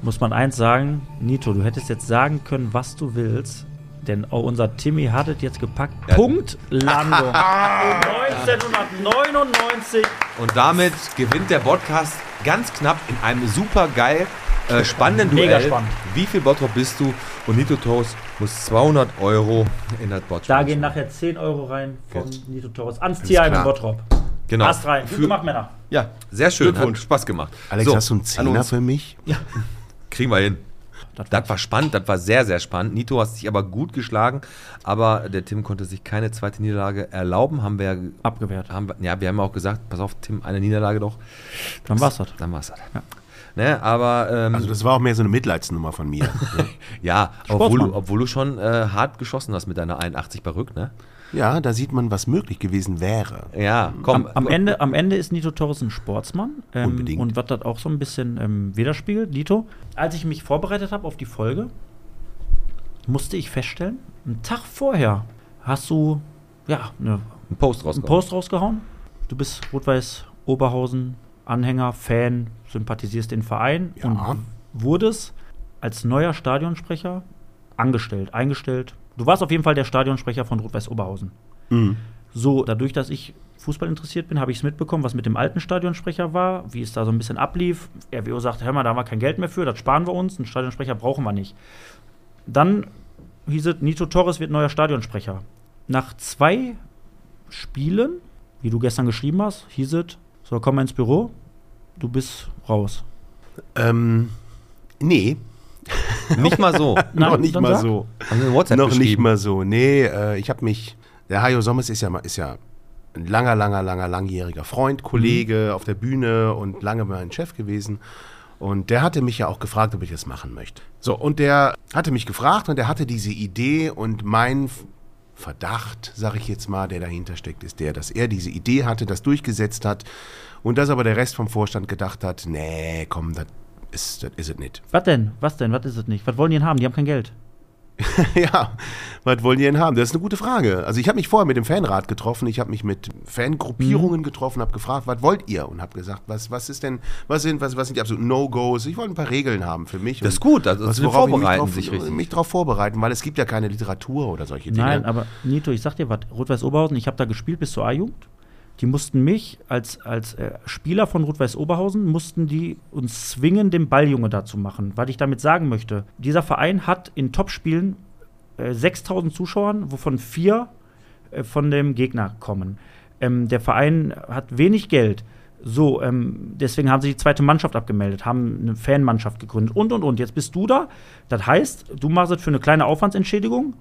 Speaker 2: muss man eins sagen, Nito, du hättest jetzt sagen können, was du willst, denn auch unser Timmy hat es jetzt gepackt. Punktlandung. 1999.
Speaker 1: Und damit gewinnt der Podcast ganz knapp in einem super geil äh, spannenden Duell.
Speaker 2: Mega spannend.
Speaker 1: Wie viel Bottrop bist du? Und Nito Toast muss 200 Euro in das Bottrop.
Speaker 2: Da gehen nachher 10 Euro rein von Nito Torres ans Tierheim in
Speaker 4: klar.
Speaker 2: Bottrop.
Speaker 1: genau.
Speaker 2: Passt rein. Gut
Speaker 1: Für-
Speaker 2: gemacht, Männer.
Speaker 1: Ja, sehr schön. Hat
Speaker 8: Glückwunsch.
Speaker 1: Spaß gemacht.
Speaker 4: Alex,
Speaker 1: So,
Speaker 4: hast du einen
Speaker 1: an
Speaker 4: Zehner
Speaker 1: uns.
Speaker 4: für mich?
Speaker 1: Kriegen wir hin. Das war spannend, das war sehr, sehr spannend. Nito hat sich aber gut geschlagen, aber der Tim konnte sich keine zweite Niederlage erlauben. Haben wir ja,
Speaker 2: Abgewehrt.
Speaker 1: haben wir, ja, wir haben ja auch gesagt, pass auf, Tim, eine Niederlage doch.
Speaker 2: Dann war's das.
Speaker 1: Dann war's das. Ne, aber ähm,
Speaker 4: Also das war auch mehr so eine Mitleidsnummer von mir.
Speaker 1: ja, obwohl,
Speaker 2: Sportmann.
Speaker 1: du- obwohl du schon äh, hart geschossen hast mit deiner 81 bei Rück, ne?
Speaker 4: ja, da sieht man, was möglich gewesen wäre.
Speaker 1: Ja, komm.
Speaker 2: Am Ende, am Ende ist Nito Torres ein Sportsmann. Ähm,
Speaker 4: Unbedingt.
Speaker 2: Und wird das auch so ein bisschen ähm, widerspiegelt. Nito, als ich mich vorbereitet habe auf die Folge, musste ich feststellen, einen Tag vorher hast du ja, eine,
Speaker 1: ein Post
Speaker 2: einen
Speaker 1: rausgekommen.
Speaker 2: Post rausgehauen. Du bist Rot-Weiß Oberhausen, Anhänger, Fan, sympathisierst den Verein
Speaker 4: Ja.
Speaker 2: und wurdest als neuer Stadionsprecher angestellt, eingestellt. Du warst auf jeden Fall der Stadionsprecher von Rot-Weiß Oberhausen. So, dadurch, dass ich Fußball interessiert bin, habe ich es mitbekommen, was mit dem alten Stadionsprecher war, wie es da so ein bisschen ablief. RWO sagte, hör mal, da haben wir kein Geld mehr für, das sparen wir uns, einen Stadionsprecher brauchen wir nicht. Dann hieß es, Nito Torres wird neuer Stadionsprecher. Nach zwei Spielen, wie du gestern geschrieben hast, hieß es, so komm mal ins Büro, du bist raus.
Speaker 4: Ähm, nee,
Speaker 1: Nicht mal so.
Speaker 2: Nein,
Speaker 4: noch nicht
Speaker 2: dann
Speaker 4: mal
Speaker 2: sag.
Speaker 4: so.
Speaker 1: Haben wir in WhatsApp
Speaker 4: Noch nicht
Speaker 1: geschrieben.
Speaker 4: mal so. Nee, äh, ich habe mich. Der Hajo Sommers ist ja, mal- ist ja ein langer, langer, langer, langjähriger Freund, Kollege
Speaker 1: Mhm.
Speaker 4: auf der Bühne und lange mein Chef gewesen. Und der hatte mich ja auch gefragt, ob ich das machen möchte. So, und der hatte mich gefragt und der hatte diese Idee und mein F- Verdacht, sag ich jetzt mal, der dahinter steckt, ist der, dass er diese Idee hatte, das durchgesetzt hat und dass aber der Rest vom Vorstand gedacht hat, nee, komm, das ist es nicht.
Speaker 2: Was denn? Was denn? Was ist es nicht? Was wollen die denn haben? Die haben kein Geld.
Speaker 4: Ja, was wollen die denn haben? Das ist eine gute Frage. Also ich habe mich vorher mit dem Fanrat getroffen, ich habe mich mit
Speaker 1: Mhm.
Speaker 4: Fangruppierungen getroffen, habe gefragt, was wollt ihr? Und habe gesagt, was, was ist denn, was sind, was, was sind die absoluten No-Gos? Ich wollte ein paar Regeln haben für mich.
Speaker 1: Das ist
Speaker 4: und
Speaker 1: gut, also
Speaker 4: was,
Speaker 1: sie
Speaker 4: worauf ich mich
Speaker 1: vorbereiten
Speaker 4: drauf-
Speaker 1: sich richtig.
Speaker 4: Mich darauf vorbereiten, weil es gibt ja keine Literatur oder solche Dinge.
Speaker 2: Nein, aber Nito, ich sag dir was, Rot-Weiß Oberhausen, ich habe da gespielt bis zur A-Jugend. Die mussten mich als, als äh, Spieler von Rot-Weiß Oberhausen, mussten die uns zwingen, den Balljunge da zu machen. Was ich damit sagen möchte, dieser Verein hat in Topspielen äh, 6000 Zuschauern, wovon vier äh, von dem Gegner kommen. Ähm, der Verein hat wenig Geld. So, ähm, deswegen haben sie die zweite Mannschaft abgemeldet, haben eine Fanmannschaft gegründet und und und. Jetzt bist du da. Das heißt, du machst es für eine kleine Aufwandsentschädigung,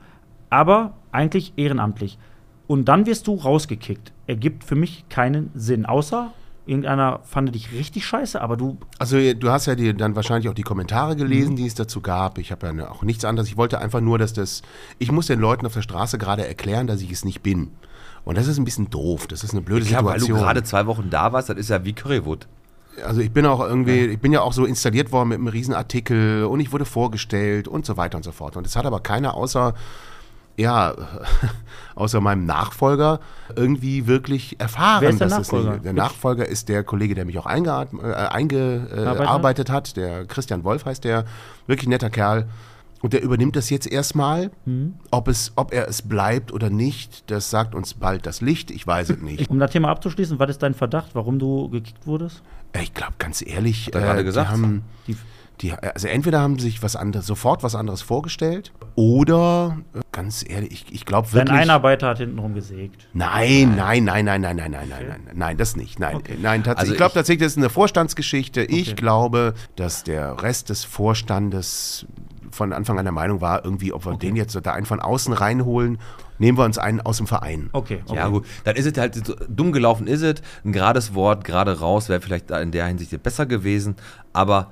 Speaker 2: aber eigentlich ehrenamtlich. Und dann wirst du rausgekickt. Ergibt für mich keinen Sinn, außer irgendeiner fand dich richtig scheiße, aber du
Speaker 4: Also du hast ja die, dann wahrscheinlich auch die Kommentare gelesen,
Speaker 1: Mhm.
Speaker 4: die es dazu gab. Ich habe ja ne, auch nichts anderes. Ich wollte einfach nur, dass das. Ich muss den Leuten auf der Straße gerade erklären, dass ich es nicht bin. Und das ist ein bisschen doof. Das ist eine blöde
Speaker 1: Ja, weil du
Speaker 4: Situation.
Speaker 1: gerade zwei Wochen da warst, das ist ja wie Currywood.
Speaker 4: Also ich bin auch irgendwie, ich bin ja auch so installiert worden mit einem Riesenartikel und ich wurde vorgestellt und so weiter und so fort. Und es hat aber keiner außer, ja, außer meinem Nachfolger irgendwie wirklich erfahren.
Speaker 2: Wer ist der
Speaker 4: dass es
Speaker 2: Nachfolger?
Speaker 4: Nicht, der Nachfolger ist der Kollege, der mich auch eingearbeitet äh, eingearbeitet hat. Der Christian Wolf heißt der, wirklich netter Kerl. Und der übernimmt das jetzt erstmal.
Speaker 2: Hm.
Speaker 4: Ob, es, ob er es bleibt oder nicht, das sagt uns bald das Licht. Ich weiß es nicht.
Speaker 2: Um das Thema abzuschließen, was ist dein Verdacht, warum du gekickt wurdest?
Speaker 4: Äh, Ich glaube, ganz ehrlich, äh,
Speaker 1: er gerade gesagt?
Speaker 4: die haben,
Speaker 2: Die-
Speaker 4: die, also entweder haben sich was anderes, sofort was anderes vorgestellt, oder äh, ganz ehrlich, ich, ich glaube
Speaker 2: Dein
Speaker 4: wirklich.
Speaker 2: Einarbeiter hat hintenrum gesägt.
Speaker 4: Nein, nein, nein, nein, nein, nein, nein, nein, nein, nein, das nicht. Nein, äh, nein, tatsächlich.
Speaker 1: Also
Speaker 4: ich glaube
Speaker 1: ich-
Speaker 4: tatsächlich, das ist eine Vorstandsgeschichte.
Speaker 2: Okay.
Speaker 4: Ich glaube, dass der Rest des Vorstandes von Anfang an der Meinung war, irgendwie, ob wir den jetzt so da einen von außen reinholen, nehmen wir uns einen aus dem Verein.
Speaker 2: Okay, okay.
Speaker 1: Ja, gut. Dann ist es halt so, dumm gelaufen, ist es. Ein gerades Wort, gerade raus, wäre vielleicht da in der Hinsicht jetzt besser gewesen. Aber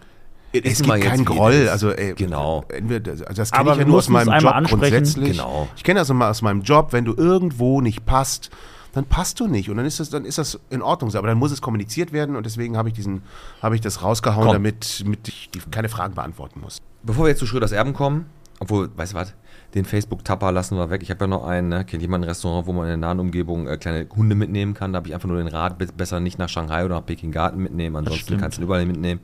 Speaker 4: Es gibt keinen Groll, also ey,
Speaker 1: Genau.
Speaker 4: entweder, also das
Speaker 2: Aber
Speaker 4: kenne ich
Speaker 2: wir
Speaker 4: ja nur aus
Speaker 2: mussten es
Speaker 4: meinem
Speaker 2: einmal
Speaker 4: Job
Speaker 2: ansprechen.
Speaker 4: grundsätzlich.
Speaker 1: Genau.
Speaker 4: Ich kenne das immer aus meinem Job, wenn du irgendwo nicht passt, dann passt du nicht. Und dann ist das, dann ist das in Ordnung. so. Aber dann muss es kommuniziert werden und deswegen habe ich diesen, habe ich das rausgehauen,
Speaker 1: Komm.
Speaker 4: damit, damit ich die, keine Fragen beantworten muss.
Speaker 1: Bevor wir jetzt zu Schröders Erben kommen, obwohl, weißt du was, den Facebook-Tapper lassen wir weg. Ich habe ja noch einen, ne? kennt jemand ein Restaurant, wo man in der nahen Umgebung äh, kleine Hunde mitnehmen kann? Da habe ich einfach nur den Rat, be- besser nicht nach Shanghai oder nach Peking-Garten mitnehmen, ansonsten
Speaker 2: stimmt.
Speaker 1: kannst du ihn überall mitnehmen.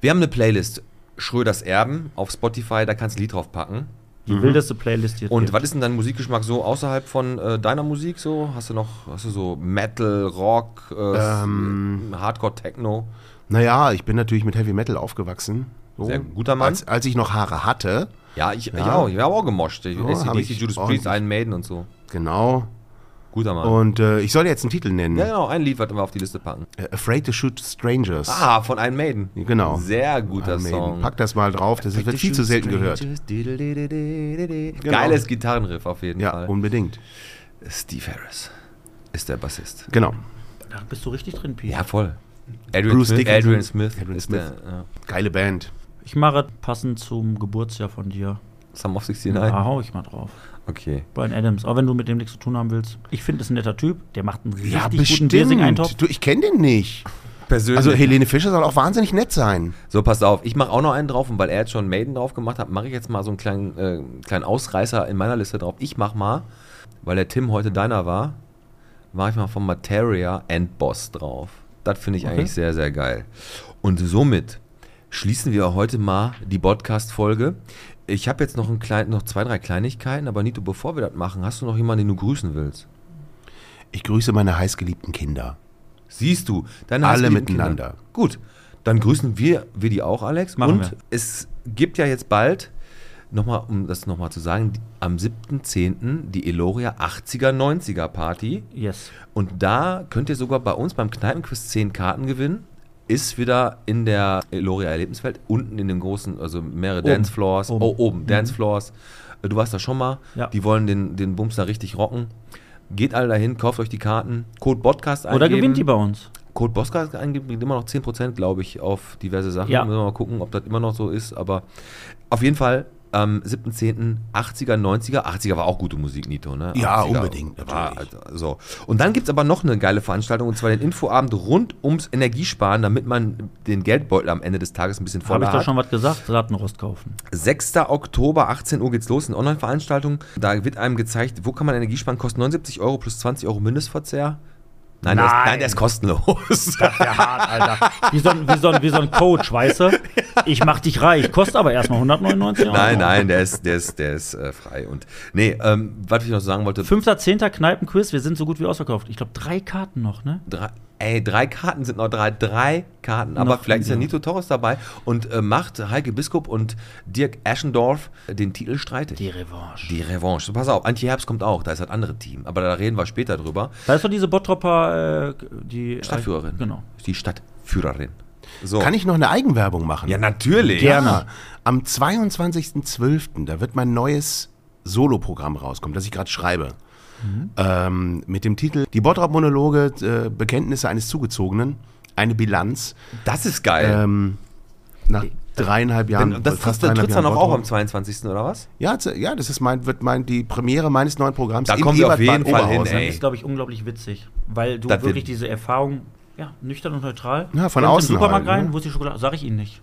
Speaker 1: Wir haben eine Playlist, Schröders Erben, auf Spotify, da kannst du ein Lied drauf packen.
Speaker 2: Die wildeste Playlist hier.
Speaker 1: Mhm. Und was ist denn dein Musikgeschmack so außerhalb von äh, deiner Musik so? Hast du noch, hast du so Metal, Rock, äh,
Speaker 4: Ähm.
Speaker 1: Hardcore, Techno?
Speaker 4: Naja, ich bin natürlich mit Heavy Metal aufgewachsen. So.
Speaker 1: Sehr guter Mann.
Speaker 4: Als, als ich noch Haare hatte,
Speaker 1: Ja, ich, ich auch, ich habe auch gemoscht. Ich,
Speaker 4: Ja, hab
Speaker 1: ACDC,
Speaker 4: ich
Speaker 1: Judas
Speaker 4: auch
Speaker 1: Priest,
Speaker 4: nicht.
Speaker 1: Iron Maiden und so.
Speaker 4: genau.
Speaker 1: Guter Mann.
Speaker 4: Und äh, ich soll jetzt einen Titel nennen.
Speaker 1: Ja, genau, ein Lied, was wir auf die Liste packen.
Speaker 4: Äh, Afraid to Shoot Strangers.
Speaker 1: Ah, von Iron Maiden.
Speaker 4: Genau.
Speaker 1: Sehr guter
Speaker 4: Iron Maiden.
Speaker 1: Song.
Speaker 4: Pack das mal drauf, das wird viel zu selten gehört. Genau.
Speaker 1: Geiles Gitarrenriff auf jeden
Speaker 4: Ja,
Speaker 1: Fall.
Speaker 4: unbedingt.
Speaker 1: Steve Harris ist der Bassist.
Speaker 4: Genau.
Speaker 2: Da bist du richtig drin, Pi.
Speaker 1: Ja, voll. Adrian
Speaker 4: Bruce
Speaker 1: Smith,
Speaker 4: Dickinson.
Speaker 1: Adrian Smith.
Speaker 4: Adrian
Speaker 1: ist
Speaker 4: Smith.
Speaker 1: Der, ja.
Speaker 4: Geile Band.
Speaker 2: Ich mache passend zum Geburtsjahr von dir.
Speaker 1: Sum of 69.
Speaker 2: Da hau ich mal drauf.
Speaker 1: Okay.
Speaker 2: Brian Adams. Auch wenn du mit dem nichts zu tun haben willst. Ich finde, ist ein netter Typ. Der macht einen richtig
Speaker 4: Ja,
Speaker 2: guten Biersing-Eintopf.
Speaker 4: bestimmt. Du, ich kenne den nicht.
Speaker 1: Persönlich.
Speaker 4: Also Helene Fischer soll auch wahnsinnig nett sein.
Speaker 1: So, passt auf. Ich mache auch noch einen drauf und weil er jetzt schon Maiden drauf gemacht hat, mache ich jetzt mal so einen kleinen, äh, kleinen Ausreißer in meiner Liste drauf. Ich mache mal, weil der Tim heute deiner war, mache ich mal von Materia Endboss drauf. Das finde ich eigentlich sehr, sehr geil. Und somit schließen wir heute mal die Podcast-Folge. Ich habe jetzt noch, einen kleinen, noch zwei, drei Kleinigkeiten, aber Nito, bevor wir das machen, hast du noch jemanden, den du grüßen willst?
Speaker 4: Ich grüße meine heißgeliebten Kinder.
Speaker 1: Siehst du, deine
Speaker 4: Alle
Speaker 1: heißgeliebten Kinder.
Speaker 4: miteinander.
Speaker 1: Gut, dann grüßen wir, wir die auch, Alex.
Speaker 2: Machen
Speaker 1: Und
Speaker 2: wir.
Speaker 1: es gibt ja jetzt bald, nochmal, um das nochmal zu sagen, die- am 7.10. die Eloria 80er, 90er Party.
Speaker 2: Yes.
Speaker 1: Und da könnt ihr sogar bei uns beim Kneipenquiz 10 Karten gewinnen. Ist wieder in der Eloria Erlebniswelt, unten in dem großen, also mehrere Dancefloors.
Speaker 2: Oben. Mhm.
Speaker 1: Oh, oben, Dancefloors. Du warst da schon mal.
Speaker 2: Ja.
Speaker 1: Die wollen den, den Bums da richtig rocken. Geht alle dahin, kauft euch die Karten. Code Podcast
Speaker 2: Oder gewinnt die bei uns.
Speaker 1: Code Bosca eingeben, bringt immer noch 10%, glaube ich, auf diverse Sachen.
Speaker 2: Ja.
Speaker 1: Müssen wir mal gucken, ob das immer noch so ist. Aber auf jeden Fall ähm, am 7.10. 80er, 90er. 80er war auch gute Musik, Nito, ne? 80er
Speaker 4: Ja, unbedingt,
Speaker 1: War,
Speaker 4: natürlich.
Speaker 1: also, so. Und dann gibt es aber noch eine geile Veranstaltung, und zwar den Infoabend rund ums Energiesparen, damit man den Geldbeutel am Ende des Tages ein bisschen voller
Speaker 2: Habe ich
Speaker 1: hat.
Speaker 2: doch schon was gesagt? Lattenrost kaufen.
Speaker 1: 6. Oktober, 18 Uhr geht's los, eine Online-Veranstaltung. Da wird einem gezeigt, wo kann man Energie sparen? Kostet 79 Euro plus 20 Euro Mindestverzehr. Nein, Der, ist,
Speaker 4: Nein.
Speaker 1: nein der ist kostenlos.
Speaker 2: Wie so, ein, wie, so ein, wie so ein Coach, weißt du? Ich mach dich reich. Kostet aber erstmal 199 Euro.
Speaker 1: Nein, nein, der ist, der ist, der ist äh, frei. Und nee, ähm, was ich noch sagen wollte,
Speaker 2: 5.10. Kneipenquiz. Wir sind so gut wie ausverkauft. Ich glaube, drei Karten noch, ne?
Speaker 1: drei, ey, drei Karten sind noch drei, drei Karten, aber
Speaker 2: Noch,
Speaker 1: vielleicht ist ja
Speaker 2: ja.
Speaker 1: Nito Torres dabei und äh, macht Heike Biskup und Dirk Eschendorf den Titel streitig.
Speaker 2: Die Revanche.
Speaker 1: Die Revanche. So, Pass auf, Antje Herbst kommt auch, da ist das andere Team, aber da reden wir später drüber.
Speaker 2: Da ist doch diese Bottropper, äh, die.
Speaker 1: Stadtführerin.
Speaker 2: Genau.
Speaker 1: Ist Die Stadtführerin. So.
Speaker 4: Kann ich noch eine Eigenwerbung machen?
Speaker 1: Ja, natürlich.
Speaker 4: Ja. Am 22.12., da wird mein neues Soloprogramm rauskommen, das ich gerade schreibe.
Speaker 1: Mhm.
Speaker 4: Ähm, mit dem Titel Die Bottrop-Monologe, äh, Bekenntnisse eines Zugezogenen, eine Bilanz.
Speaker 1: Das ist geil.
Speaker 4: Ähm, nach dreieinhalb Jahren.
Speaker 1: Denn das trittst,
Speaker 4: fast
Speaker 1: du-
Speaker 4: dreieinhalb
Speaker 1: trittst dann
Speaker 4: Jahren
Speaker 1: noch auch
Speaker 4: Bottrop.
Speaker 1: am 22. oder was?
Speaker 4: Ja, z- ja, das ist mein, wird mein, die Premiere meines neuen Programms.
Speaker 1: Da
Speaker 4: im
Speaker 1: kommen wir auf
Speaker 4: Ebertbad
Speaker 1: jeden Fall hin,
Speaker 4: Oberhausen.
Speaker 1: ey.
Speaker 2: Das ist, glaube ich, unglaublich witzig, weil du
Speaker 1: Das
Speaker 2: wirklich
Speaker 1: wird-
Speaker 2: diese Erfahrung, ja, nüchtern und neutral.
Speaker 4: Ja, von
Speaker 2: Kommst in den
Speaker 4: außen
Speaker 2: Supermarkt
Speaker 4: halt,
Speaker 2: rein,
Speaker 4: ne?
Speaker 2: wo ist die Schokolade? Sag ich Ihnen nicht.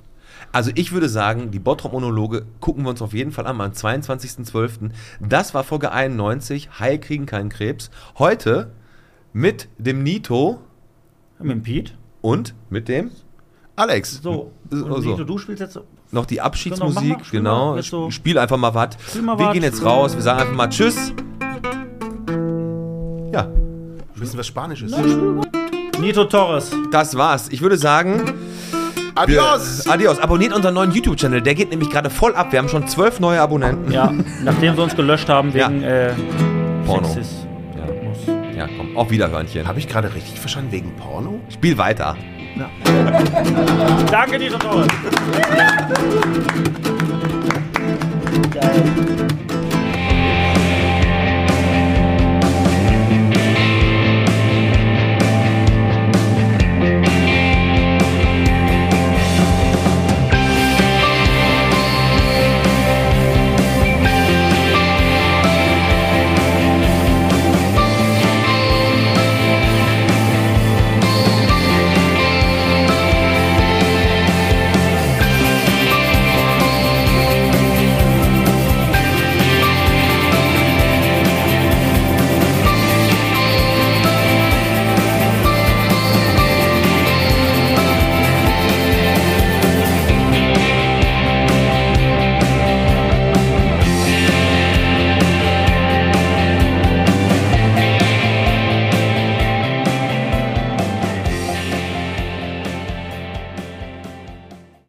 Speaker 1: Also ich würde sagen, die Bottrop-Monologe gucken wir uns auf jeden Fall an am 22.12. Das war Folge 91, Haie kriegen keinen Krebs. Heute mit dem Nito
Speaker 2: Mit dem Piet.
Speaker 1: und mit dem
Speaker 4: Alex,
Speaker 2: So,
Speaker 1: So,
Speaker 2: und
Speaker 1: Hm. so.
Speaker 2: Vito, du spielst jetzt.
Speaker 1: noch die
Speaker 2: Genau,
Speaker 1: Abschiedsmusik.
Speaker 2: mach mal, spiel
Speaker 1: genau,
Speaker 2: mal jetzt so.
Speaker 1: spiel einfach mal was.
Speaker 2: Spiel mal
Speaker 1: Wir
Speaker 2: wat.
Speaker 1: gehen jetzt raus, wir sagen einfach mal Tschüss. Ja,
Speaker 4: ein bisschen was Spanisches.
Speaker 2: Nito Torres.
Speaker 1: das war's. Ich würde sagen...
Speaker 4: Adios!
Speaker 1: Adios. Abonniert unseren neuen YouTube-Channel. Der geht nämlich gerade voll ab. Wir haben schon zwölf neue Abonnenten.
Speaker 2: Ja, nachdem sie uns gelöscht haben wegen äh,
Speaker 1: Porno.
Speaker 2: Sexismus.
Speaker 1: Ja, komm. Auf Wiederhörnchen.
Speaker 4: Habe ich gerade richtig verstanden, wegen Porno?
Speaker 1: Spiel weiter.
Speaker 2: Danke, Nito Torres. Geil.